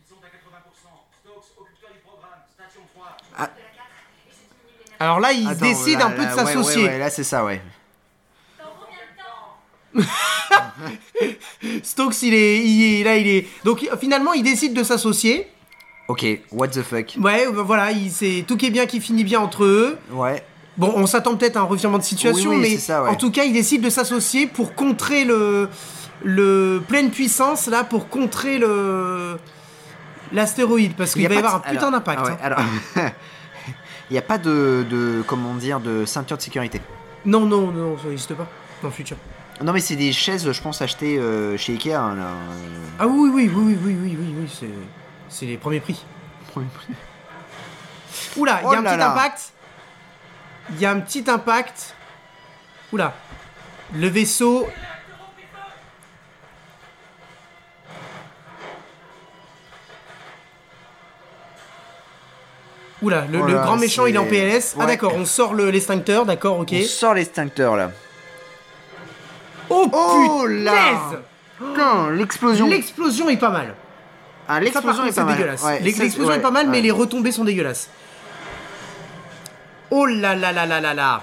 Speaker 6: ils sont à 80%. Stokes, occupe-toi du programme. Station 3.
Speaker 4: De la 4 et je diminue les
Speaker 3: Alors là, il
Speaker 2: Attends,
Speaker 3: décide
Speaker 2: là,
Speaker 3: un peu de
Speaker 2: là, ouais,
Speaker 3: s'associer.
Speaker 2: ouais, ouais, là, c'est ça, ouais.
Speaker 4: Dans combien de temps
Speaker 3: Stokes, il est, il est- là, il est. Donc finalement, il décide de s'associer.
Speaker 2: Ok, what the fuck
Speaker 3: Ouais, bah, voilà, il- c'est tout qui est bien qui finit bien entre eux.
Speaker 2: Ouais.
Speaker 3: Bon, on s'attend peut-être à un revirement de situation,
Speaker 2: Oui, oui,
Speaker 3: mais
Speaker 2: c'est ça, ouais.
Speaker 3: en tout cas, il décide de s'associer pour contrer le, le pleine puissance là, pour contrer le l'astéroïde, parce qu'il
Speaker 2: y a
Speaker 3: va y
Speaker 2: pas
Speaker 3: avoir un
Speaker 2: de-
Speaker 3: putain
Speaker 2: alors-
Speaker 3: d'impact.
Speaker 2: ah ouais,
Speaker 3: hein.
Speaker 2: alors, il n'y a pas de, de- comment dire, de ceinture de sécurité.
Speaker 3: Non, non, non, ça n'existe pas dans le futur.
Speaker 2: Non, mais c'est des chaises, je pense, achetées euh, chez Ikea. hein, là, euh,
Speaker 3: Ah oui, oui, oui, oui, oui, oui, oui, oui, c'est c'est les premiers prix.
Speaker 2: premier prix.
Speaker 3: Oula, il y
Speaker 2: Oh
Speaker 3: a un
Speaker 2: là
Speaker 3: petit
Speaker 2: là.
Speaker 3: impact. Il y a un petit impact. Oula. Le vaisseau. Oula, le,
Speaker 2: Oh
Speaker 3: le
Speaker 2: là,
Speaker 3: grand méchant
Speaker 2: c'est-
Speaker 3: il est en PLS. Ah
Speaker 2: Ouais.
Speaker 3: d'accord, on sort le- l'extincteur, d'accord, ok.
Speaker 2: On sort l'extincteur là.
Speaker 3: Oh,
Speaker 2: Oh
Speaker 3: putain
Speaker 2: là Putain, l'explosion.
Speaker 3: L'explosion est pas mal.
Speaker 2: Ah,
Speaker 3: Ça, par
Speaker 2: l'explosion
Speaker 3: contre,
Speaker 2: est pas
Speaker 3: c'est
Speaker 2: mal.
Speaker 3: dégueulasse.
Speaker 2: Ouais,
Speaker 3: L'ex-
Speaker 2: ça,
Speaker 3: L'explosion
Speaker 2: ouais,
Speaker 3: est pas mal, mais
Speaker 2: ouais.
Speaker 3: les retombées sont dégueulasses. Oh là là là là là là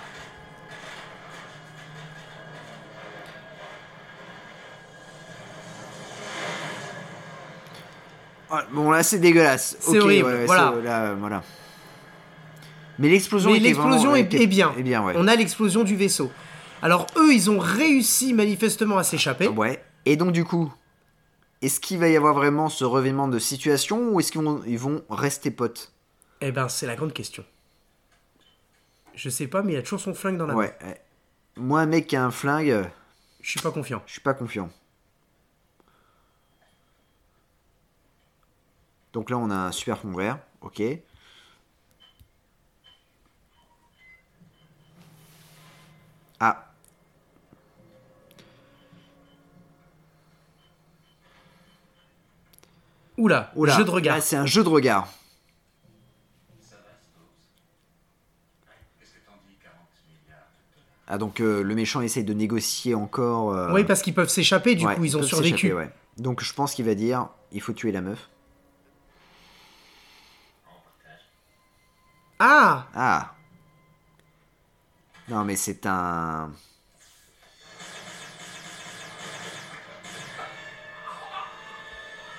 Speaker 2: Ouais, Ah, bon là c'est dégueulasse.
Speaker 3: C'est
Speaker 2: Ok,
Speaker 3: horrible,
Speaker 2: ouais, ouais,
Speaker 3: voilà.
Speaker 2: c'est- là, euh, voilà. Mais l'explosion.
Speaker 3: Mais
Speaker 2: était
Speaker 3: l'explosion
Speaker 2: vraiment-
Speaker 3: est,
Speaker 2: était-
Speaker 3: est bien.
Speaker 2: est bien, ouais.
Speaker 3: On a l'explosion du vaisseau. Alors eux, ils ont réussi manifestement à s'échapper.
Speaker 2: Ah, Ouais. Et donc du coup, est-ce qu'il va y avoir vraiment ce revirement de situation ou est-ce qu'ils vont, ils vont rester potes
Speaker 3: Eh ben, c'est la grande question. Je sais pas, mais il a toujours son flingue dans la main.
Speaker 2: Ouais. ouais. Moi, un mec qui a un flingue, euh,
Speaker 3: Je suis pas confiant.
Speaker 2: je suis pas confiant. Donc là, on a un super fond vert. Ok. Ah.
Speaker 3: Oula,
Speaker 2: Oula,
Speaker 3: jeu de regard.
Speaker 2: là, c'est un jeu de regard. Ah, donc euh, le méchant essaye de négocier encore. euh,
Speaker 3: Oui, parce qu'ils peuvent s'échapper, du
Speaker 2: ouais,
Speaker 3: coup, ils ont
Speaker 2: peuvent
Speaker 3: survécu.
Speaker 2: s'échapper, ouais. Donc je pense qu'il va dire il faut tuer la meuf.
Speaker 3: Ah
Speaker 2: Ah Non, mais c'est un.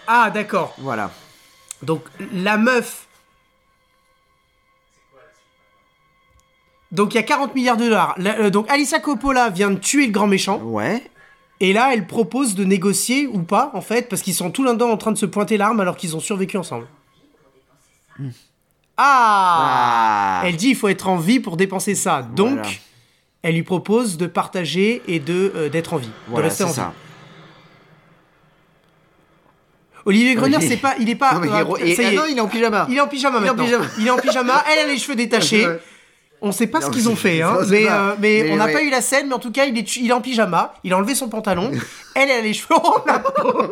Speaker 3: Ah, d'accord.
Speaker 2: Voilà.
Speaker 3: Donc, la meuf... Donc, il y a 40 milliards de dollars. La- euh, donc, Alicia Coppola vient de tuer le grand méchant.
Speaker 2: Ouais.
Speaker 3: Et là, elle propose de négocier ou pas, en fait, parce qu'ils sont tous l'un d'eux en train de se pointer l'arme alors qu'ils ont survécu ensemble. Ah,
Speaker 2: Ah
Speaker 3: Elle dit il faut être en vie pour dépenser ça. Donc,
Speaker 2: Voilà.
Speaker 3: elle lui propose de partager et de euh, d'être en vie, de
Speaker 2: Voilà,
Speaker 3: rester
Speaker 2: c'est
Speaker 3: en
Speaker 2: ça.
Speaker 3: vie. Olivier Grenier,
Speaker 2: Oui.
Speaker 3: c'est pas, il est pas.
Speaker 2: Non, mais il est ro-
Speaker 3: euh, ça
Speaker 2: et-
Speaker 3: y
Speaker 2: ah
Speaker 3: est.
Speaker 2: non, il est en pyjama.
Speaker 3: Il est en pyjama
Speaker 2: Il est en
Speaker 3: maintenant.
Speaker 2: pyjama.
Speaker 3: Il est en pyjama. Elle a les cheveux détachés.
Speaker 2: Ouais.
Speaker 3: On sait pas ce
Speaker 2: Non,
Speaker 3: qu'ils ont
Speaker 2: je-
Speaker 3: fait, hein,
Speaker 2: je sais
Speaker 3: mais,
Speaker 2: pas.
Speaker 3: euh, mais
Speaker 2: Mais
Speaker 3: on n'a
Speaker 2: ouais.
Speaker 3: pas eu la scène, mais en tout cas, il est, tu- il est en pyjama, il a enlevé son pantalon, elle, elle a les cheveux en la peau.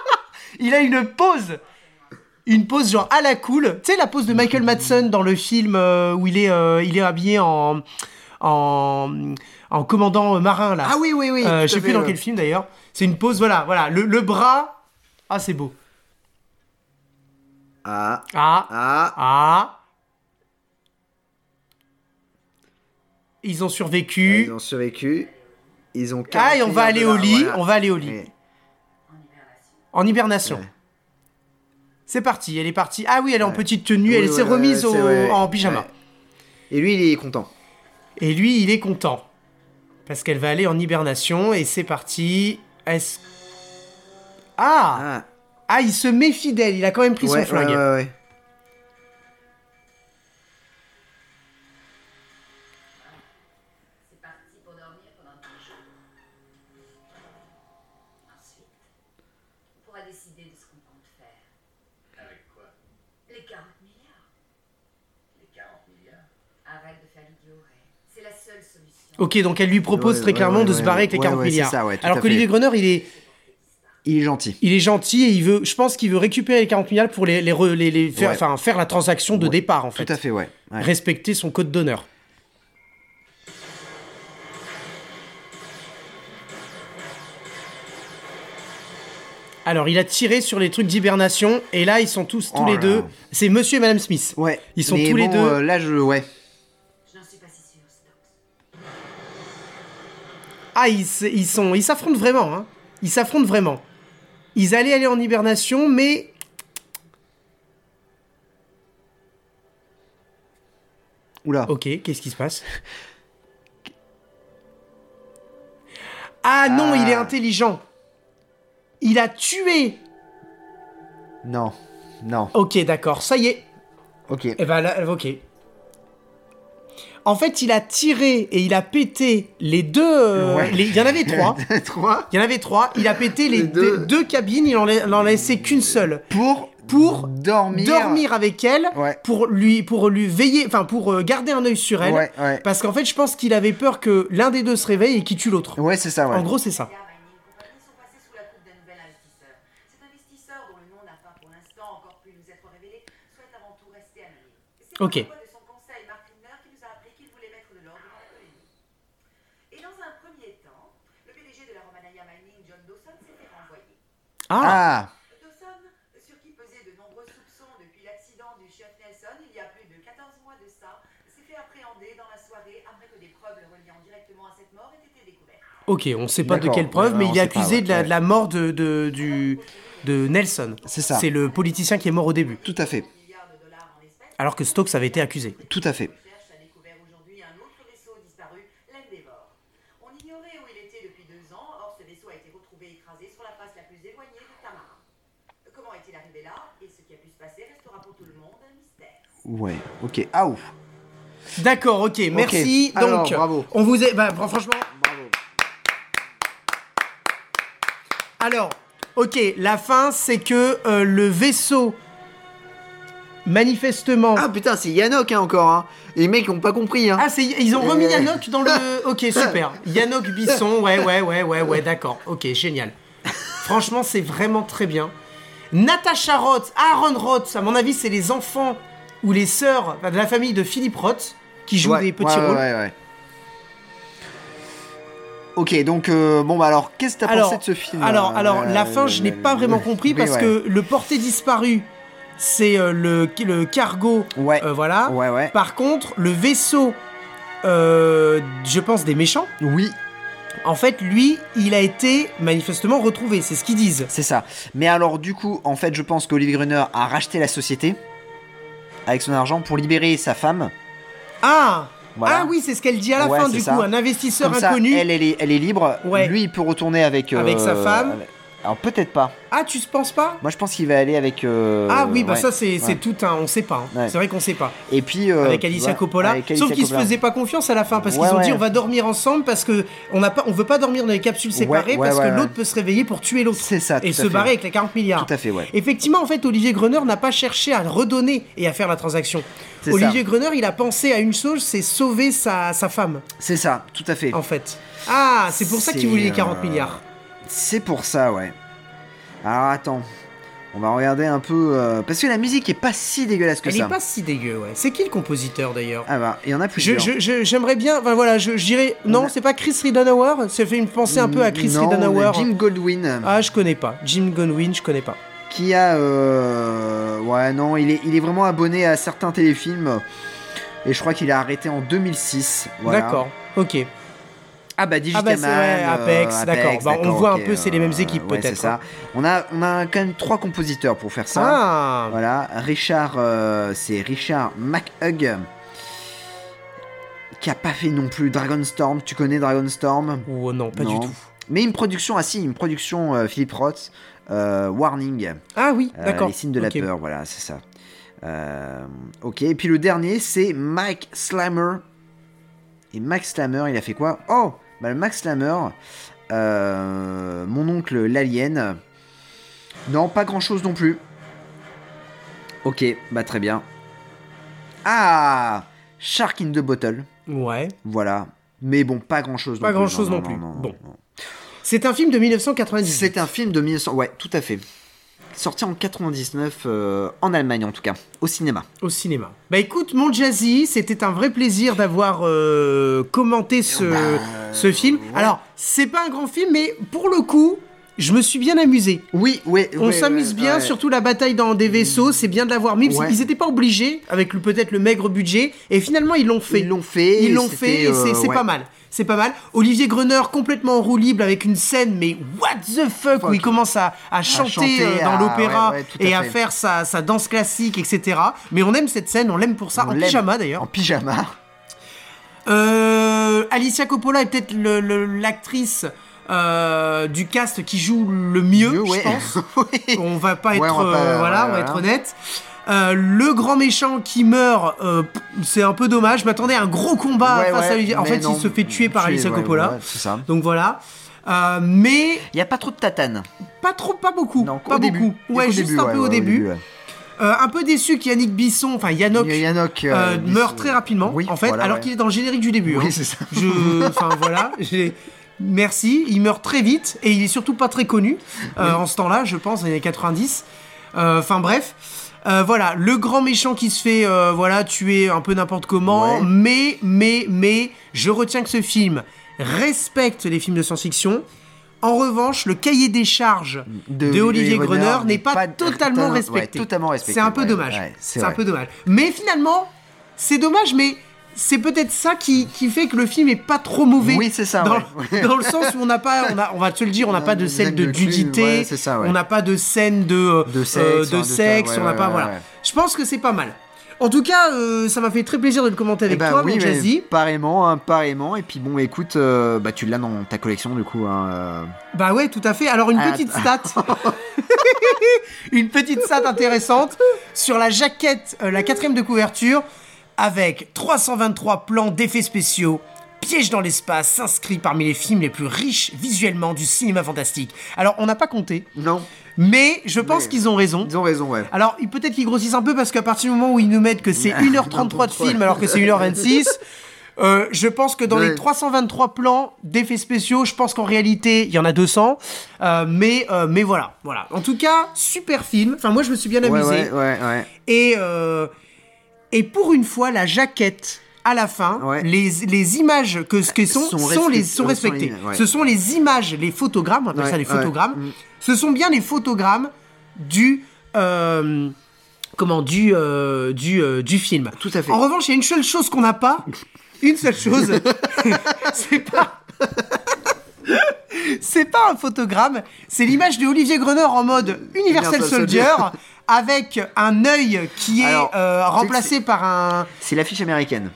Speaker 3: il a une pose, une pose genre à la cool, tu sais la pose de Michael Madsen dans le film euh, où il est, euh, il est habillé en, en, en commandant euh, marin là.
Speaker 2: Ah oui, oui, oui.
Speaker 3: Euh,
Speaker 2: tout
Speaker 3: je
Speaker 2: à
Speaker 3: sais plus
Speaker 2: fait,
Speaker 3: dans
Speaker 2: ouais.
Speaker 3: quel film d'ailleurs. C'est une pose, voilà, voilà, le, le bras, ah c'est beau.
Speaker 2: Ah,
Speaker 3: Ah,
Speaker 2: ah.
Speaker 3: ah. Ils ont survécu.
Speaker 2: Ils ont survécu. Ils ont.
Speaker 3: Ah, et on
Speaker 2: 40
Speaker 3: va aller au
Speaker 2: milliards de
Speaker 3: lit,
Speaker 2: dollars,
Speaker 3: on va aller au lit.
Speaker 2: Et-
Speaker 3: En hibernation.
Speaker 2: Ouais.
Speaker 3: C'est parti, elle est partie. Ah oui, elle est en petite tenue,
Speaker 2: Oui,
Speaker 3: elle s'est
Speaker 2: voilà,
Speaker 3: remise
Speaker 2: ouais,
Speaker 3: au-
Speaker 2: c'est- ouais, ouais.
Speaker 3: en pyjama.
Speaker 2: Ouais. Et lui, il est content.
Speaker 3: Et lui, il est content. Parce qu'elle va aller en hibernation et c'est parti. Est-ce. Ah, ah
Speaker 2: Ah,
Speaker 3: il se méfie d'elle, il a quand même pris
Speaker 2: ouais,
Speaker 3: son flingue.
Speaker 2: ouais, ouais, ouais.
Speaker 4: C'est parti pour dormir pendant 10 jours. décider de ce qu'on compte faire.
Speaker 6: Avec quoi
Speaker 4: Les 40 milliards.
Speaker 6: Les 40 milliards
Speaker 4: Arrête de faire l'idiot, Ray. C'est la seule solution.
Speaker 3: Ok, donc elle lui propose
Speaker 2: Ouais,
Speaker 3: très
Speaker 2: ouais,
Speaker 3: clairement
Speaker 2: ouais,
Speaker 3: de se
Speaker 2: ouais,
Speaker 3: barrer avec les
Speaker 2: ouais,
Speaker 3: 40
Speaker 2: ouais, c'est
Speaker 3: milliards.
Speaker 2: ça, ouais, tout à
Speaker 3: Alors qu'Olivier
Speaker 2: fait.
Speaker 3: Grenor, il est,
Speaker 2: Il est gentil.
Speaker 3: il est gentil et il veut, je pense qu'il veut récupérer les 40 milliards pour les, les, re- les- les faire,
Speaker 2: Ouais.
Speaker 3: enfin, faire la transaction de
Speaker 2: Ouais,
Speaker 3: départ en fait.
Speaker 2: Tout à fait, ouais. ouais.
Speaker 3: Respecter son code d'honneur. Alors, il a tiré sur les trucs d'hibernation et là, ils sont tous, tous
Speaker 2: Oh
Speaker 3: les
Speaker 2: là
Speaker 3: deux.
Speaker 2: là.
Speaker 3: C'est Monsieur et Madame Smith.
Speaker 2: Ouais.
Speaker 3: Ils sont
Speaker 2: Mais
Speaker 3: tous les
Speaker 2: bon,
Speaker 3: deux-
Speaker 2: euh, là, je. Ouais.
Speaker 4: Je n'en suis pas si sûre, Stokes.
Speaker 3: Ah, ils s- ils sont, ils s'affrontent vraiment. Hein. Ils s'affrontent vraiment. Ils allaient aller en hibernation, mais
Speaker 2: Oula.
Speaker 3: Ok, qu'est-ce qui se passe Ah non,
Speaker 2: Ah.
Speaker 3: il est intelligent. Il a tué.
Speaker 2: Non. Non.
Speaker 3: Ok, d'accord, ça y est.
Speaker 2: Ok.
Speaker 3: Eh ben là, ok. En fait, il a tiré et il a pété les deux. euh,
Speaker 2: Ouais.
Speaker 3: les- il y en avait trois.
Speaker 2: 3
Speaker 3: Il y en avait trois. Il a pété les,
Speaker 2: Les
Speaker 3: deux.
Speaker 2: deux.
Speaker 3: deux cabines. Il en, la- il en a laissé qu'une seule.
Speaker 2: pour.
Speaker 3: Pour
Speaker 2: dormir.
Speaker 3: Dormir avec elle
Speaker 2: Ouais.
Speaker 3: pour lui pour lui veiller, enfin pour euh, garder un œil sur elle.
Speaker 2: Ouais, ouais.
Speaker 3: Parce qu'en fait, je pense qu'il avait peur que l'un des deux se réveille et qu'il tue l'autre.
Speaker 2: Ouais, c'est ça, ouais.
Speaker 3: En gros, c'est ça.
Speaker 4: Gare et Neil Company sont passés sous la coupe d'un nouvel investisseur. Cet investisseur, dont le nom n'a pas pour l'instant encore pu nous être révélé, souhaite avant tout rester anonyme. C'est
Speaker 3: Ok.
Speaker 4: pourquoi de son conseil, Mark Lindner, qui nous a appris qu'il voulait mettre de l'ordre dans la colonie. Et dans un premier temps, le PDG de la Romanaya Mining, John Dawson, s'est fait renvoyer.
Speaker 2: Ah.
Speaker 3: Ah,
Speaker 4: Dawson, sur qui pesaient de nombreux soupçons depuis l'accident du chef Nelson il y a plus de 14 mois de ça, s'est fait appréhender dans la soirée après que des preuves le reliant directement à cette mort aient été découvertes.
Speaker 3: ok, on sait pas de
Speaker 2: D'accord,
Speaker 3: quelle preuve,
Speaker 2: ouais,
Speaker 3: mais
Speaker 2: ouais,
Speaker 3: il est
Speaker 2: on sait pas,
Speaker 3: accusé
Speaker 2: ouais,
Speaker 3: de, la,
Speaker 2: ouais.
Speaker 3: de la mort de, de- du, de Nelson.
Speaker 2: C'est ça.
Speaker 3: C'est le politicien qui est mort au début.
Speaker 2: Tout à fait.
Speaker 4: milliards de dollars en espèces.
Speaker 3: Alors que Stokes avait été accusé.
Speaker 2: Tout à fait.
Speaker 4: recherche a découvert aujourd'hui un autre vaisseau disparu, l'Endeavor. On ignorait où il était depuis deux ans, or ce vaisseau a été retrouvé écrasé sur la face la plus éloignée de Tamara. Comment est-il arrivé là et ce qui a pu se passer restera pour tout le monde un mystère.
Speaker 2: Ouais. Ok. Ah ouf.
Speaker 3: D'accord, ok, merci.
Speaker 2: alors,
Speaker 3: Donc,
Speaker 2: bravo.
Speaker 3: on vous est. Bah, fr- franchement,
Speaker 2: Bravo.
Speaker 3: alors, ok, la fin, c'est que euh, le vaisseau, manifestement.
Speaker 2: Ah putain, c'est Yannock hein, encore. Hein. Les mecs ont pas compris. Hein.
Speaker 3: Ah, c'est, ils ont remis Yannock dans le. Ok, super. Yannock Bisson, ouais, ouais, ouais, ouais, ouais, d'accord. Ok, génial. Franchement, c'est vraiment très bien. Natasha Roth, Aaron Roth, à mon avis, c'est les enfants ou les sœurs enfin, de la famille de Philippe Roth qui jouent
Speaker 2: Ouais,
Speaker 3: des petits
Speaker 2: ouais, ouais,
Speaker 3: rôles.
Speaker 2: ouais, ouais. Ok, donc euh, bon bah alors qu'est-ce que t'as
Speaker 3: Alors,
Speaker 2: pensé de ce film
Speaker 3: alors,
Speaker 2: euh,
Speaker 3: alors la
Speaker 2: euh,
Speaker 3: fin, je n'ai
Speaker 2: euh,
Speaker 3: pas vraiment
Speaker 2: euh,
Speaker 3: compris
Speaker 2: oui,
Speaker 3: parce
Speaker 2: ouais.
Speaker 3: que le porté disparu, c'est euh, le, le cargo.
Speaker 2: Ouais.
Speaker 3: euh, voilà.
Speaker 2: Ouais, ouais.
Speaker 3: Par contre, le vaisseau, euh, je pense, des méchants.
Speaker 2: Oui,
Speaker 3: En fait, lui, il a été manifestement retrouvé, c'est ce qu'ils disent.
Speaker 2: c'est ça. Mais alors du coup, en fait, je pense qu'Olivier Gruner a racheté la société avec son argent pour libérer sa femme.
Speaker 3: Ah
Speaker 2: Voilà.
Speaker 3: Ah oui, c'est ce qu'elle dit à la
Speaker 2: Ouais,
Speaker 3: fin,
Speaker 2: c'est
Speaker 3: du
Speaker 2: ça.
Speaker 3: coup, un investisseur
Speaker 2: Comme ça,
Speaker 3: inconnu.
Speaker 2: elle, elle est, elle est libre.
Speaker 3: Ouais.
Speaker 2: Lui, il peut retourner avec euh,
Speaker 3: Avec sa femme.
Speaker 2: Alors peut-être pas.
Speaker 3: Ah, tu se penses pas
Speaker 2: Moi, je pense qu'il va aller avec. euh,
Speaker 3: Ah oui, bah
Speaker 2: ouais.
Speaker 3: ça, c'est c'est
Speaker 2: ouais.
Speaker 3: tout un. On sait pas. hein.
Speaker 2: Ouais.
Speaker 3: C'est vrai qu'on sait pas.
Speaker 2: Et puis euh,
Speaker 3: avec
Speaker 2: tu
Speaker 3: Alicia
Speaker 2: vois,
Speaker 3: Coppola.
Speaker 2: avec Alicia
Speaker 3: Sauf qu'ils se
Speaker 2: Coppola.
Speaker 3: faisaient pas confiance à la fin parce qu'ils
Speaker 2: Ouais,
Speaker 3: ont dit
Speaker 2: ouais.
Speaker 3: on va dormir ensemble parce que on n'a pas, on veut pas dormir dans les capsules séparées
Speaker 2: ouais,
Speaker 3: parce
Speaker 2: ouais,
Speaker 3: que
Speaker 2: ouais.
Speaker 3: l'autre peut se réveiller pour tuer l'autre.
Speaker 2: C'est ça,
Speaker 3: Et
Speaker 2: tout
Speaker 3: se
Speaker 2: à fait.
Speaker 3: barrer avec les 40 milliards.
Speaker 2: Tout à fait, ouais.
Speaker 3: Effectivement, en fait, Olivier Grenier n'a pas cherché à redonner et à faire la transaction.
Speaker 2: C'est ça.
Speaker 3: Olivier Grenier, il a pensé à une chose, c'est sauver sa, sa femme,
Speaker 2: C'est ça, tout à fait.
Speaker 3: en fait. Ah, c'est pour ça qu'il
Speaker 2: C'est,
Speaker 3: voulait les 40
Speaker 2: euh,
Speaker 3: milliards.
Speaker 2: C'est pour ça, ouais. Alors attends, on va regarder un peu euh, parce que la musique est pas si dégueulasse que
Speaker 3: Elle
Speaker 2: ça.
Speaker 3: est pas si dégueu, ouais. C'est qui le compositeur d'ailleurs
Speaker 2: Ah bah, il y en a
Speaker 3: Je-
Speaker 2: plusieurs.
Speaker 3: je- je- J'aimerais bien, enfin voilà, je je dirais, non, c'est pas Chris Ridenauer, ça fait me penser un peu à Chris
Speaker 2: Non,
Speaker 3: Ridenauer.
Speaker 2: Jim Goldwyn
Speaker 3: Ah, je connais pas. Jim Gunwin, je connais pas.
Speaker 2: qui a euh, ouais non, il est il est vraiment abonné à certains téléfilms et je crois qu'il a arrêté en 2006. voilà.
Speaker 3: D'accord. Ok.
Speaker 2: Ah bah
Speaker 3: Ah bah,
Speaker 2: Digitaman,
Speaker 3: c'est- ouais,
Speaker 2: euh,
Speaker 3: Apex, d'accord. Bah, on
Speaker 2: d'accord,
Speaker 3: voit un
Speaker 2: ok,
Speaker 3: peu, c'est les mêmes équipes,
Speaker 2: ouais, c'est
Speaker 3: peut-être,
Speaker 2: ça.
Speaker 3: hein.
Speaker 2: On a on a quand même trois compositeurs pour faire ça.
Speaker 3: Ah.
Speaker 2: Voilà, Richard, euh, c'est Richard McHugh qui a pas fait non plus Dragon Storm. Tu connais Dragon Storm
Speaker 3: Ou Oh, non, pas
Speaker 2: Non.
Speaker 3: du tout.
Speaker 2: Mais une production, ah si, une production euh, Philippe Roth, euh, Warning, euh,
Speaker 3: Ah oui, d'accord.
Speaker 2: les signes de la
Speaker 3: Ok.
Speaker 2: peur, voilà, c'est ça. Euh, ok, et puis le dernier, c'est Mike Slammer. Et Mike Slammer, il a fait quoi Oh, bah le Mike Slammer, euh, mon oncle l'alien. Non, pas grand chose non plus. Ok, bah très bien. Ah Shark in the Bottle.
Speaker 3: Ouais.
Speaker 2: Voilà. Mais bon, pas grand chose non
Speaker 3: Pas
Speaker 2: plus.
Speaker 3: grand-chose non plus. Bon. C'est un film de 1998.
Speaker 2: C'est un film de 1900. Ouais, tout à fait. Sorti en 99, euh, en Allemagne en tout cas, au cinéma.
Speaker 3: au cinéma. Bah écoute, mon Jazzy, c'était un vrai plaisir d'avoir euh, commenté ce, ce film. Alors, c'est pas un grand film, mais pour le coup, je me suis bien amusé.
Speaker 2: Oui, ouais.
Speaker 3: On
Speaker 2: ouais,
Speaker 3: s'amuse
Speaker 2: ouais,
Speaker 3: bien,
Speaker 2: ouais.
Speaker 3: surtout la bataille dans des vaisseaux, c'est bien de l'avoir mis. parce
Speaker 2: Ouais.
Speaker 3: Ils n'étaient pas obligés, avec le- peut-être le maigre budget, et finalement ils l'ont fait.
Speaker 2: Ils l'ont fait.
Speaker 3: Ils l'ont
Speaker 2: c'était,
Speaker 3: fait, et c'est
Speaker 2: euh,
Speaker 3: c'est
Speaker 2: ouais.
Speaker 3: pas mal. C'est pas mal. Olivier Greneur complètement en roue libre avec une scène, mais what the fuck, où
Speaker 2: Fuck.
Speaker 3: il commence à, à chanter,
Speaker 2: chanter,
Speaker 3: euh, dans
Speaker 2: à-
Speaker 3: l'opéra
Speaker 2: ouais, ouais, tout à
Speaker 3: et à
Speaker 2: fait.
Speaker 3: faire sa, sa danse classique, etc. Mais on aime cette scène, on l'aime pour ça,
Speaker 2: On
Speaker 3: en
Speaker 2: l'aime.
Speaker 3: pyjama d'ailleurs.
Speaker 2: En pyjama.
Speaker 3: Euh, Alicia Coppola est peut-être le- le- l'actrice euh, du cast qui joue le mieux,
Speaker 2: Mieux,
Speaker 3: je
Speaker 2: ouais.
Speaker 3: pense.
Speaker 2: Oui.
Speaker 3: On va pas
Speaker 2: Ouais,
Speaker 3: être,
Speaker 2: on va pas-
Speaker 3: euh, voilà,
Speaker 2: ouais,
Speaker 3: on va
Speaker 2: ouais.
Speaker 3: être honnête. Euh, le grand méchant qui meurt, euh, p- c'est un peu dommage. Je m'attendais à un gros combat
Speaker 2: Ouais,
Speaker 3: face
Speaker 2: ouais,
Speaker 3: à Alicia. En
Speaker 2: mais
Speaker 3: fait,
Speaker 2: non,
Speaker 3: il se fait tuer par Alicia
Speaker 2: ouais,
Speaker 3: Coppola.
Speaker 2: ouais, c'est ça.
Speaker 3: Donc voilà. Euh, mais
Speaker 2: Il n'y a pas trop de tatane.
Speaker 3: pas trop, pas beaucoup.
Speaker 2: Non,
Speaker 3: pas
Speaker 2: au début.
Speaker 3: beaucoup. Ouais,
Speaker 2: Qu'au
Speaker 3: juste
Speaker 2: début,
Speaker 3: un
Speaker 2: ouais,
Speaker 3: peu
Speaker 2: ouais,
Speaker 3: au début.
Speaker 2: ouais.
Speaker 3: Euh, un peu déçu qu'Yannick Bisson, enfin Yannock,
Speaker 2: Yannock
Speaker 3: euh,
Speaker 2: euh,
Speaker 3: meurt
Speaker 2: Bisson.
Speaker 3: très rapidement,
Speaker 2: Oui,
Speaker 3: en fait,
Speaker 2: voilà,
Speaker 3: alors
Speaker 2: ouais.
Speaker 3: qu'il est dans le générique du début.
Speaker 2: Oui,
Speaker 3: hein.
Speaker 2: c'est ça.
Speaker 3: Je- Enfin voilà, j'ai- merci. Il meurt très vite et il est surtout pas très connu euh, en ce temps-là, je pense, dans les années 90. Euh, Enfin bref. Euh, voilà, le grand méchant qui se fait euh, voilà tuer un peu n'importe comment,
Speaker 2: Ouais.
Speaker 3: mais mais mais je retiens que ce film respecte les films de science-fiction. En revanche, le cahier des charges de, Olivier Greneur n'est pas, totalement
Speaker 2: ouais,
Speaker 3: respecté.
Speaker 2: totalement respecté,
Speaker 3: C'est un peu
Speaker 2: ouais,
Speaker 3: dommage.
Speaker 2: ouais, c'est
Speaker 3: c'est un
Speaker 2: vrai.
Speaker 3: peu dommage. Mais finalement, c'est dommage, mais c'est peut-être ça qui, qui fait que le film est pas trop mauvais.
Speaker 2: Oui, c'est ça,
Speaker 3: Dans,
Speaker 2: ouais.
Speaker 3: dans le sens où on n'a pas, on, a- on va te le dire, on n'a pas de
Speaker 2: Une
Speaker 3: scène
Speaker 2: scène
Speaker 3: de
Speaker 2: de cul,
Speaker 3: nudité,
Speaker 2: ouais, c'est ça, ouais.
Speaker 3: on n'a pas de scène de euh,
Speaker 2: De sexe,
Speaker 3: euh,
Speaker 2: hein,
Speaker 3: de
Speaker 2: de ça,
Speaker 3: sexe,
Speaker 2: ouais,
Speaker 3: on n'a
Speaker 2: ouais,
Speaker 3: pas
Speaker 2: ouais,
Speaker 3: voilà.
Speaker 2: ouais.
Speaker 3: Je pense que c'est pas mal. En tout cas, euh, ça m'a fait très plaisir de le commenter
Speaker 2: Eh
Speaker 3: avec
Speaker 2: ben
Speaker 3: toi,
Speaker 2: oui,
Speaker 3: mon
Speaker 2: mais
Speaker 3: Jazzy.
Speaker 2: pareillement, hein, pareillement. Et puis bon, écoute, euh, bah tu l'as dans ta collection du coup. hein, euh.
Speaker 3: Bah ouais, tout à fait. Alors une
Speaker 2: Ah,
Speaker 3: petite stat, une petite stat intéressante sur la jaquette, euh, la quatrième de couverture, avec 323 plans d'effets spéciaux. Piège dans l'espace s'inscrit parmi les films les plus riches visuellement du cinéma fantastique. Alors on n'a pas compté,
Speaker 2: Non,
Speaker 3: mais je pense
Speaker 2: Mais-
Speaker 3: qu'ils ont raison.
Speaker 2: ils ont raison, ouais.
Speaker 3: Alors il- peut-être qu'ils grossissent un peu parce qu'à partir du moment où ils nous mettent que c'est 1h33 de film alors que c'est 1h26, euh, je pense que dans les
Speaker 2: Ouais.
Speaker 3: 323 plans d'effets spéciaux, je pense qu'en réalité il y en a 200. Euh, mais, euh, mais voilà, voilà. En tout cas, super film. Enfin moi je me suis bien
Speaker 2: Ouais, ouais,
Speaker 3: amusé.
Speaker 2: ouais, ouais.
Speaker 3: Et, euh, et pour une fois, la jaquette à la fin,
Speaker 2: Ouais.
Speaker 3: les, les images que ce que sont, sont,
Speaker 2: Sont
Speaker 3: les,
Speaker 2: respect-
Speaker 3: sont
Speaker 2: sont
Speaker 3: respectées.
Speaker 2: les- ouais.
Speaker 3: Ce sont les images, les photogrammes, on appelle
Speaker 2: Ouais,
Speaker 3: ça les
Speaker 2: ouais.
Speaker 3: photogrammes.
Speaker 2: Mm.
Speaker 3: Ce sont bien les photogrammes du. euh, comment du, euh, du, euh, du film.
Speaker 2: Tout à fait.
Speaker 3: En revanche, il y a une seule chose qu'on n'a pas. Une seule chose. c'est pas. c'est pas un photogramme, c'est l'image de Olivier Greneur en mode
Speaker 2: Eh
Speaker 3: Universal
Speaker 2: Universal Soldier.
Speaker 3: Soldier avec un œil qui est
Speaker 2: Alors,
Speaker 3: euh,
Speaker 2: tu sais que
Speaker 3: remplacé
Speaker 2: c'est-
Speaker 3: par un.
Speaker 2: C'est l'affiche américaine.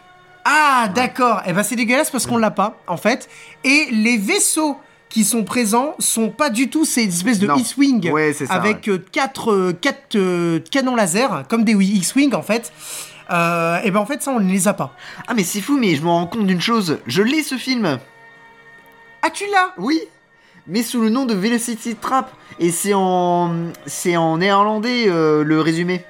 Speaker 3: Ah, d'accord. Eh ben, c'est dégueulasse parce qu'on l'a pas, en fait. Et les vaisseaux qui sont présents sont pas du tout ces espèces de
Speaker 2: Non.
Speaker 3: X-Wing
Speaker 2: Ouais, c'est ça,
Speaker 3: avec euh, quatre, euh, quatre, euh, canons laser comme des X-Wing en fait. Euh, et ben en fait ça on ne les a pas.
Speaker 2: Ah mais c'est fou, mais je me rends compte d'une chose. Je l'ai ce film.
Speaker 3: Ah tu l'as
Speaker 2: Oui, mais sous le nom de Velocity Trap. Et c'est en, c'est en néerlandais euh, le résumé.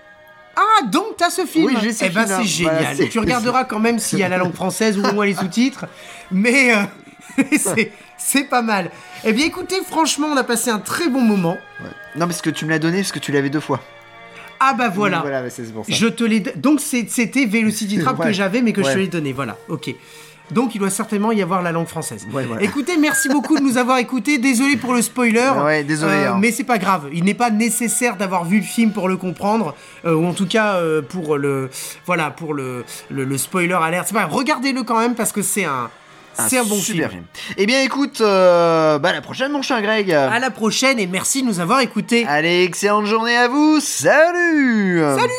Speaker 3: Ah donc t'as ce film
Speaker 2: Oui, j'ai ce
Speaker 3: Eh ben
Speaker 2: film-là.
Speaker 3: c'est génial.
Speaker 2: Voilà, c'est-
Speaker 3: tu regarderas quand même s'il y a la langue française ou au moins les sous-titres. Mais euh, c'est- c'est pas mal. Eh bien écoutez franchement on a passé un très bon moment.
Speaker 2: Non, parce que tu me l'as donné parce que tu l'avais deux fois.
Speaker 3: Ah bah voilà.
Speaker 2: Voilà, mais c'est c'est pour ça.
Speaker 3: Je te l'ai. don- Donc c'est- c'était Velocity Trap que
Speaker 2: Ouais.
Speaker 3: j'avais, mais que je te
Speaker 2: Ouais.
Speaker 3: l'ai donné. Voilà. Ok. Donc il doit certainement y avoir la langue française.
Speaker 2: Ouais, voilà.
Speaker 3: Écoutez, merci beaucoup de nous avoir écoutés. Désolé pour le spoiler.
Speaker 2: Ouais, désolé,
Speaker 3: Euh,
Speaker 2: hein.
Speaker 3: Mais c'est pas grave. Il n'est pas nécessaire d'avoir vu le film pour le comprendre, euh, ou en tout cas euh, pour le voilà pour le le, le spoiler alert. C'est pas. grave. Regardez-le quand même parce que c'est un c'est un bon
Speaker 2: super film. Eh bien, écoute, euh, bah, à la prochaine, mon cher Greg.
Speaker 3: À la prochaine et merci de nous avoir écoutés.
Speaker 2: Allez, excellente journée à vous. Salut
Speaker 3: Salut